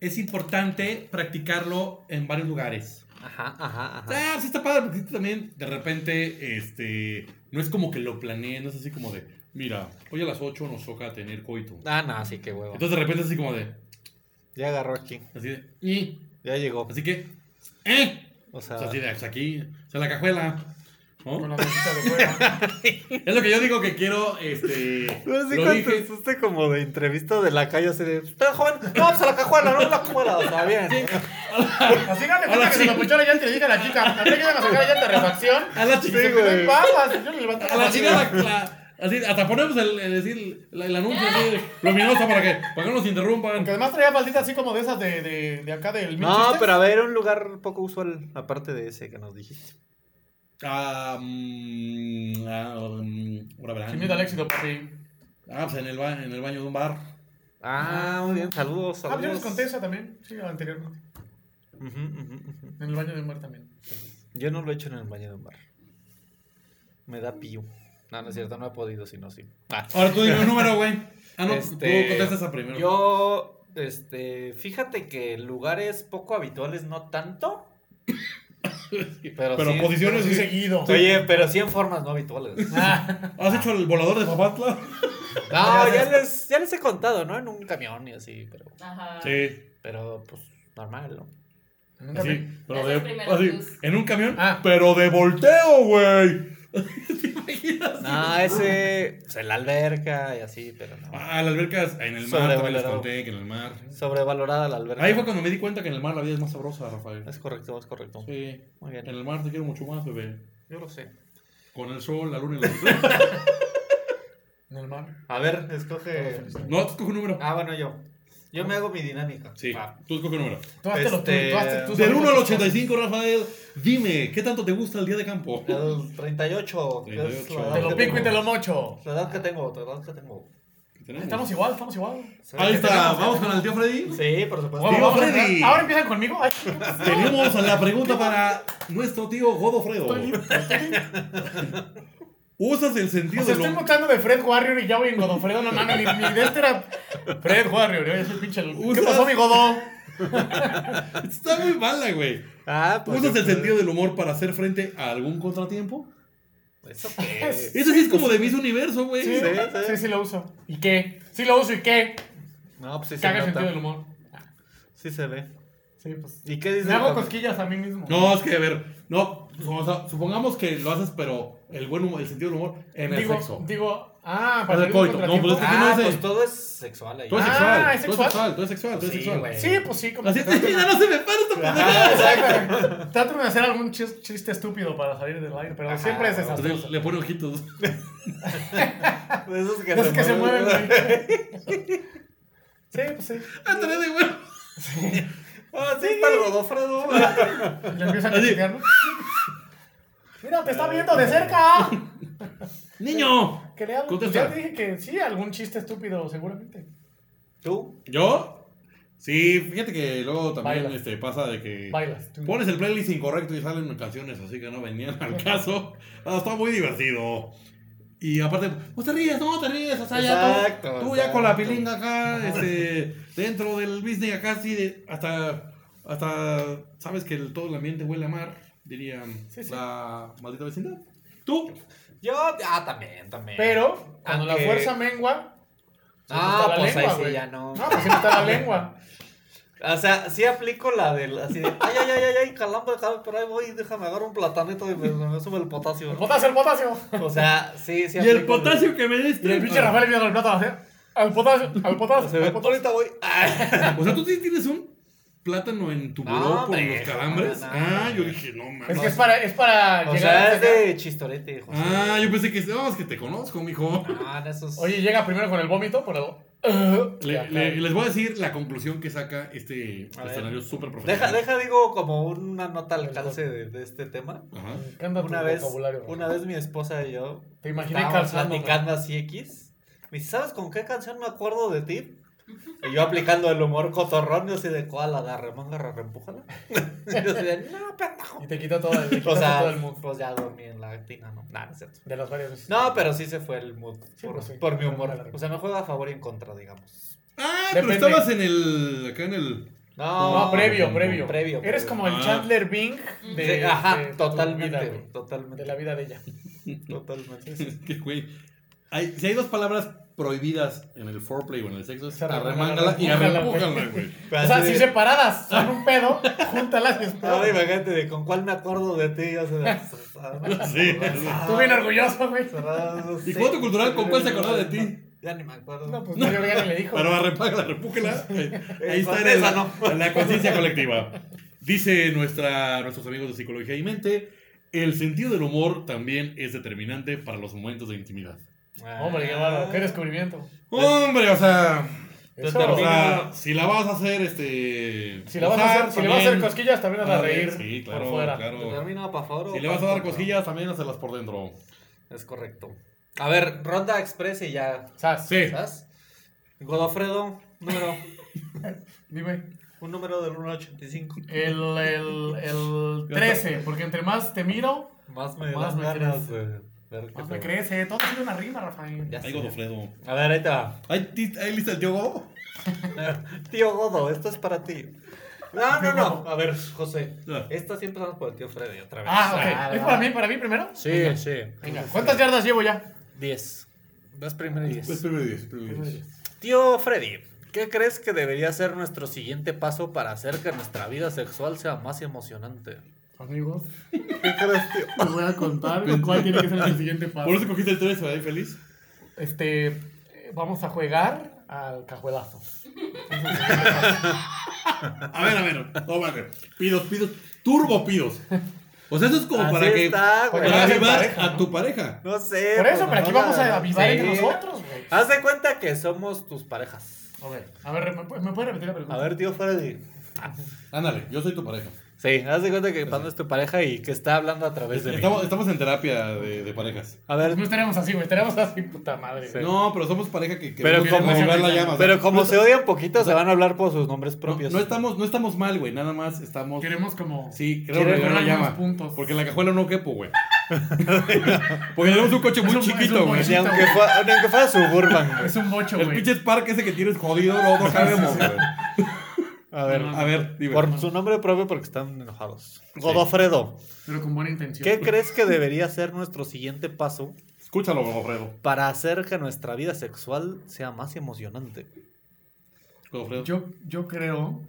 Speaker 3: es importante practicarlo en varios lugares.
Speaker 5: Ajá, ajá, ajá.
Speaker 3: Ah, sí está padre, porque también de repente, este, no es como que lo planeé, no es así como de, mira, hoy a las 8 nos toca tener coito.
Speaker 5: Ah, no, sí, qué huevo.
Speaker 3: Entonces de repente es así como de,
Speaker 5: Ya agarró aquí.
Speaker 3: así de, "Y",
Speaker 5: Ya llegó.
Speaker 3: así que, eh,
Speaker 5: O sea,
Speaker 3: o sea, así de, pues aquí, o sea, la cajuela. ¿no?
Speaker 4: Con la bolsita de fuera.
Speaker 3: Es lo que yo digo que quiero, este,
Speaker 5: Pero sí
Speaker 3: lo dije,
Speaker 5: contestaste como de entrevista de la calle, así de... "Está joven? No, pues a la cajuela, no a la cajuela, o sea, bien.
Speaker 4: Así no me cuenta que se lo puchó la llanta y le dije a la chica, habría que ir a sacar la llanta de refacción.
Speaker 3: a la
Speaker 4: Y se
Speaker 3: chica,
Speaker 4: quedó en papas. Yo le levanté
Speaker 3: a la chica, la- la- así, hasta ponemos el, el decir, la- el anuncio así de, luminosa para que, para que no nos interrumpan.
Speaker 4: Que además traía faldita así como de esas de, de, de acá del
Speaker 5: No, pero a ver, un lugar poco usual, aparte de ese que nos dijiste.
Speaker 3: Ah, mm, ah, mm, ahora verán.
Speaker 4: Sin miedo al éxito, papi.
Speaker 3: Ah, pues en el, ba- en el baño de un bar.
Speaker 5: Ah, muy bien, saludos,
Speaker 4: Ah,
Speaker 5: saludos.
Speaker 4: yo les conté esa también. Sí, anteriormente.
Speaker 5: Ujú, ujú, ujú.
Speaker 4: En el baño de un bar también.
Speaker 5: Yo no lo he hecho en el baño de un bar. Me da pío. No, no es cierto, no he podido, sino sí. Ah.
Speaker 3: Ahora tú dime un número, güey. Ah, no,
Speaker 5: Este,
Speaker 3: tú contestas a primero.
Speaker 5: Yo, este, fíjate que lugares poco habituales no tanto. Pero,
Speaker 3: Pero
Speaker 5: sí.
Speaker 3: posiciones
Speaker 4: Sí,
Speaker 3: sí.
Speaker 4: seguido.
Speaker 5: Oye, pero sí en formas no habituales. Ah,
Speaker 3: ¿Has hecho el volador de Papatla?
Speaker 5: No, ya les, ya les he contado, ¿no? En un camión y así, pero,
Speaker 7: Ajá.
Speaker 3: Sí.
Speaker 5: pero pues normal, ¿no?
Speaker 4: Nunca
Speaker 3: Así,
Speaker 4: me-
Speaker 3: pero
Speaker 7: Es
Speaker 3: de,
Speaker 7: el primero,
Speaker 3: así,
Speaker 7: Cruz.
Speaker 3: en un camión,
Speaker 4: Ah.
Speaker 3: pero de volteo, güey. ¿Te imaginas?
Speaker 5: No, ese, pues en la alberca y así, pero no.
Speaker 3: Ah, la alberca es- en el mar,
Speaker 5: Sobrevalorado.
Speaker 3: también les conté que en el mar.
Speaker 5: Sobrevalorada la alberca.
Speaker 3: Ahí fue cuando me di cuenta que en el mar la vida es más sabrosa, Rafael.
Speaker 5: Es correcto, es correcto.
Speaker 3: Sí.
Speaker 5: Muy
Speaker 3: En
Speaker 5: bien.
Speaker 3: el mar te quiero mucho más, bebé.
Speaker 5: Yo lo sé.
Speaker 3: Con el sol, la luna y la
Speaker 4: En el mar.
Speaker 5: A ver, escoge.
Speaker 3: No, tú escoge un número.
Speaker 5: Ah, bueno, yo. Yo me hago mi dinámica. Ah,
Speaker 3: Sí,
Speaker 5: Va.
Speaker 3: tú escoge un número.
Speaker 4: Tú hazte lo
Speaker 5: Este,
Speaker 4: tú- tú hazte tus
Speaker 3: Del 1 al
Speaker 4: amigos.
Speaker 3: 85, Rafael, dime, ¿qué tanto te gusta el día de campo?
Speaker 5: El 38. que es la edad
Speaker 4: Te lo
Speaker 5: que
Speaker 4: pico y
Speaker 5: tengo.
Speaker 4: te lo mocho.
Speaker 5: La edad que tengo, la edad que tengo.
Speaker 3: Tenemos.
Speaker 4: Estamos igual, estamos igual.
Speaker 3: Ahí está, vamos con el tío Freddy.
Speaker 5: Sí, por supuesto.
Speaker 3: Tío
Speaker 4: Vamos a entrar.
Speaker 3: Freddy.
Speaker 4: Ahora empiezan conmigo. Ay,
Speaker 3: Tenemos la pregunta para nuestro tío Godofredo. ¿Usas el sentido
Speaker 4: O sea,
Speaker 3: del
Speaker 4: pues, estoy
Speaker 3: humor?
Speaker 4: montando de Fred Warrior y ya voy en Godofredo. No, no, no, ni, ni de este era Fred Warrior. Yo soy pinche. ¿Qué
Speaker 3: Usas-
Speaker 4: pasó, mi Godo?
Speaker 3: Está muy mala, güey.
Speaker 5: Ah, pues
Speaker 3: ¿Usas
Speaker 5: yo
Speaker 3: el
Speaker 5: creo-
Speaker 3: sentido del humor para hacer frente a algún contratiempo?
Speaker 5: ¿Eso qué es?
Speaker 3: Eso sí es como de Miss Universo, güey.
Speaker 4: Sí,
Speaker 5: sí, sí.
Speaker 4: sí, sí lo uso. ¿Y qué? Sí lo uso, ¿y qué?
Speaker 5: No, pues sí se
Speaker 4: Caga el
Speaker 5: nota.
Speaker 4: sentido del humor.
Speaker 5: Sí se ve.
Speaker 4: Sí, pues.
Speaker 5: ¿Y qué dice?
Speaker 4: Me hago
Speaker 5: el-
Speaker 4: cosquillas a mí mismo.
Speaker 3: No, es que, a ver, no, o sea, supongamos que lo haces, pero el buen humor, el sentido del humor en el
Speaker 4: digo,
Speaker 3: sexo.
Speaker 4: digo, ah,
Speaker 3: Para
Speaker 4: para
Speaker 3: el
Speaker 4: salir
Speaker 3: coito.
Speaker 4: de un
Speaker 3: No, pues es
Speaker 4: contratiempo.
Speaker 3: que tú no
Speaker 5: Ah,
Speaker 3: haces-
Speaker 5: pues todo es sexual ahí.
Speaker 3: Tú eres
Speaker 4: Ah,
Speaker 3: sexual,
Speaker 4: ¿es
Speaker 3: tú eres
Speaker 4: sexual?
Speaker 3: sexual, tú eres sexual, tú eres
Speaker 5: Sí,
Speaker 3: sexual.
Speaker 5: güey.
Speaker 4: Sí, pues sí, como
Speaker 3: Así
Speaker 4: que
Speaker 3: te-
Speaker 4: trato-
Speaker 3: ya no se me para esta pendeja.
Speaker 4: Ah, exacto. Trato de hacer algún chis- chiste estúpido para salir del aire, pero
Speaker 5: Ajá.
Speaker 4: siempre es
Speaker 3: O
Speaker 4: desastroso.
Speaker 3: sea, Le pone ojitos.
Speaker 5: De pues esos
Speaker 3: Pues
Speaker 5: que,
Speaker 4: Es que se mueven, güey. Sí, pues sí.
Speaker 3: Ándale Ah, de huevo.
Speaker 5: Ah, sí, está el Godofredo.
Speaker 4: Y le empiezan a
Speaker 3: Así.
Speaker 4: criticar, ¿no? Mira, te está viendo de cerca.
Speaker 3: Niño.
Speaker 4: Que le hago-
Speaker 3: Contesta.
Speaker 4: Ya te dije que sí, algún chiste estúpido, seguramente.
Speaker 5: ¿Tú?
Speaker 3: ¿Yo? Sí, fíjate que luego también
Speaker 4: Bailas.
Speaker 3: este, pasa de que
Speaker 4: Bailas.
Speaker 3: pones el playlist incorrecto y salen canciones así que no venían al caso. Ah, está muy divertido. Y aparte, pues te ríes, no te ríes, o sea, ya tú,
Speaker 5: Exacto,
Speaker 3: tú ya con la
Speaker 5: exacto.
Speaker 3: pilinga acá, este, dentro del business acá, así de, hasta, hasta, sabes que el- todo el ambiente huele a mar, dirían
Speaker 4: Sí, sí.
Speaker 3: la maldita vecindad. Tú,
Speaker 5: Yo, ah, también, también.
Speaker 4: Pero, cuando la
Speaker 5: Aunque-
Speaker 4: fuerza mengua. se
Speaker 5: Ah,
Speaker 4: me está la
Speaker 5: pues ahí
Speaker 4: lengua,
Speaker 5: sí
Speaker 4: güey.
Speaker 5: ya no.
Speaker 4: No, pues se me está la lengua.
Speaker 5: O sea, sí aplico la del así de, ay, ay, ay, ay, ay, calamba, déjame, pero ahí voy, déjame agarrar un platanito y me, me sube el potasio.
Speaker 4: El potasio, el potasio.
Speaker 5: O sea, sí, sí
Speaker 3: y el
Speaker 5: aplico
Speaker 3: potasio que me este diste.
Speaker 4: Y el pinche Rafael viendo el plato así. Al potasio, al potasio, al potasio.
Speaker 5: Ahorita voy. Ah,
Speaker 3: O sea, tú sí tienes un plátano en tu
Speaker 5: No,
Speaker 3: buró por
Speaker 5: hombre,
Speaker 3: los calambres.
Speaker 5: no, no,
Speaker 3: ah,
Speaker 5: no.
Speaker 3: yo dije, no mames.
Speaker 4: Es que es para, es para
Speaker 5: O
Speaker 4: llegar
Speaker 5: sea, es
Speaker 4: hasta acá.
Speaker 5: de chistorete, José.
Speaker 3: Ah, yo pensé que no, es que te conozco, mijo.
Speaker 5: Ah, de esos.
Speaker 4: Oye, llega primero con el vómito, pero. Uh,
Speaker 3: Le- le- les voy a decir la conclusión que saca este
Speaker 5: A ver.
Speaker 3: escenario súper
Speaker 5: Deja,
Speaker 3: profesional.
Speaker 5: deja, digo, como una nota al alcance de, de este tema.
Speaker 3: Ajá.
Speaker 5: Una vez, una vez mi esposa y yo
Speaker 4: Te imaginé
Speaker 5: estábamos
Speaker 4: calzando.
Speaker 5: platicando así X. Me dice, ¿sabes con qué canción me acuerdo de ti? Y yo aplicando el humor cotorrón, yo así de cuál, la de remanga, reempújala. Y yo así de, no, pendejo.
Speaker 4: Y te quitó todo el, te quitaste
Speaker 5: O
Speaker 4: todo el
Speaker 5: sea,
Speaker 4: mood.
Speaker 5: pues ya dormí en la tina, ¿no? Nah, no es cierto.
Speaker 4: De las varias veces.
Speaker 5: No, pero sí se fue el mood
Speaker 4: Sí,
Speaker 5: por,
Speaker 4: pues sí.
Speaker 5: por mi humor.
Speaker 4: Claro.
Speaker 5: O sea, me juega a favor y en contra, digamos.
Speaker 3: Ah,
Speaker 4: Depende.
Speaker 3: pero estabas en el. Acá en el.
Speaker 5: No,
Speaker 4: No, previo, previo.
Speaker 5: Previo,
Speaker 4: Eres
Speaker 5: previo.
Speaker 4: como el
Speaker 3: Ah.
Speaker 4: Chandler Bing de.
Speaker 5: Sí, ajá,
Speaker 4: de tu
Speaker 5: totalmente,
Speaker 4: vida,
Speaker 5: güey,
Speaker 4: güey.
Speaker 5: totalmente.
Speaker 4: De la vida de ella.
Speaker 5: Totalmente.
Speaker 3: Qué güey. Hay, si hay dos palabras prohibidas en el foreplay o en el sexo, es
Speaker 4: Se arremangan,
Speaker 3: arremángala y
Speaker 4: arremangan,
Speaker 3: arrempújala, güey.
Speaker 4: O sea, si separadas son un pedo, júntalas y
Speaker 5: Ahora
Speaker 4: explotas.
Speaker 5: imagínate de con cuál me acuerdo de pues, ah, ti. O sea,
Speaker 3: Sí.
Speaker 4: Tú bien orgulloso, güey.
Speaker 3: ¿Y cuánto cultural con cuál se acordó de ti?
Speaker 5: Ya ni me acuerdo.
Speaker 4: No, pues Mario Vega ni le dijo.
Speaker 3: Pero arrempájala, arrempújala. Ahí está en,
Speaker 5: Eh, Con esa
Speaker 3: el-
Speaker 5: no.
Speaker 3: en la conciencia colectiva. Dice nuestra, nuestros amigos de Psicología y Mente, el sentido del humor también es determinante para los momentos de intimidad.
Speaker 4: Hombre, qué bárbaro, qué descubrimiento.
Speaker 3: Hombre, o sea,
Speaker 4: Eso,
Speaker 3: o
Speaker 5: Pero-
Speaker 3: sea, si la vas a hacer, este...
Speaker 4: si, la vas a hacer, si le vas a hacer
Speaker 3: también-
Speaker 4: cosquillas, también vas a reír
Speaker 3: Sí, claro,
Speaker 4: por fuera.
Speaker 3: claro.
Speaker 5: Termina, por favor. o
Speaker 3: Si le vas a
Speaker 5: por
Speaker 3: dar
Speaker 5: contra.
Speaker 3: cosquillas, también hacerlas por dentro.
Speaker 5: Es correcto. A ver, ronda express y ya.
Speaker 4: Sas,
Speaker 3: Sí.
Speaker 5: ¿Sabes? Godofredo, número.
Speaker 4: dime.
Speaker 5: Un número del 185.
Speaker 4: El, el, el 13, porque entre más te miro,
Speaker 5: Más me
Speaker 4: Más
Speaker 5: das
Speaker 4: me
Speaker 5: ganas
Speaker 4: crees.
Speaker 5: de ver qué
Speaker 4: más me
Speaker 5: pedo.
Speaker 4: crece. Todo tiene una rima, Rafael.
Speaker 5: Ya
Speaker 3: Ay,
Speaker 5: sé.
Speaker 3: Godofredo.
Speaker 5: A ver, ahí te va.
Speaker 3: Ay, ti- ahí lista el yogo.
Speaker 5: Tío Godo, esto es para ti. No, no, no.
Speaker 4: Godo.
Speaker 5: A ver, José.
Speaker 3: Ah.
Speaker 5: Esta siempre vamos por el tío Freddy otra vez.
Speaker 4: Ah, ok. ¿Es para mí, para mí primero?
Speaker 5: Sí, sí.
Speaker 4: Venga, ¿cuántas yardas llevo ya?
Speaker 5: 10. Vas primero y
Speaker 3: Es
Speaker 5: 10.
Speaker 3: primero 10, primero 10.
Speaker 5: Tío Freddy, ¿qué crees que debería ser nuestro siguiente paso para hacer que nuestra vida sexual sea más emocionante?
Speaker 4: Amigos,
Speaker 5: ¿Qué crees, tío?
Speaker 4: les voy a contar cuál tiene que ser el siguiente
Speaker 3: Por eso
Speaker 4: paso.
Speaker 3: cogiste el 13, ¿verdad? Feliz.
Speaker 4: Este, eh, vamos a jugar al cajuelazo.
Speaker 3: A ver, a ver, no, vale. Pidos, pidos, turbo pidos. O sea, eso es como
Speaker 5: Así
Speaker 3: para que.
Speaker 5: está,
Speaker 4: para
Speaker 5: güey.
Speaker 3: Para
Speaker 4: Hacen
Speaker 3: avivar
Speaker 4: pareja,
Speaker 3: a
Speaker 4: ¿no?
Speaker 3: tu pareja.
Speaker 5: No sé.
Speaker 4: Por eso,
Speaker 5: pues,
Speaker 4: pero aquí
Speaker 5: no,
Speaker 4: vamos a
Speaker 5: la-
Speaker 4: avivar entre
Speaker 5: sí.
Speaker 4: nosotros, güey.
Speaker 5: Haz de cuenta que somos tus parejas.
Speaker 4: A ver, a ver, ¿me, puede- me puede repetir la pregunta?
Speaker 5: A ver, tío Freddy.
Speaker 3: Ándale, yo soy tu pareja.
Speaker 5: Sí, haz de cuenta que cuando es tu pareja y que está hablando a través de mí.
Speaker 3: Estamos, estamos en terapia de, de parejas.
Speaker 5: A ver.
Speaker 4: No estaríamos así, güey. Estaríamos así, puta madre. güey.
Speaker 3: No, pero somos pareja que
Speaker 5: Pero
Speaker 3: queremos
Speaker 5: como,
Speaker 3: controlar la llama. o sea,
Speaker 5: pero como
Speaker 3: no
Speaker 5: se
Speaker 3: está-
Speaker 5: odian poquito, se van a hablar por sus nombres propios.
Speaker 3: No estamos, no estamos mal, güey. Nada más estamos.
Speaker 4: Queremos como.
Speaker 3: Sí, queremos
Speaker 4: Queremos
Speaker 3: regular la
Speaker 4: ganar unos
Speaker 3: llama.
Speaker 4: puntos.
Speaker 3: Porque en la cajuela no quepo, güey. Porque tenemos un coche muy
Speaker 4: Es un- es un
Speaker 3: chiquito, güey.
Speaker 4: bolsito, Ni aunque güey.
Speaker 5: fuera, Suburban.
Speaker 4: Es un bocho,
Speaker 3: El
Speaker 4: güey.
Speaker 3: pinche Spark ese que tienes jodido, no, no cabemos, güey.
Speaker 5: A ver,
Speaker 3: A ver, dime.
Speaker 5: Por su nombre propio porque están enojados. Godofredo,
Speaker 4: Pero con buena intención.
Speaker 5: ¿qué crees que debería ser nuestro siguiente paso?
Speaker 3: Escúchalo, Godofredo.
Speaker 5: Para hacer que nuestra vida sexual sea más emocionante.
Speaker 3: Godofredo.
Speaker 4: Yo, yo creo.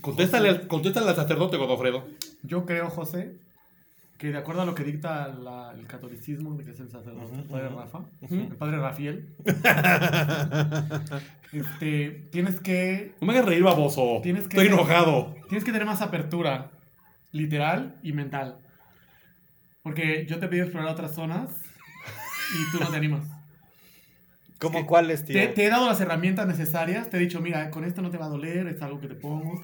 Speaker 3: Contéstale, al- contéstale al sacerdote, Godofredo.
Speaker 4: Yo creo, José, que de acuerdo a lo que dicta la- el catolicismo, que es el sacerdote, el padre Rafa, el padre Rafael, este, tienes que.
Speaker 3: No me hagas reír, baboso.
Speaker 4: Tienes que-
Speaker 3: Estoy enojado.
Speaker 4: Tienes que tener más apertura, literal y mental. Porque yo te pido explorar otras zonas y tú no te animas.
Speaker 5: ¿Cómo cuáles, tío?
Speaker 4: Te, te he dado las herramientas necesarias, te he dicho, mira, con esto no te va a doler, es algo que te pongo,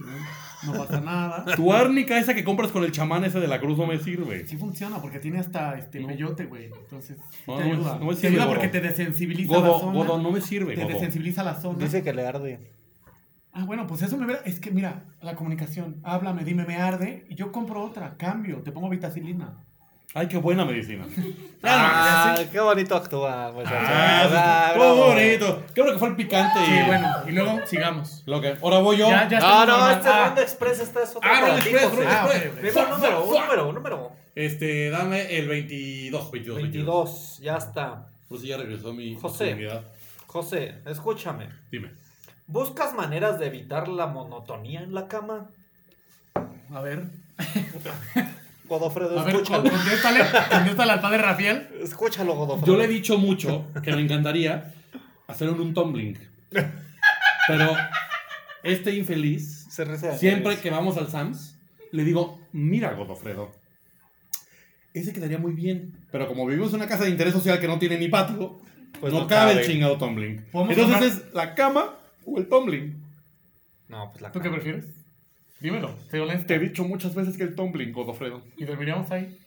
Speaker 4: no pasa nada.
Speaker 3: Tu árnica esa que compras con el chamán ese de la cruz no me sirve.
Speaker 4: Sí funciona, porque tiene hasta este peyote, güey. Entonces, sí
Speaker 3: No,
Speaker 4: te
Speaker 3: no me-
Speaker 4: ayuda.
Speaker 3: no me
Speaker 4: te
Speaker 3: sirve,
Speaker 4: ayuda
Speaker 3: Godo.
Speaker 4: porque te desensibiliza
Speaker 3: Godo,
Speaker 4: la zona.
Speaker 3: Godo, no me sirve,
Speaker 4: Te
Speaker 3: Godo.
Speaker 4: desensibiliza la zona.
Speaker 5: Dice que le arde.
Speaker 4: Ah, bueno, pues eso me verá. Es que mira, la comunicación. Háblame, dime, me arde. Y yo compro otra, cambio, te pongo vitacilina.
Speaker 3: Ay, qué buena medicina.
Speaker 5: Ah, qué bonito actúa, muchachos.
Speaker 3: Ah,
Speaker 5: Ah,
Speaker 3: todo
Speaker 5: bravo.
Speaker 3: bonito. Qué bueno que fue el picante.
Speaker 4: Sí, bueno, y luego sigamos.
Speaker 3: Lo que, ahora voy yo.
Speaker 4: Ya, ya
Speaker 5: No,
Speaker 4: estamos
Speaker 5: no,
Speaker 4: normal.
Speaker 5: este
Speaker 4: Ah,
Speaker 5: Ronda Express esta es otra.
Speaker 3: Ah, Ronda
Speaker 5: para ti,
Speaker 3: Express,
Speaker 5: José.
Speaker 3: Ronda
Speaker 4: Ah,
Speaker 3: Express.
Speaker 4: ok, ok.
Speaker 5: Dime un número, un número, un número.
Speaker 3: Este, dame el 22, 22, 22.
Speaker 5: 22, ya está.
Speaker 3: Por si ya regresó mi
Speaker 5: José.
Speaker 3: oportunidad.
Speaker 5: José, escúchame.
Speaker 3: Dime.
Speaker 5: ¿Buscas maneras de evitar la monotonía en la cama?
Speaker 4: A ver,
Speaker 5: Godofredo,
Speaker 4: a ver,
Speaker 5: escúchalo.
Speaker 4: contéstale, contéstale al padre Rafael.
Speaker 5: Escúchalo, Godofredo.
Speaker 3: Yo le he dicho mucho que me encantaría hacer un, un tumbling. Pero este infeliz,
Speaker 5: Se reza.
Speaker 3: siempre que vamos al Sams, le digo, mira, Godofredo, ese quedaría muy bien. Pero como vivimos en una casa de interés social que no tiene ni patio,
Speaker 5: Pues
Speaker 3: no,
Speaker 5: no
Speaker 3: cabe, el
Speaker 5: cabe.
Speaker 3: chingado tumbling.
Speaker 4: Podemos
Speaker 3: Entonces
Speaker 4: tomar-
Speaker 3: es la cama o el tumbling.
Speaker 5: No, pues la
Speaker 4: ¿Tú qué
Speaker 5: cama.
Speaker 4: prefieres? Dímelo, sé honesto.
Speaker 3: Te he dicho muchas veces que el tumbling, Godofredo.
Speaker 4: Y dormiríamos ahí.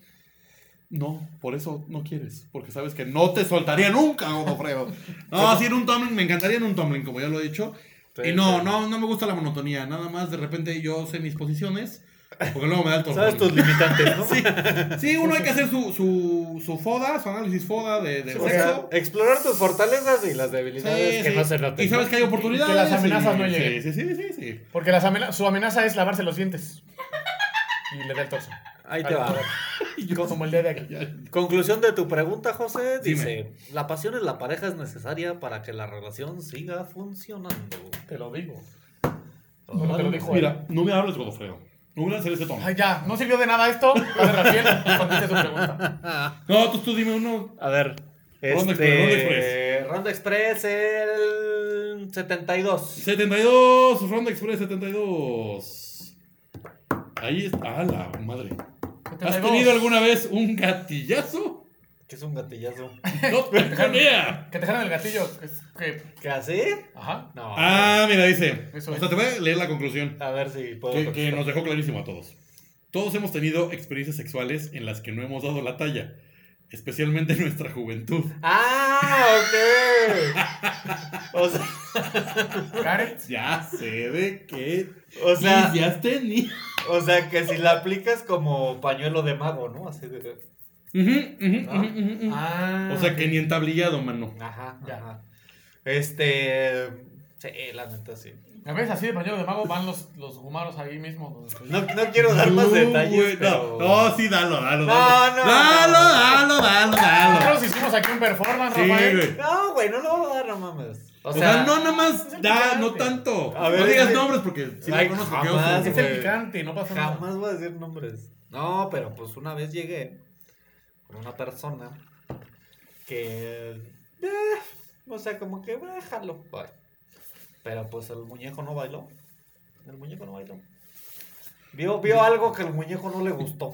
Speaker 3: No, por eso no quieres, porque sabes que no te soltaría nunca, Godofredo. No, así en un tumbling, me encantaría en un tumbling, como ya lo he dicho.
Speaker 5: Sí,
Speaker 3: y no,
Speaker 5: sí.
Speaker 3: no, no me gusta la monotonía, nada más de repente yo sé mis posiciones, porque luego me da el torpón.
Speaker 5: ¿Sabes tus limitantes, no?
Speaker 3: Sí, sí, uno hay que hacer su, su, su foda, su análisis foda de, de
Speaker 5: O sea,
Speaker 3: sexo.
Speaker 5: explorar tus fortalezas y las debilidades
Speaker 3: Sí,
Speaker 5: que
Speaker 3: sí.
Speaker 5: no se noten.
Speaker 3: Y sabes que hay oportunidades.
Speaker 4: Que las amenazas
Speaker 3: y-
Speaker 4: no lleguen.
Speaker 3: Sí, sí, sí, sí, sí.
Speaker 4: Porque las amena- su amenaza es lavarse los dientes. Y le da el torso.
Speaker 5: Ahí te va.
Speaker 4: Como el día de aquí.
Speaker 5: Conclusión de tu pregunta, José. Dice,
Speaker 3: Dime.
Speaker 5: la pasión en la pareja es necesaria para que la relación siga funcionando.
Speaker 4: Te lo digo.
Speaker 5: Órale.
Speaker 4: te lo dijo.
Speaker 3: Mira, no me hables, Godofredo. No me hables en ese tono.
Speaker 4: Ay, ya, no sirvió de nada esto. Padre Rafael, conteste su pregunta.
Speaker 3: No, tú, tú dime uno.
Speaker 5: A ver.
Speaker 3: Ronda
Speaker 5: Este, Ronda Express, el 72.
Speaker 3: 72, Ronda Express 72. Ahí está, a la madre. ¿Has tenido alguna vez un gatillazo?
Speaker 5: Que es un gatillazo.
Speaker 3: No tengo idea.
Speaker 4: Que te jalan el gatillo. Es que.
Speaker 5: ¿Qué hace?
Speaker 4: Ajá.
Speaker 5: No.
Speaker 3: Ah, mira, dice.
Speaker 4: Eso
Speaker 3: O sea,
Speaker 4: es.
Speaker 3: te voy a leer la conclusión
Speaker 5: A ver si puedo.
Speaker 3: que, que
Speaker 5: contestar.
Speaker 3: nos dejó clarísimo a todos. Todos hemos tenido experiencias sexuales en las que no hemos dado la talla, especialmente en nuestra juventud.
Speaker 5: Ah, ok. O sea,
Speaker 4: Gareth.
Speaker 3: Ya sé de qué.
Speaker 5: o sea,
Speaker 3: ya has tenido.
Speaker 5: o sea, que si la aplicas como pañuelo de mago, ¿no? Así de.
Speaker 3: Ujú, ujú,
Speaker 5: Ah.
Speaker 3: ujú, ujú, ujú.
Speaker 4: Ah.
Speaker 3: O sea, que ni entablillado, mano.
Speaker 5: Ajá,
Speaker 4: Ya.
Speaker 5: ajá. Este. Sí, la neta, sí.
Speaker 4: A veces así de pañuelo de mago van los, los gumaros ahí mismo. donde-
Speaker 5: No, no quiero dar más
Speaker 3: No,
Speaker 5: detalles.
Speaker 3: güey,
Speaker 5: Pero...
Speaker 3: No, no, sí, dalo, dalo. dalo.
Speaker 5: No, no,
Speaker 3: Dalo,
Speaker 5: no.
Speaker 3: dalo, dalo, dalo.
Speaker 4: Nosotros hicimos aquí un performance,
Speaker 3: Sí,
Speaker 4: Rafael.
Speaker 3: güey.
Speaker 5: No, güey, no lo voy a dar, no mames. O
Speaker 3: O
Speaker 5: sea,
Speaker 3: sea, no, nada más,
Speaker 4: el
Speaker 3: da,
Speaker 4: picante.
Speaker 3: no tanto.
Speaker 5: A ver,
Speaker 3: no digas
Speaker 5: es que-
Speaker 3: nombres porque si
Speaker 5: Ay,
Speaker 3: no conozco qué
Speaker 5: jamás,
Speaker 3: oso,
Speaker 4: Es
Speaker 3: güey.
Speaker 4: el picante, no pasa nada.
Speaker 5: jamás voy a decir nombres. No, pero pues una vez llegué con una persona que. eh, o sea, como que voy a dejarlo. bye. Pero pues el muñeco no bailó. El muñeco no bailó. Vio, vio algo que el muñeco no le gustó.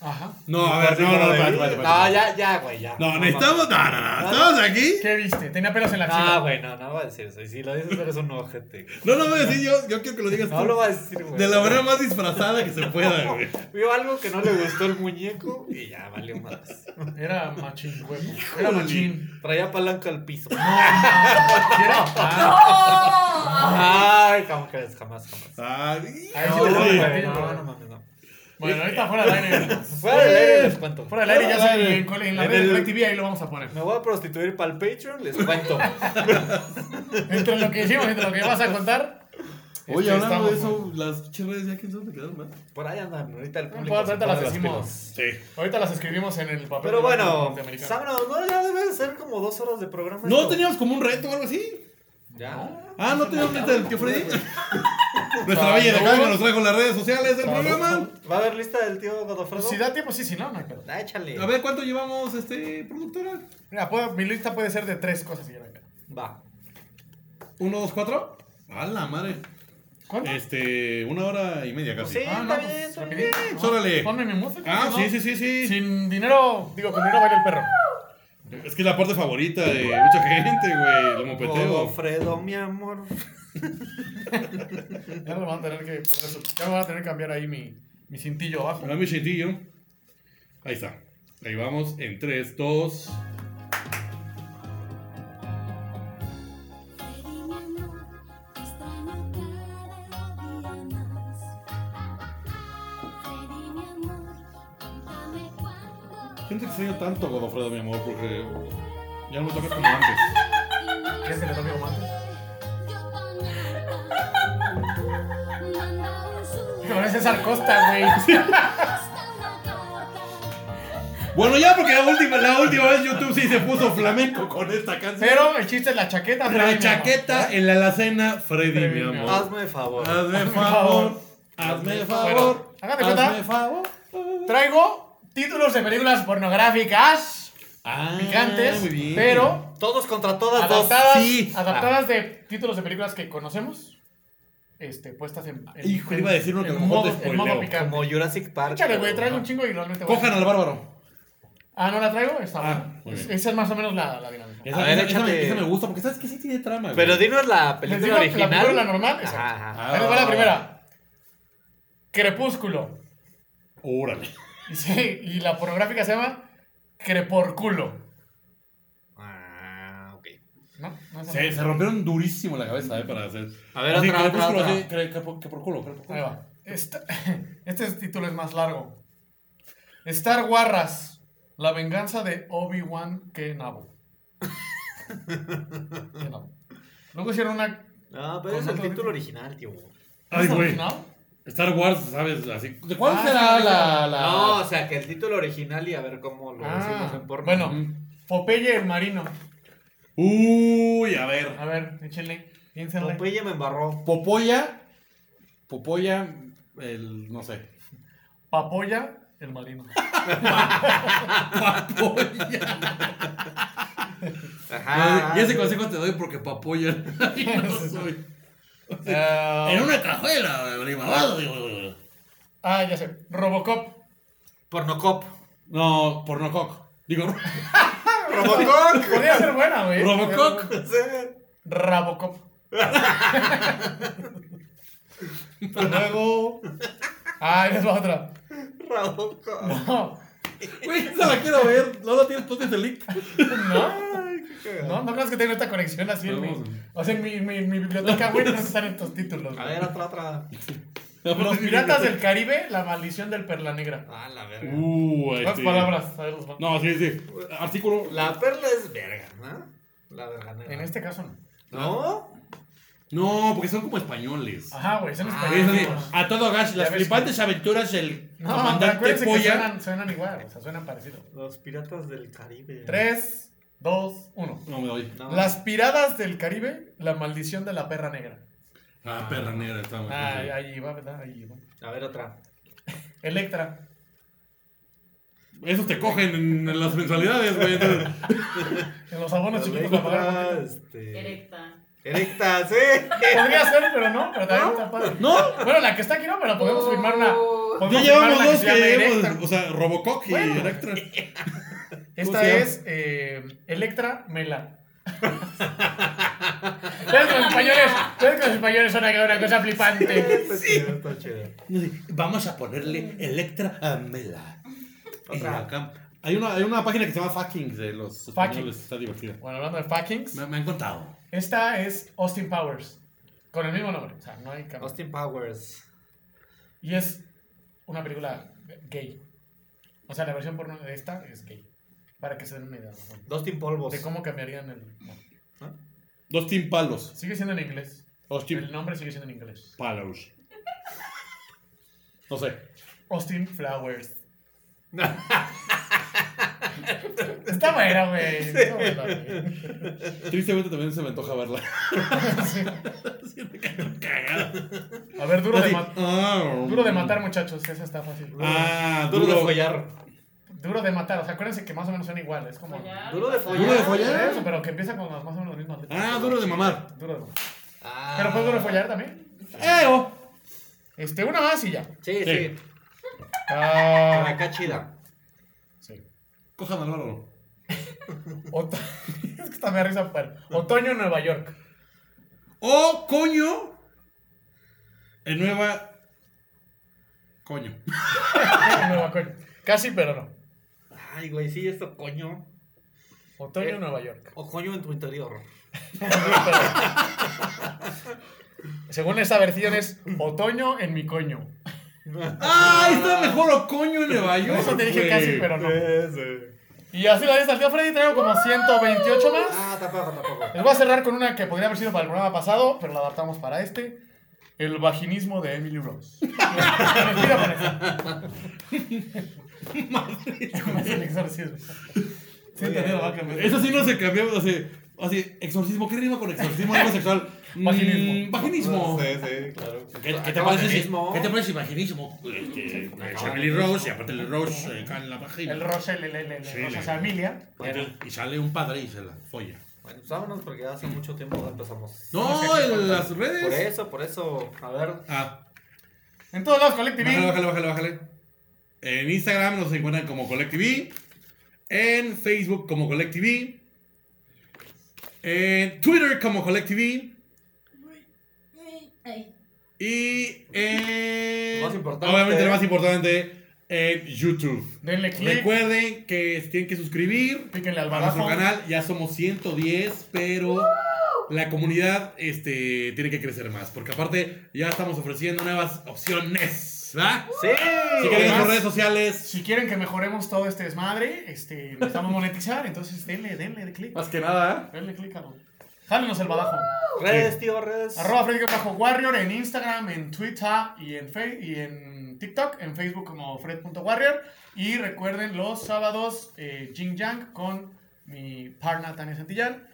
Speaker 4: Ajá.
Speaker 3: No, a ver, no, no, no, espérate, espérate, espérate.
Speaker 5: No, ya, ya, güey, ya.
Speaker 3: No, necesitamos. No, no, no. ¿Estamos aquí?
Speaker 4: ¿Qué viste? Tenía pelos en la axila.
Speaker 5: No, güey, no, no voy a decir eso. Y si lo dices, eres un ojete. güey.
Speaker 3: No lo voy a decir yo, yo quiero que lo digas
Speaker 5: No
Speaker 3: tú.
Speaker 5: lo voy a decir, güey.
Speaker 3: De la manera más disfrazada que se pueda, güey.
Speaker 5: Vio algo que no le gustó el muñeco y ya valió más.
Speaker 4: Era machín, güey. Era machín.
Speaker 5: Traía palanca al piso.
Speaker 4: Era-
Speaker 7: ¡Oh!
Speaker 5: Ay, jamás crees, jamás, jamás.
Speaker 3: Ay,
Speaker 4: Ay,
Speaker 5: no,
Speaker 4: sí, sí.
Speaker 5: güey, no, no mames, no.
Speaker 4: Bueno, ahorita fuera del aire.
Speaker 5: Fuera del aire les cuento.
Speaker 4: Fuera del aire ya
Speaker 3: Fuera del
Speaker 4: se
Speaker 3: aire.
Speaker 4: en, cole- en la
Speaker 5: En
Speaker 4: red de
Speaker 5: el-
Speaker 4: colectividad y lo vamos a poner.
Speaker 5: Me voy a prostituir para el Patreon, les cuento.
Speaker 4: Entre lo que hicimos, entre lo que vas a contar.
Speaker 3: Oye,
Speaker 4: este,
Speaker 3: hablando de
Speaker 4: estamos,
Speaker 3: eso,
Speaker 4: güey.
Speaker 3: las pinches redes ya que son te quedaron, ¿verdad?
Speaker 5: Por ahí andan, ahorita el
Speaker 4: No
Speaker 5: público.
Speaker 4: importa,
Speaker 5: se
Speaker 4: ahorita las
Speaker 5: pone
Speaker 4: decimos.
Speaker 5: pilas.
Speaker 3: Sí.
Speaker 4: Ahorita las escribimos en el papel.
Speaker 5: Pero
Speaker 4: de norte
Speaker 5: bueno,
Speaker 4: norteamericano.
Speaker 5: sábado, no, ya debe de ser como dos horas de programa.
Speaker 3: No
Speaker 5: esto.
Speaker 3: teníamos como un reto o algo así.
Speaker 5: Ya.
Speaker 3: Ah, no teníamos lista del tío Freddy. Nuestra bella de acá que nos trajo en las redes sociales del programa.
Speaker 5: ¿Va a haber lista del tío Godofredo?
Speaker 4: Pues si da tiempo, sí, si no, no hay pedo.
Speaker 5: Ah, échale.
Speaker 3: A ver, ¿cuánto llevamos, este, productora?
Speaker 4: Mira, puedo- mi lista puede ser de tres cosas si ya no hay pedo.
Speaker 5: Va.
Speaker 3: ¿Uno, dos, cuatro? A la madre.
Speaker 4: ¿Cuánto?
Speaker 3: Este, una hora y media
Speaker 5: Pues
Speaker 3: casi.
Speaker 5: sí,
Speaker 4: Ah,
Speaker 5: está
Speaker 4: no,
Speaker 5: bien,
Speaker 4: pues
Speaker 5: está
Speaker 4: rapidito.
Speaker 5: bien.
Speaker 4: No,
Speaker 3: Órale.
Speaker 4: Ponme mi música.
Speaker 3: Ah,
Speaker 4: ¿no?
Speaker 3: sí, sí, sí, sí.
Speaker 4: Sin dinero, digo, con dinero baila el perro.
Speaker 3: Es que es la parte favorita de mucha gente, güey. El mopeteo.
Speaker 5: Godofredo, mi amor.
Speaker 4: Ya me van a tener que poner su- ya me van a tener que cambiar ahí mi, mi cintillo abajo.
Speaker 3: Dame mi chitillo. Ahí está. Ahí vamos en 3, 2. Yo no te extraño tanto, Godofredo, mi amor, porque ya no me tocas como antes.
Speaker 4: ¿Quieres que este le toque como antes? Pero es César Costa, güey.
Speaker 3: Bueno, ya, porque la última, la última vez YouTube sí se puso flamenco con esta canción.
Speaker 4: Pero el chiste es la chaqueta. Freddy,
Speaker 3: La
Speaker 4: mi
Speaker 3: chaqueta en la alacena, Freddy, mi
Speaker 4: mi
Speaker 3: amor.
Speaker 5: Hazme favor.
Speaker 4: Ah.
Speaker 3: Hazme
Speaker 4: favor.
Speaker 3: favor. Hazme
Speaker 4: Bueno,
Speaker 3: favor.
Speaker 4: hágate cuenta.
Speaker 3: Hazme favor.
Speaker 4: amor. Traigo títulos de películas pornográficas
Speaker 3: Ah,
Speaker 4: picantes,
Speaker 3: muy bien.
Speaker 4: pero
Speaker 5: Todos contra todas, dos.
Speaker 4: adaptadas,
Speaker 3: sí. Ah.
Speaker 4: adaptadas de títulos de películas que conocemos. Este, puestas en. en-
Speaker 3: Hijo, iba a decir uno que
Speaker 4: en
Speaker 3: a lo mejor
Speaker 4: modo-
Speaker 3: te
Speaker 4: en modo
Speaker 3: spoileo.
Speaker 4: picante.
Speaker 5: Ah, Como Jurassic Park.
Speaker 4: Échale, güey,
Speaker 5: pero-
Speaker 4: traigo un chingo y normalmente voy.
Speaker 3: Cojan al bárbaro.
Speaker 4: Ah, ¿no la traigo? Está
Speaker 3: Ah,
Speaker 4: buena.
Speaker 3: muy bien.
Speaker 4: Esa es más o menos la, la dinámica.
Speaker 3: Esa,
Speaker 5: A ver,
Speaker 3: esa- esa me,
Speaker 5: échate.
Speaker 3: esa me gusta porque sabes que sí tiene trama. güey.
Speaker 5: Pero dinos la
Speaker 4: Les
Speaker 5: película
Speaker 4: digo la
Speaker 5: original.
Speaker 4: primera, la normal.
Speaker 5: Ajá,
Speaker 4: exacto.
Speaker 5: ajá.
Speaker 4: Ahí les va
Speaker 3: Ah.
Speaker 4: la primera. Crepúsculo.
Speaker 3: Órale.
Speaker 4: Y sí, y la pornográfica se llama Creporculo.
Speaker 5: Ah, ok.
Speaker 4: ¿No? ¿No es
Speaker 3: Se,
Speaker 4: esa?
Speaker 3: se rompieron durísimo la cabeza, ¿eh? Para hacer.
Speaker 5: A ver,
Speaker 3: Así,
Speaker 5: otra, otra,
Speaker 3: crepúsculo,
Speaker 5: otra.
Speaker 3: así, cre- crepo- que por culo, crepo-
Speaker 4: Ahí va. Esta- este título es más largo. Star Warras, la venganza de Obi-Wan Kenobi. Kenobi. Luego hicieron una...
Speaker 5: No, pero es
Speaker 4: Con
Speaker 5: el
Speaker 4: otro-
Speaker 5: título original, tío.
Speaker 3: Ay, güey.
Speaker 4: ¿No?
Speaker 3: Star Wars, ¿sabes? Así. ¿De cuál
Speaker 4: Ah,
Speaker 3: será
Speaker 4: sí,
Speaker 3: la, la-
Speaker 5: No, o sea, que el título original y a ver cómo lo
Speaker 4: Ah,
Speaker 5: decimos en porno.
Speaker 4: bueno, Popeye el marino.
Speaker 3: Uy, a ver.
Speaker 4: A ver, échenle, piénsenle.
Speaker 5: Popeye me embarró.
Speaker 3: Popoya. Popoya, el. No sé.
Speaker 4: Papoya el marino.
Speaker 3: Papoya.
Speaker 5: Ajá.
Speaker 3: Y ese consejo te doy porque papoya. no soy.
Speaker 4: Ah,
Speaker 3: En una cajuela, güey, mamado, digo.
Speaker 4: Ah, ya sé. Robocop.
Speaker 5: Pornocop.
Speaker 3: No, pornococ. Digo,
Speaker 5: Robococ.
Speaker 4: Podría ser buena, güey.
Speaker 3: Robococ.
Speaker 4: Rabocop. Hasta luego. Ah, ahí les va otra.
Speaker 5: Robococ.
Speaker 4: No,
Speaker 3: Güey, esa la quiero ver. No la tienes, tú tienes el link.
Speaker 4: no. No, no creas que tengo esta conexión así en mi, o sea, en mi, mi, mi biblioteca, güey, no están estos títulos.
Speaker 5: A
Speaker 4: güey.
Speaker 5: ver, otra, otra.
Speaker 4: Los piratas del Caribe, la maldición del Perla Negra.
Speaker 5: Ah, la verga.
Speaker 3: Uh,
Speaker 4: Las
Speaker 3: este-
Speaker 4: palabras, a ver, los va-
Speaker 3: No, sí, sí. Artículo.
Speaker 5: La perla es verga, ¿no? La verga negra.
Speaker 4: En este caso no.
Speaker 5: ¿No?
Speaker 3: No, porque son como españoles.
Speaker 4: Ajá, güey, son los
Speaker 5: Ah,
Speaker 3: Es
Speaker 4: países.
Speaker 3: de,
Speaker 4: güey.
Speaker 3: a todo gas,
Speaker 4: Ya ves
Speaker 3: las
Speaker 4: que-
Speaker 3: flipantes aventuras del
Speaker 4: No, pero
Speaker 3: comandante
Speaker 4: acuérdense que
Speaker 3: Polla.
Speaker 4: suenan, suenan igual, o sea, suenan parecido.
Speaker 5: Los piratas del Caribe.
Speaker 4: 3, 2, 1.
Speaker 3: No me doy.
Speaker 5: No.
Speaker 4: Las piradas del Caribe, la maldición de la perra negra.
Speaker 3: Ah, perra negra, está muy
Speaker 4: Ah,
Speaker 3: fácil.
Speaker 4: ahí va, ¿verdad? Ahí va.
Speaker 5: A ver, otra.
Speaker 4: Electra.
Speaker 3: Esos te cogen en, en las mensualidades, güey. entonces.
Speaker 4: En los abonos chiquitos para pagar.
Speaker 5: Electra, este...
Speaker 7: Erecta.
Speaker 5: Erecta, sí.
Speaker 4: Podría ser, pero no, pero también está padre.
Speaker 3: No, Oh.
Speaker 4: Bueno, la que está aquí no, pero podemos firmar una,
Speaker 3: Ya
Speaker 4: Podemos
Speaker 3: llevamos
Speaker 4: firmar la
Speaker 3: dos que
Speaker 4: se llama
Speaker 3: hemos.
Speaker 4: Electra.
Speaker 3: O sea, Robocop y
Speaker 4: Bueno.
Speaker 3: Electra.
Speaker 4: Esta
Speaker 3: sea.
Speaker 4: es eh, Electra Mela. ¿Ves que los españoles, ves que los españoles son acá una cosa flipante?
Speaker 3: Vamos a ponerle Electra a Mela. Hay una, hay una página que se llama Fucking de los españoles. Está divertida.
Speaker 4: Bueno, hablando de fuckings,
Speaker 3: Me, me han contado.
Speaker 4: esta es Austin Powers. Con el mismo nombre. O sea, no hay cambio.
Speaker 5: Austin Powers.
Speaker 4: Y es una película gay. O sea, la versión porno de esta es gay. Para que se den una idea. ¿no?
Speaker 5: Dustin Polvos.
Speaker 4: De cómo cambiarían el. no.
Speaker 3: Dos Team Palos.
Speaker 4: Sigue siendo en inglés.
Speaker 3: Austin
Speaker 4: El nombre sigue siendo en inglés.
Speaker 3: Palos. No sé.
Speaker 4: Austin Flowers. Está buena, güey. Está buena, güey.
Speaker 3: Tristemente también se me antoja verla. Cagada.
Speaker 4: A ver, duro de,
Speaker 3: Así,
Speaker 4: ma-
Speaker 3: ah,
Speaker 4: duro de matar, muchachos. Esa está fácil.
Speaker 3: Ah,
Speaker 5: Duro de follar.
Speaker 4: Duro de matar. O sea, acuérdense que más o menos son iguales. Es como.
Speaker 5: Duro de follar.
Speaker 3: ¿Duro de follar?
Speaker 4: Por eso, pero que empieza con las más o menos las mismas letras.
Speaker 3: Ah, duro de mamar. Eh,
Speaker 4: Duro de matar.
Speaker 5: Ah.
Speaker 4: Pero fue duro de follar también.
Speaker 3: ¡Eo!
Speaker 4: Este, una más y ya.
Speaker 5: Sí,
Speaker 3: Sí.
Speaker 5: sí. Con
Speaker 4: Ah,
Speaker 5: acá chida.
Speaker 4: sí.
Speaker 3: Cojan al bárbaro.
Speaker 4: Oto- es que está me da risa. bueno. Otoño en Nueva York.
Speaker 3: ¡Oh, coño! En Nueva. Coño.
Speaker 4: En Nueva York. Casi, pero no.
Speaker 5: Ay, güey, sí, esto coño.
Speaker 4: Otoño en
Speaker 5: Eh.
Speaker 4: Nueva York.
Speaker 5: O coño en tu interior.
Speaker 4: Según esta versión es otoño en mi coño.
Speaker 3: ¡Ah! Está mejor o coño en Nueva
Speaker 4: Por
Speaker 3: York.
Speaker 4: eso te dije
Speaker 3: güey.
Speaker 4: casi, pero no. Y así la lista al tío Freddy. Traigo como 128 más.
Speaker 5: Ah, tampoco, tampoco.
Speaker 4: Les voy a cerrar con una que podría haber sido para el programa pasado, pero la adaptamos para este. El vaginismo de Emily Rose. Me pido con eso. Como es el exorcismo. Sí, entendido, va a cambiar.
Speaker 3: Eso sí no se cambió. Así, así exorcismo. ¿Qué rima con exorcismo? Algo sexual. Mm,
Speaker 4: Vaginismo.
Speaker 3: vaginismo.
Speaker 9: Sí, sí, claro.
Speaker 3: ¿Qué, qué te
Speaker 5: Acaba
Speaker 3: parece?
Speaker 5: de
Speaker 3: si-
Speaker 5: mismo.
Speaker 3: ¿Qué te parece vaginismo? Este, Emily Rose, y aparte el Rose eh, acá en la vagina.
Speaker 4: El Rosa, el, el, el, el
Speaker 3: Sí,
Speaker 4: Rosa
Speaker 3: le-
Speaker 4: Familia.
Speaker 5: Bueno,
Speaker 3: Y sale un padre y se la folla.
Speaker 5: bueno, pues vámonos porque hace mucho tiempo no empezamos.
Speaker 3: No, en las redes.
Speaker 5: Por eso, por eso. A ver.
Speaker 3: Ah,
Speaker 4: En todos lados,
Speaker 3: bájale,
Speaker 4: Collective.
Speaker 3: bájale, bájale, bájale. En Instagram nos encuentran como Collective. En Facebook como Collective. En Twitter como Collective.
Speaker 7: Ahí.
Speaker 3: Y en.
Speaker 5: Lo más importante.
Speaker 3: Obviamente, lo más importante. En YouTube.
Speaker 4: Denle click,
Speaker 3: Recuerden que tienen que suscribir
Speaker 4: píquenle al
Speaker 3: a nuestro
Speaker 4: balazo.
Speaker 3: canal. Ya somos 110, pero la comunidad este, tiene que crecer más. Porque aparte, ya estamos ofreciendo nuevas opciones. ¿Verdad?
Speaker 5: Sí.
Speaker 3: Si quieren
Speaker 4: Además-
Speaker 3: nuestras redes sociales.
Speaker 4: Si quieren que mejoremos todo este desmadre, este, necesitamos monetizar, entonces denle, denle click.
Speaker 3: Más que nada.
Speaker 4: Denle click, cabrón. Jálenos el badajo.
Speaker 5: Redes, tío, redes.
Speaker 4: Arroba Freddy bajo Warrior en Instagram, en Twitter y en, Fe- y en TikTok, en Facebook como Fred.Warrior. Y recuerden los sábados eh, Jing Yang con mi partner Tania Santillán.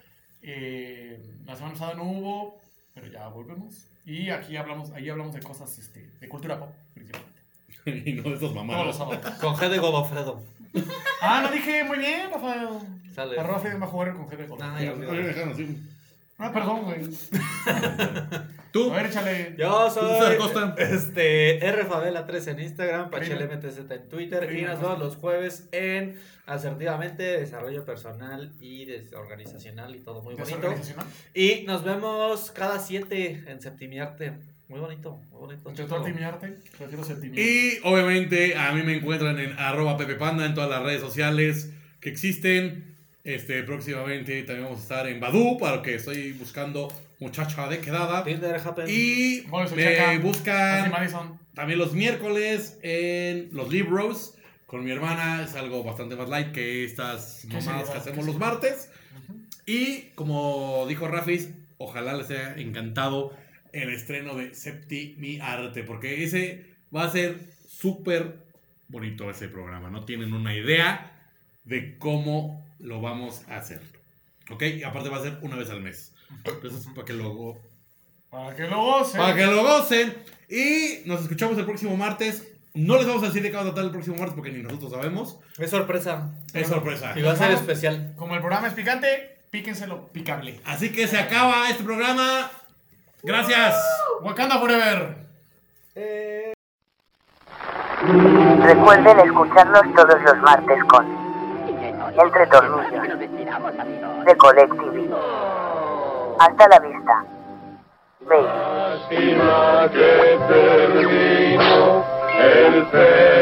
Speaker 4: Eh, la semana pasada no hubo, pero ya volvemos. Y aquí hablamos, ahí hablamos de cosas este, de cultura pop, principalmente.
Speaker 3: y no estos
Speaker 4: Todos los
Speaker 3: mamados.
Speaker 4: sábados.
Speaker 5: Con G de Godofredo.
Speaker 4: Ah, lo dije muy bien, Rafael.
Speaker 5: Sale.
Speaker 4: Arroba Freddy bajo Warrior con GB.
Speaker 5: Nah, Ah, ya olvidé.
Speaker 3: Tú,
Speaker 4: Ah, perdón, güey. A ver, échale.
Speaker 5: Yo
Speaker 3: César
Speaker 5: soy
Speaker 3: Costa.
Speaker 5: este, RFabela3 en Instagram,
Speaker 4: Mira.
Speaker 5: PachelMTZ en Twitter y
Speaker 4: Mira,
Speaker 5: nos vemos los jueves en Asertivamente, Desarrollo Personal y des- Organizacional y todo muy bonito.
Speaker 4: Desorganización, ¿no?
Speaker 5: Y nos vemos cada 7 en Septimiarte. Muy bonito, muy bonito.
Speaker 4: Entre tu arte y mi arte, prefiero ser tímido.
Speaker 3: Y obviamente a mí me encuentran en arroba pepepanda en todas las redes sociales que existen. Este, próximamente también vamos a estar en Badu para que estoy buscando muchacha de quedada.
Speaker 5: Tinder, Happen.
Speaker 3: Y
Speaker 4: Boris Ochaca.
Speaker 3: me
Speaker 5: em,
Speaker 4: Así,
Speaker 3: buscan
Speaker 4: Madison.
Speaker 3: también los miércoles en los libros con mi hermana. Es algo bastante más light que estas
Speaker 4: ¿Qué
Speaker 3: mamadas
Speaker 4: se lleva?
Speaker 3: que
Speaker 4: ¿Qué
Speaker 3: hacemos
Speaker 4: se
Speaker 3: los
Speaker 4: lleva?
Speaker 3: martes. Y como dijo Rafis, ojalá les haya encantado el estreno de Septi Mi Arte, porque ese va a ser súper bonito ese programa. No tienen una idea de cómo lo vamos a hacer. ¿Ok? Y aparte va a ser una vez al mes. Entonces, para que lo
Speaker 4: Para que lo gocen.
Speaker 3: para que lo gocen. Y nos escuchamos el próximo martes. No les vamos a decir de qué va a tratar el próximo martes porque ni nosotros sabemos.
Speaker 5: Es sorpresa.
Speaker 3: Es sorpresa.
Speaker 5: Y va a ser especial.
Speaker 4: Como el programa es picante, píquenselo picable.
Speaker 3: Así que se acaba este programa. Gracias.
Speaker 4: Wakanda Forever.
Speaker 1: Recuerden escucharnos todos los martes con Entre Tornillos de Colectivi. Hasta la vista. Baby.
Speaker 13: Lástima que terminó el ser.